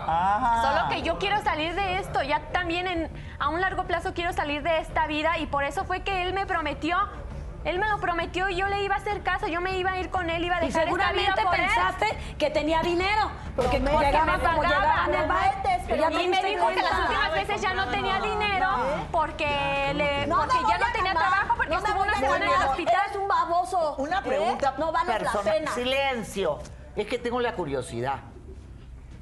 S1: Ajá.
S19: Solo que yo quiero ¿eh? salir de esto, ya también en, a un largo plazo quiero salir de esta vida y por eso fue que él me prometió, él me lo prometió y yo le iba a hacer caso, yo me iba a ir con él, iba a
S6: Y
S19: dejar esta vida
S6: seguramente
S19: por él.
S6: pensaste que tenía dinero, porque
S19: Porque
S6: como llegaba
S19: me
S6: como
S19: pagaba,
S6: llegaba en el
S19: ¿no?
S6: bar,
S19: Pero y
S6: ya te
S19: me
S6: diste
S19: dijo que las
S6: cuenta.
S19: últimas veces ya no tenía dinero
S6: ¿Eh?
S19: porque, le,
S6: No me
S19: porque ya
S6: voy
S19: no
S6: a
S19: tenía
S6: llamar,
S19: trabajo, porque
S6: no me
S19: estuvo
S6: voy
S19: una
S6: a
S19: semana en el
S6: llamar,
S19: hospital.
S6: eres un baboso.
S1: Una
S6: ¿eh?
S1: pregunta.
S6: No vale la
S1: personal.
S6: pena.
S1: Silencio. Es que tengo la curiosidad.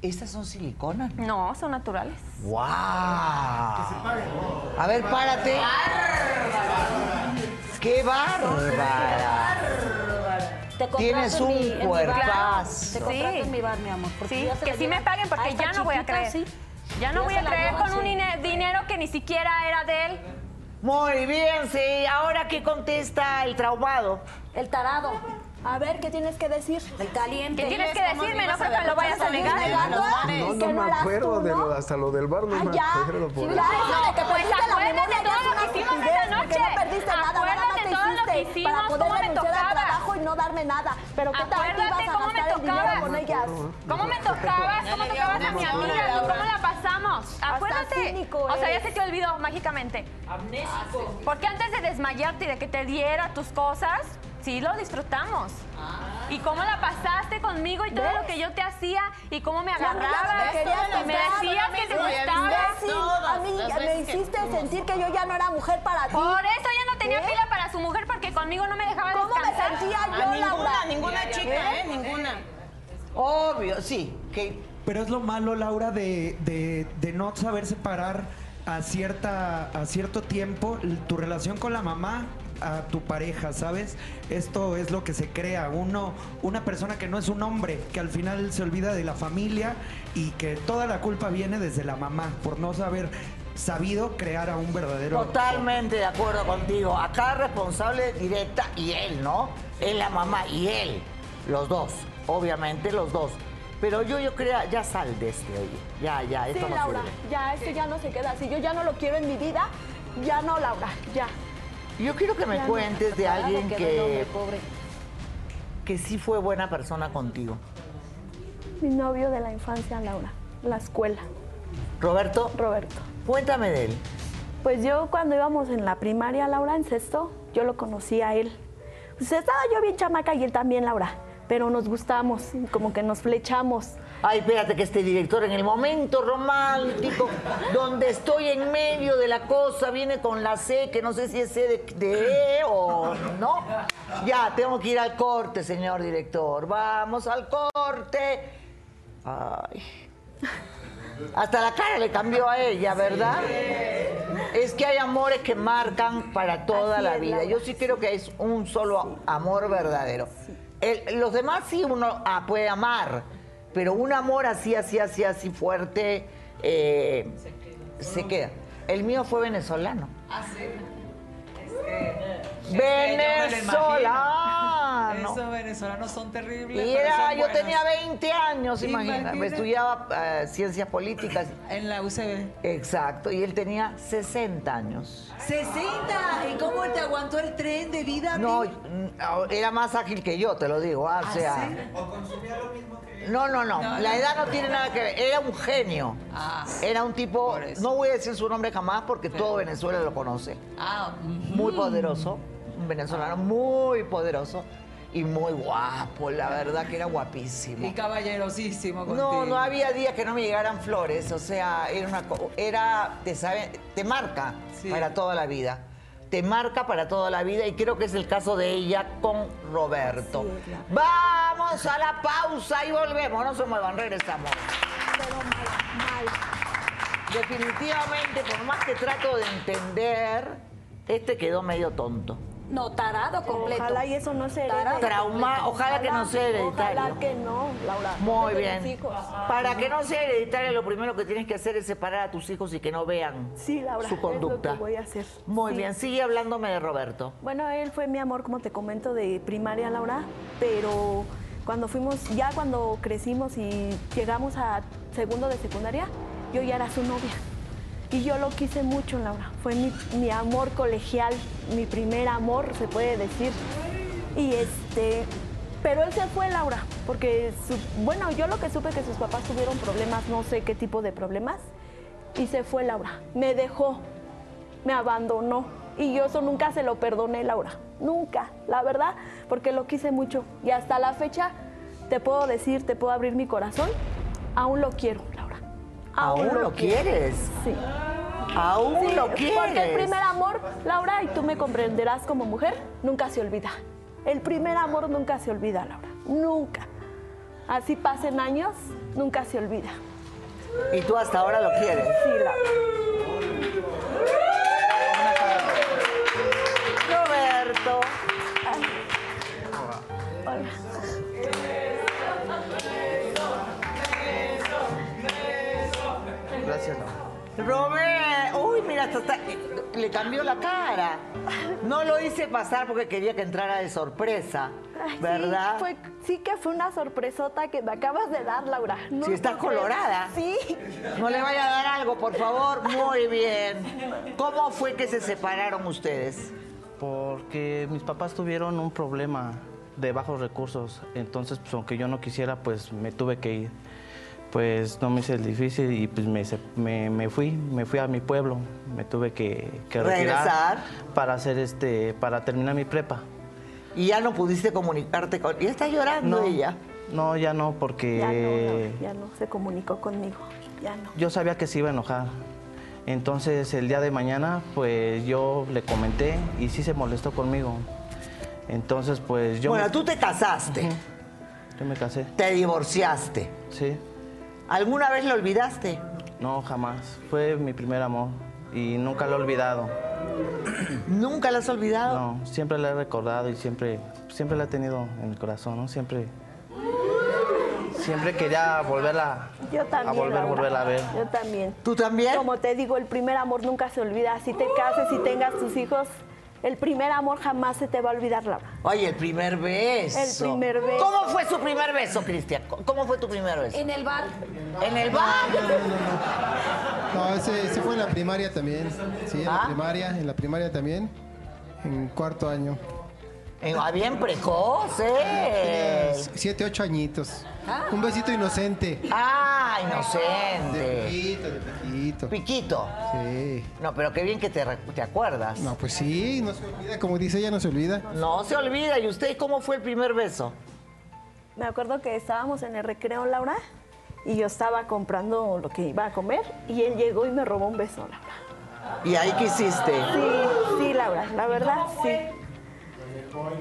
S1: ¿Estas son siliconas?
S19: No, son naturales.
S1: ¡Wow! A ver, párate. ¡Qué bárbara!
S6: Te compraste
S1: Tienes
S6: en
S1: un
S6: mi- en mi bar.
S1: cuerpazo.
S6: Te compraste
S19: Sí.
S6: en mi bar, mi amor. porque
S19: Sí,
S6: ya se
S19: que
S6: la
S19: sí
S6: llevan.
S19: me paguen
S6: A
S19: porque
S6: esta
S19: ya no voy a
S6: chiquita,
S19: creer.
S6: sí.
S19: Ya no
S6: Ya
S19: voy
S6: se
S19: a
S6: la
S19: creer
S6: llevan,
S19: con un
S6: sí.
S19: ine- dinero que ni siquiera era de él.
S1: Muy bien, sí. Ahora, ¿qué contesta el traumado?
S6: El tarado. A ver, ¿qué tienes que decir? El caliente.
S19: ¿Qué tienes que decirme? No creo que lo vayas a negar.
S20: pues
S11: Pues
S20: No, no me acuerdo de lo, hasta lo del bar, no me acuerdo. Por
S6: Ya,
S20: eso.
S6: eso de que
S19: pues
S6: perdiste
S19: acuérdate
S6: la memoria,
S19: de todo
S6: que es
S19: lo
S6: una
S19: que hicimos
S6: estupidez,
S19: esa
S6: porque
S19: noche.
S6: No perdiste nada, nada más
S19: Acuérdate
S6: te
S19: todo lo que
S6: hiciste
S19: hicimos,
S6: para poder
S19: cómo me
S6: renunciar al
S19: tocaba.
S6: trabajo y no darme nada. Pero ¿qué tal que
S19: Acuérdate
S6: ibas a
S19: cómo me
S6: gastar el dinero
S19: tocabas.
S6: con ellas?
S19: ¿Cómo me tocabas? ¿Cómo tocabas a mi amiga? ¿Tú cómo la pasamos? Acuérdate.
S6: cínico Ah,
S19: O sea, ya
S6: eres.
S19: se te olvidó mágicamente. Amnésico. Porque antes de desmayarte y de que te diera tus cosas, sí lo disfrutamos. Y cómo la pasaste conmigo y todo
S6: ¿Ves?
S19: lo que yo te hacía y cómo me
S6: Ya me las
S19: agarrabas
S6: querías
S19: y me
S6: tocar,
S19: decías que te
S6: no me
S19: gustaba.
S6: Sí, a mí me hiciste sentir que yo ya no era mujer para ti.
S19: Por eso ya no tenía
S6: ¿Eh?
S19: pila para su mujer porque conmigo no me dejaba
S6: ¿Cómo me
S19: descansar.
S6: sentía yo,
S19: A
S6: Laura?
S19: ¿eh? Ninguna.
S1: Obvio, sí. Que
S13: Pero es lo malo, Laura, de, de- de no saber separar a, cierta, a cierto tiempo l- tu relación con la mamá a tu pareja, ¿sabes? Esto es lo que se crea, uno, una persona que no es un hombre, que al final se olvida de la familia y que toda la culpa viene desde la mamá por no saber sabido crear a un verdadero
S1: Totalmente de acuerdo contigo. Acá responsable directa y él, ¿no? Es la mamá y él. Los dos. Obviamente los dos. Pero yo, yo creo, ya sal de este, oye. Ya, ya,
S2: Sí,
S1: esto no
S2: Laura,
S1: sirve.
S2: ya,
S6: este
S2: esto ya no se queda así. Yo ya no lo quiero en mi vida. Ya no, Laura, ya.
S1: Yo quiero que me
S2: Ya no.
S1: cuentes de
S2: Parado
S1: alguien
S2: quedó el
S1: que,
S2: hombre, pobre.
S1: que sí fue buena persona contigo.
S2: Mi novio de la infancia, Laura, la escuela.
S1: Roberto.
S2: Roberto.
S1: Cuéntame de él.
S2: Pues yo cuando íbamos en la primaria, Laura, en sexto, yo lo conocí a él. Pues estaba yo bien chamaca y él también, Laura. Pero nos gustamos, como que nos flechamos.
S1: Ay, espérate que este director en el momento romántico, donde estoy en medio de la cosa, viene con la C, que no sé si es C de, de E o no. Ya, tengo que ir al corte, señor director. Vamos al corte. Ay. Hasta la cara le cambió a ella, ¿verdad? Es que hay amores que marcan para toda
S6: Así
S1: la
S6: es,
S1: vida.
S6: Laura,
S1: Yo sí creo que es un solo amor verdadero. El- los demás sí uno ah, puede amar, pero un amor así, así, así, así fuerte eh, se queda. El mío fue venezolano.
S3: Ah,
S1: Este, Venezolano.
S3: Esos venezolanos son terribles.
S1: Y
S3: pero
S1: era,
S3: son
S1: yo
S3: buenos.
S1: tenía 20 años, imagínate.
S3: Imagínate.
S1: Estudiaba eh, ciencias políticas.
S3: En la UCB.
S1: Exacto. Y él tenía 60 años.
S3: 60. ¿Y cómo te aguantó el tren de vida?
S1: No, mm, era más ágil que yo, te lo digo. ah, o sea. No, no, no,
S3: No, Ah.
S1: La
S3: no.
S1: edad no tiene nada que ver. Era un genio. Era un tipo. No voy a decir su nombre jamás porque todo Venezuela lo conoce.
S3: Ah,
S1: Muy poderoso. Un venezolano muy poderoso. Y muy guapo. La verdad que era guapísimo.
S3: Y caballerosísimo
S1: No,
S3: contigo.
S1: no había día que no me llegaran flores, o sea, era una co- era te sabe, te marca para toda la vida. Te marca para toda la vida y creo que es el caso de ella con Roberto. Vamos a la pausa y volvemos, no se muevan, regresamos. Definitivamente, por más que trato de entender, este quedó medio tonto.
S6: No, tarado completo.
S2: Ojalá y eso no se herede.
S6: Tarado
S1: Trauma-
S6: completo.
S1: ojalá que no sea hereditario.
S2: Ojalá que no, Laura.
S1: Muy
S2: Yo tengo
S1: bien.
S2: hijos.
S1: Para que no sea hereditaria, lo primero que tienes que hacer es separar a tus hijos y que no vean
S2: Sí, Laura,
S1: su
S2: Es
S1: conducta.
S2: lo que voy a hacer.
S1: Muy
S2: Sí.
S1: bien, sigue hablándome de Roberto.
S2: Bueno, él fue mi amor, como te comento, de primaria, Laura, pero cuando fuimos, ya cuando crecimos y llegamos a segundo de secundaria, yo ya era su novia. Y yo lo quise mucho, Laura. Fue mi, mi amor colegial, mi primer amor, se puede decir. Y este, pero él se fue, Laura, porque, su- bueno, yo lo que supe que sus papás tuvieron problemas, no sé qué tipo de problemas, y se fue, Laura. Me dejó, me abandonó. Y yo eso nunca se lo perdoné, Laura. Nunca, la verdad, porque lo quise mucho. Y hasta la fecha, te puedo decir, te puedo abrir mi corazón, aún lo quiero, Laura.
S1: ¿Aún lo
S2: quiero.
S1: quieres?
S2: Sí.
S1: ¿Aún
S2: Sí,
S1: lo
S2: Porque el
S1: quieres?
S2: primer amor, Laura, y tú me comprenderás como mujer, nunca se olvida. El primer amor nunca se olvida, Laura. Nunca. Así pasen años, nunca se olvida.
S1: Y tú hasta ahora lo quieres.
S2: Sí, Laura.
S1: Roberto.
S11: Gracias.
S1: Robert, uy, mira, hasta, está- le cambió la cara. No lo hice pasar porque quería que entrara de sorpresa,
S2: Ay, sí,
S1: ¿verdad?
S2: fue- sí que fue una sorpresota que me acabas de dar, Laura. No
S1: Si estás
S2: lo creo.
S1: colorada.
S2: Sí.
S1: No le vaya a dar algo, por favor. Muy bien. ¿Cómo fue que se separaron ustedes?
S21: Porque mis papás tuvieron un problema de bajos recursos, entonces pues, aunque yo no quisiera, pues me tuve que ir. Pues no me hice el difícil y pues me, se- me- me fui, me fui a mi pueblo, me tuve que, que
S1: Regresar.
S21: retirar para hacer este, para terminar mi prepa.
S1: Y ya no pudiste comunicarte con. Y está llorando
S21: No,
S1: ella.
S21: No, ya no, porque
S2: Ya no, Laura, ya no se comunicó conmigo. Ya no.
S21: yo sabía que se iba a enojar. Entonces el día de mañana, pues yo le comenté y sí se molestó conmigo. Entonces, pues yo...
S1: Bueno,
S21: me-
S1: tú te casaste.
S21: Yo me casé.
S1: Te divorciaste.
S21: Sí.
S1: ¿Alguna vez lo olvidaste?
S21: No, jamás. Fue mi primer amor y nunca lo he olvidado.
S1: ¿Nunca la has olvidado?
S21: No, siempre la he recordado y siempre, siempre la he tenido en el corazón, ¿no? Siempre, siempre quería volverla
S2: Yo también.
S21: a volver,
S2: Laura.
S21: volverla a ver.
S2: Yo también.
S1: ¿Tú también?
S2: Como te digo, el primer amor nunca se olvida. Si te cases y tengas tus hijos, el primer amor jamás se te va a olvidar, Laura.
S1: Oye, el primer beso.
S2: El primer beso.
S1: ¿Cómo fue su primer beso, Cristian? ¿Cómo fue tu primer beso?
S6: En el bar.
S1: En el bar.
S8: No, ese, ese fue en la primaria también. Sí, en
S1: ¿Ah?
S8: la primaria, en la primaria también. En cuarto año.
S1: Eh, ah, Bien precoz, ¿eh?
S8: Tenía Siete, ocho añitos. Un besito inocente.
S1: Ah,
S8: De
S1: inocente.
S8: piquito, de piquito.
S1: Piquito.
S8: Sí.
S1: No, pero qué bien que te, re- te acuerdas.
S8: No, pues sí, no se olvida. Como dice ella, no se olvida.
S1: No se olvida. ¿Y usted cómo fue el primer beso?
S2: Me acuerdo que estábamos en el recreo, Laura, y yo estaba comprando lo que iba a comer, y él llegó y me robó un beso, Laura.
S1: ¿Y ahí qué hiciste?
S2: Sí, sí, Laura, la verdad, sí.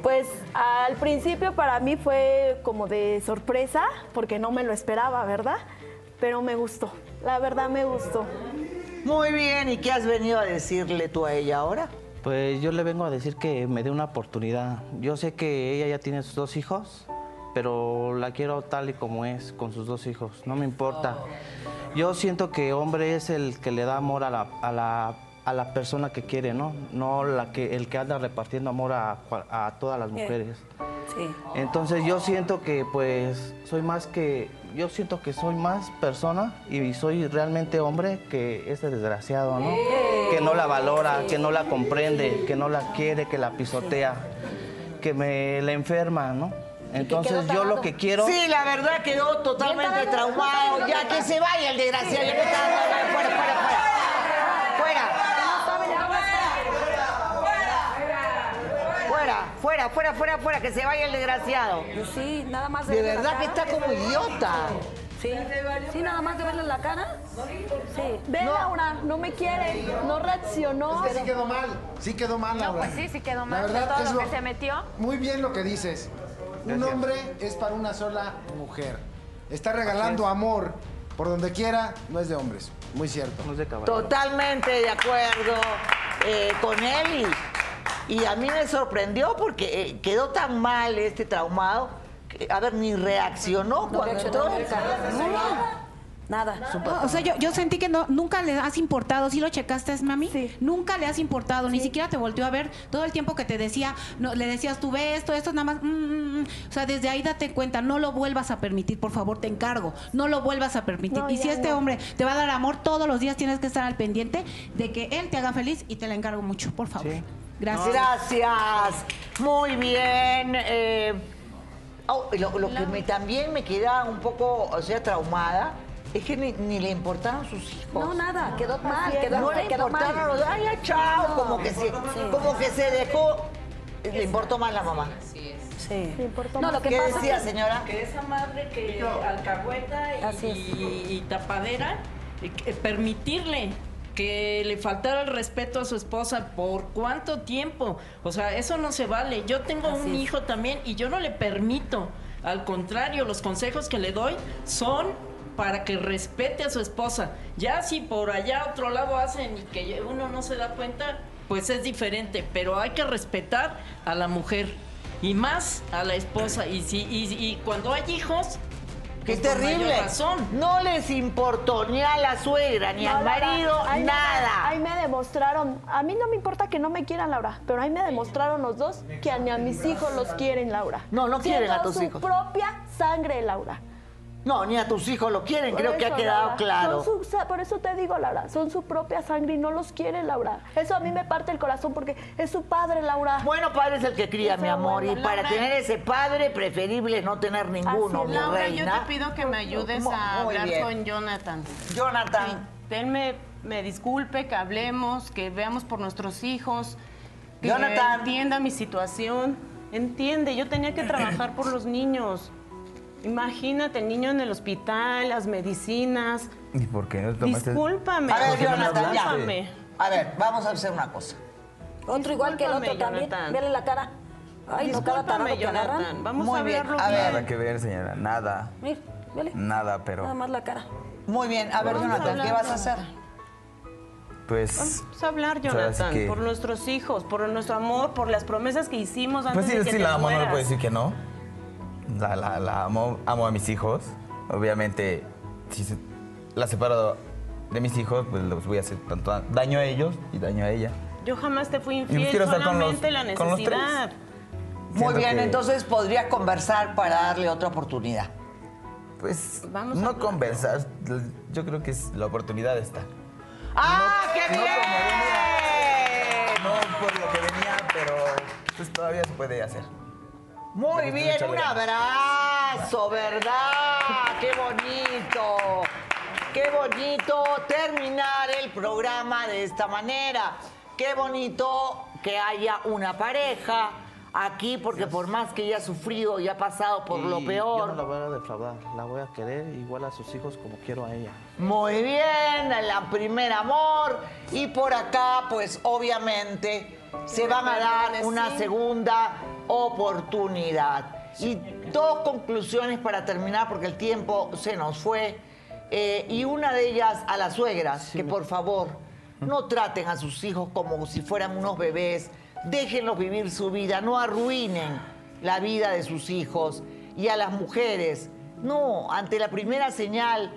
S2: Pues al principio para mí fue como de sorpresa, porque no me lo esperaba, ¿verdad? Pero me gustó, la verdad me gustó.
S1: Muy bien. ¿Y qué has venido a decirle tú a ella ahora?
S21: Pues yo le vengo a decir que me dé una oportunidad. Yo sé que ella ya tiene sus dos hijos, pero la quiero tal y como es, con sus dos hijos. No me importa. Yo siento que hombre es el que le da amor a la, a la, a la persona que quiere, ¿no? No la que, el que anda repartiendo amor a, cual- a todas las mujeres.
S6: Sí.
S21: Entonces yo siento que pues soy más que, yo siento que soy más persona y soy realmente hombre que este desgraciado, ¿no? Que no la valora, que no la comprende, que no la quiere, que la pisotea, que me la enferma, ¿no? Entonces yo lo que quiero...
S1: Sí, la verdad quedó totalmente traumado. Ya que se vaya el desgraciado. le está dando- Fuera, fuera, fuera. Fuera. Fuera, fuera, fuera, fuera, fuera, que se vaya el desgraciado.
S6: Pues Sí, nada más
S1: De
S6: verle la
S1: verdad que
S6: cara.
S1: está como idiota.
S6: Sí. Sí, nada más de verle la cara. Sí.
S2: Ve, Laura, no me quiere, no reaccionó.
S12: Es que sí quedó mal, sí quedó mal, Laura.
S19: Pues sí, sí quedó
S12: La
S19: mal de
S12: verdad
S19: todo
S12: es
S19: lo
S12: lo-
S19: que se metió.
S12: Muy bien lo que dices. Un
S19: Gracias.
S12: hombre es para una sola mujer. Está regalando amor por donde quiera, no es de hombres. Muy cierto.
S21: No es de
S1: Totalmente de acuerdo eh, con él y Y a mí me sorprendió porque eh, quedó tan mal este traumado. que, A ver, ni reaccionó cuando entró.
S6: Nada.
S7: O sea, yo, yo sentí que no, nunca le has importado. Si lo checaste, mami? Nunca le has importado. Ni siquiera te volteó a ver todo el tiempo que te decía. No, le decías, tú ve esto, esto, nada más. mm, mm, mm". O sea, desde ahí date cuenta. No lo vuelvas a permitir, por favor, te encargo. No lo vuelvas a permitir.
S6: No,
S7: y si
S6: ya
S7: este
S6: no.
S7: hombre te va a dar amor todos los días, tienes que estar al pendiente de que él te haga feliz y te la encargo mucho, por favor. Gracias.
S1: Gracias. Muy bien. eh, oh, lo lo que me- también me queda un poco, o sea, traumada, es que ni, ni le importaron sus hijos.
S6: No, nada, quedó mal,
S1: que
S6: quedó,
S1: no le
S6: quedó mal.
S1: importaron los ay, ya, chao,
S6: No.
S1: como, que se, como que se dejó, le importó mal la mamá. Sí, sí.
S6: No, lo que
S1: ¿Qué
S6: pasa
S1: decía,
S6: es que-
S1: señora?
S9: Que esa madre que alcahueta y, y- y tapadera, y que- eh, permitirle que le faltara el respeto a su esposa por cuánto tiempo. O sea, eso no se vale. Yo tengo un hijo también y yo no le permito. Al contrario, los consejos que le doy son para que respete a su esposa. Ya si por allá otro lado hacen y que uno no se da cuenta, pues es diferente, pero hay que respetar a la mujer y más a la esposa. Y si y, y cuando hay hijos,
S1: Qué
S9: pues, con mayor
S1: terrible.
S9: razón.
S1: No les importó ni a la suegra, ni al marido,
S2: ahí me-
S1: nada.
S2: ahí me demostraron, a mí no me importa que no me quieran, Laura, pero ahí me demostraron los dos que ni a mis hijos los quieren, Laura.
S1: No, no quieren
S2: Siendo
S1: a tus
S2: su
S1: hijos.
S2: propia sangre, Laura.
S1: No, ni a tus hijos lo quieren,
S2: Por
S1: creo que
S2: eso,
S1: ha quedado
S2: Laura,
S1: claro.
S2: son su- sa- por eso te digo, Laura, son su propia sangre y no los quiere, Laura. Eso a mí me parte el corazón porque es su padre, Laura.
S1: Bueno, padre es el que cría, mi amor, y para tener ese padre, preferible es no tener ninguno, mi
S14: Laura, yo
S1: reina.
S14: te pido que me ayudes a
S1: Muy
S14: hablar
S1: bien.
S14: con Jonathan.
S1: Jonathan.
S14: Que él me, me disculpe, que hablemos, que veamos por nuestros hijos. Que
S1: Jonathan.
S14: entienda mi situación. Entiende, yo tenía que trabajar por los niños. Imagínate, el niño en el hospital, las medicinas.
S17: ¿Y por qué no tomaste?
S14: Discúlpame.
S1: A ver,
S17: ¿Por qué no me
S1: Jonathan, ya.
S14: Discúlpame.
S1: A ver, vamos a hacer una cosa.
S6: Otro igual que el otro
S14: Discúlpame,
S6: también.
S14: Jonathan.
S6: Vele la cara. Ay, no, cada tarado
S14: Discúlpame,
S6: que agarran.
S14: Jonathan. Vamos a hablarlo
S6: bien.
S14: bien.
S17: Nada que ver, señora, nada.
S6: Mira, vele.
S17: Nada,
S6: Nada
S17: pero
S6: más la cara.
S1: Muy bien, a ver,
S14: Vamos a
S1: Jonathan, ¿qué
S14: hablar,
S1: vas a hacer?
S17: pues.
S14: Vamos a hablar,
S17: Ahora sí
S14: Jonathan,
S17: que-
S14: por nuestros hijos, por nuestro amor, por las promesas que hicimos antes
S17: Pues sí,
S14: de que
S17: sí,
S14: te
S17: la amo, no le
S14: fueras.
S17: puedo decir que no. La, la, la amo, amo a mis hijos. Obviamente, si se- la separo de mis hijos, pues los voy a hacer tanto a- daño a ellos y daño a ella.
S14: Yo jamás te fui
S17: Yo
S14: infiel,
S17: pues quiero estar con los-
S14: solamente la
S17: con los tres.
S14: necesidad.
S1: Muy
S17: Siento
S1: bien,
S17: que-
S1: entonces podrías conversar para darle otra oportunidad.
S17: Pues no conversar, yo creo que es- la oportunidad está.
S1: ¡Ah, qué bien!
S17: No por lo que venía, pero pues todavía se puede hacer.
S1: Muy
S17: Me gusta
S1: bien,
S17: mucho
S1: un
S17: la-
S1: abrazo, ¿verdad? ¡Qué bonito! ¡Qué bonito terminar el programa de esta manera! ¡Qué bonito que haya una pareja aquí! Porque por más que ella ha sufrido y ha pasado por lo
S21: Y Yo no
S1: peor.
S21: la voy a defraudar, la voy a querer igual a sus hijos como quiero a ella.
S1: Muy bien, la primer amor. Y por acá, pues obviamente, se van a dar una segunda oportunidad. Y dos conclusiones para terminar, porque el tiempo se nos fue. Eh, y una de ellas a las suegras, que por favor no traten a sus hijos como si fueran unos bebés. Déjenlos vivir su vida, no arruinen la vida de sus hijos. Y a las mujeres, no, ante la primera señal,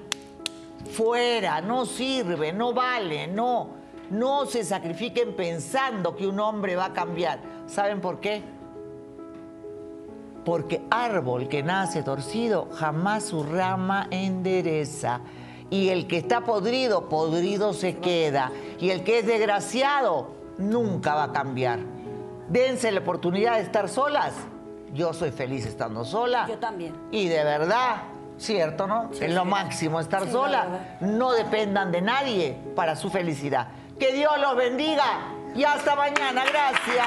S1: fuera, no sirve, no vale, no. No se sacrifiquen pensando que un hombre va a cambiar. ¿Saben por qué? Porque árbol que nace torcido jamás su rama endereza. Y el que está podrido, podrido se queda. Y el que es desgraciado, nunca va a cambiar. Dense la oportunidad de estar solas. Yo soy feliz estando sola.
S6: Yo también.
S1: Y de verdad, cierto, ¿no? es lo máximo estar
S6: Sí, la
S1: sola.
S6: verdad.
S1: No dependan de nadie para su felicidad. Que Dios los bendiga y hasta mañana. Gracias.